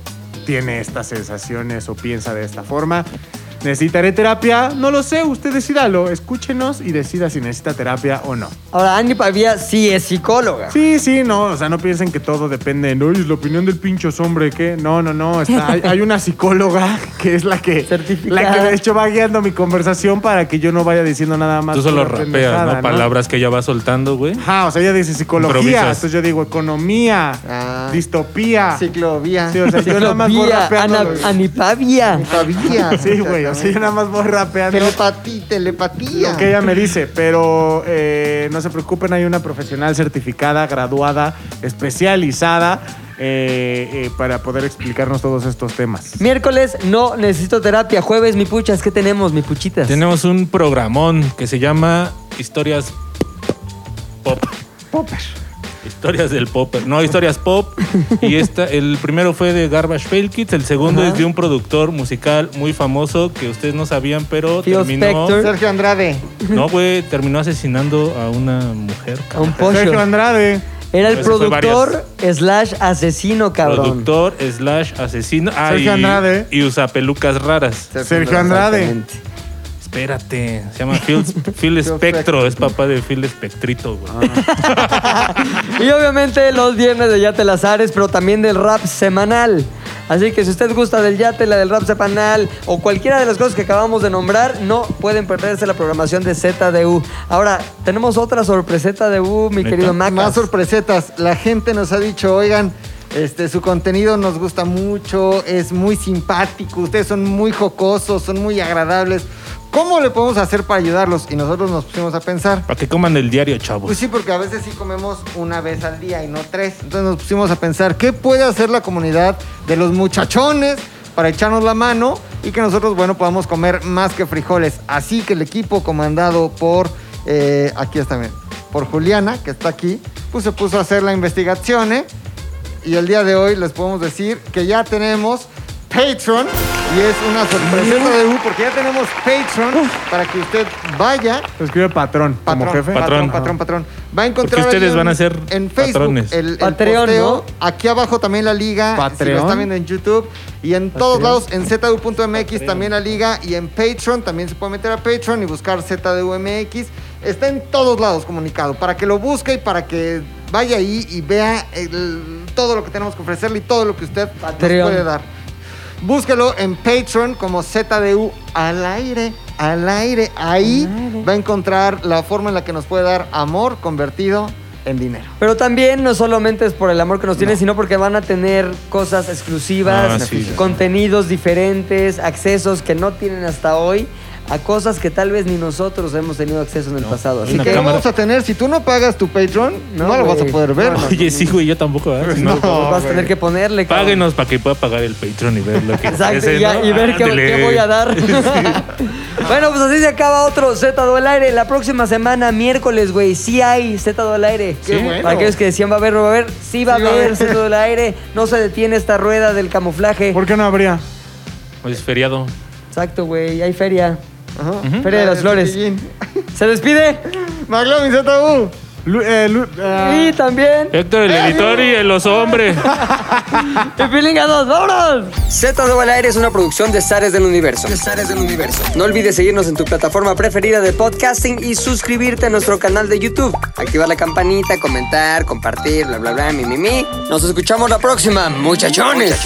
Speaker 8: tiene estas sensaciones o piensa de esta forma. ¿Necesitaré terapia? No lo sé, usted decídalo. Escúchenos y decida si necesita terapia o no.
Speaker 6: Ahora, Andy Pavía sí es psicóloga.
Speaker 8: Sí, sí, no, o sea, no piensen que todo depende. No, es la opinión del pincho hombre, ¿qué? No, no, no. está- hay, hay una psicóloga [laughs] que es la que,
Speaker 6: Certificada.
Speaker 8: la que de hecho va guiando mi conversación para que yo no vaya diciendo nada más.
Speaker 7: Tú solo
Speaker 8: pura
Speaker 7: rapeas,
Speaker 8: pendejada,
Speaker 7: ¿no? Palabras que ella va soltando, güey.
Speaker 8: Ajá, o sea, ella dice psicología,
Speaker 7: Improvisas.
Speaker 8: entonces yo digo economía,
Speaker 9: Ah.
Speaker 8: distopía.
Speaker 9: Ciclovía.
Speaker 8: Sí, o sea, yo nada más voy
Speaker 6: Psicopía,
Speaker 8: rapeando.
Speaker 6: Ana- Anipavia. [laughs]
Speaker 9: Sabía.
Speaker 8: Sí, güey, o sea, yo nada más voy rapeando.
Speaker 9: Telepatía, telepatía.
Speaker 8: lo que ella me dice, pero eh, no se preocupen, hay una profesional certificada, graduada, especializada eh, eh, para poder explicarnos todos estos temas.
Speaker 6: Miércoles, no necesito terapia. Jueves, mi puchas, ¿qué tenemos, mi puchitas?
Speaker 7: Tenemos un programón que se llama Historias Pop.
Speaker 8: Popper.
Speaker 7: Historias del Popper. No, historias pop. Y esta, el primero fue de Garbage Pail Kids, el segundo
Speaker 6: Ajá.
Speaker 7: es de un productor musical muy famoso que ustedes no sabían, pero
Speaker 6: Phil
Speaker 7: terminó.
Speaker 6: Spector.
Speaker 9: Sergio Andrade.
Speaker 7: No, güey, terminó asesinando a una mujer.
Speaker 6: A un
Speaker 8: Sergio
Speaker 6: pollo.
Speaker 8: Andrade.
Speaker 6: Era el
Speaker 7: Ese pues, fue
Speaker 6: productor slash asesino, cabrón.
Speaker 7: Productor slash asesino. Ah,
Speaker 8: Sergio
Speaker 7: y-
Speaker 8: Andrade.
Speaker 7: Y usa pelucas raras.
Speaker 8: Sergio Andrade.
Speaker 6: Exactamente.
Speaker 7: Espérate. Se llama
Speaker 6: [laughs]
Speaker 7: Phil, Phil Espectro. Es papá de Phil Espectrito, güey.
Speaker 6: [laughs] Ah. Y obviamente los viernes de Yate Lazares, pero también del rap semanal. Así que si usted gusta del Yate, la del rap semanal o cualquiera de las cosas que acabamos de nombrar, no pueden perderse la programación de ZDU. Ahora, tenemos otra sorpreseta de U, mi
Speaker 7: ¿Neta?
Speaker 6: querido Mac.
Speaker 9: Más sorpresetas. La gente nos ha dicho, oigan, este, su contenido nos gusta mucho, es muy simpático, ustedes son muy jocosos, son muy agradables. ¿Cómo le podemos hacer para ayudarlos? Y nosotros nos pusimos a pensar.
Speaker 7: Para que coman el diario, chavos.
Speaker 9: Pues sí, porque a veces sí comemos una vez al día y no tres. Entonces nos pusimos a pensar qué puede hacer la comunidad de los muchachones para echarnos la mano y que nosotros, bueno, podamos comer más que frijoles. Así que el equipo comandado por, eh, aquí está, miren, por Juliana, que está aquí, pues se puso a hacer la investigación, ¿eh? Y el día de hoy les podemos decir que ya tenemos Patreon y es una sorpresa de U porque ya tenemos Patreon para que usted vaya
Speaker 8: Lo escribe patrón, como
Speaker 9: Patrón,
Speaker 8: jefe.
Speaker 9: patrón,
Speaker 7: Patrón.
Speaker 9: patrón, patrón. Va a encontrar
Speaker 7: Porque ustedes
Speaker 9: ahí en-
Speaker 7: van a ser
Speaker 9: en Facebook
Speaker 7: patrones.
Speaker 9: el, el
Speaker 6: Patreon,
Speaker 9: posteo. Aquí abajo también la liga, si
Speaker 8: Patreon.
Speaker 9: lo están viendo en YouTube y en todos lados en zdu.mx también la liga y en Patreon también se puede meter a Patreon y buscar zdumx. Está en todos lados comunicado para que lo busque y para que vaya ahí y vea el- todo lo que tenemos que ofrecerle y todo lo que usted nos
Speaker 6: Patreon.
Speaker 9: puede dar. Búsquelo en Patreon como ZDU al aire, al aire. Ahí va a encontrar la forma en la que nos puede dar amor convertido en dinero.
Speaker 6: Pero también no solamente es por el amor que nos tienen, sino porque van a tener cosas exclusivas,
Speaker 7: Ah, sí.
Speaker 6: contenidos diferentes, accesos que no tienen hasta hoy, a cosas que tal vez ni nosotros hemos tenido acceso en el pasado. Así
Speaker 7: Una
Speaker 6: que
Speaker 9: ¿Qué
Speaker 7: cámara.
Speaker 9: vamos a tener? Si tú no pagas tu Patreon,
Speaker 6: No,
Speaker 9: no, lo vas a
Speaker 6: güey.
Speaker 9: poder ver.
Speaker 6: No, no.
Speaker 7: Oye, sí, güey, yo tampoco. ¿verdad? Si no,
Speaker 6: pues, vas a tener que ponerle. cabrón.
Speaker 7: Páguenos para que pueda pagar el Patreon y ver lo que
Speaker 6: Exacto,
Speaker 7: ofrece,
Speaker 6: y, ya-
Speaker 7: ¿no?
Speaker 6: y ver qué,
Speaker 7: Ándele.
Speaker 6: qué voy a
Speaker 7: [laughs]
Speaker 6: dar. [laughs] bueno, pues así se acaba otro Z al aire. La próxima semana, miércoles, güey, sí hay Z al aire.
Speaker 9: Qué bueno.
Speaker 6: Para aquellos que decían va a haber, no va a haber, sí va
Speaker 9: Sí
Speaker 6: a
Speaker 9: va a
Speaker 6: haber
Speaker 9: haber.
Speaker 6: Z al aire. No se detiene esta rueda del camuflaje.
Speaker 8: ¿Por qué no habría?
Speaker 7: Hoy es feriado.
Speaker 6: Exacto, güey, hay feria.
Speaker 9: Ajá.
Speaker 6: Feria de las Flores.
Speaker 9: Cepillín.
Speaker 6: Se despide.
Speaker 9: McLovin ZDU.
Speaker 8: Lu- eh, Lu- ah,
Speaker 6: Y también.
Speaker 7: Héctor, el editor y los hombres.
Speaker 6: ¡El Pilinga 2! ¡Vámonos! Z2 al aire es una producción de Zares del Universo.
Speaker 2: del universo.
Speaker 6: No olvides seguirnos en tu plataforma preferida de podcasting y suscribirte a nuestro canal de YouTube. Activar la campanita, comentar, compartir, bla, bla, bla, mi, mi, mi. Nos escuchamos la próxima, muchachones.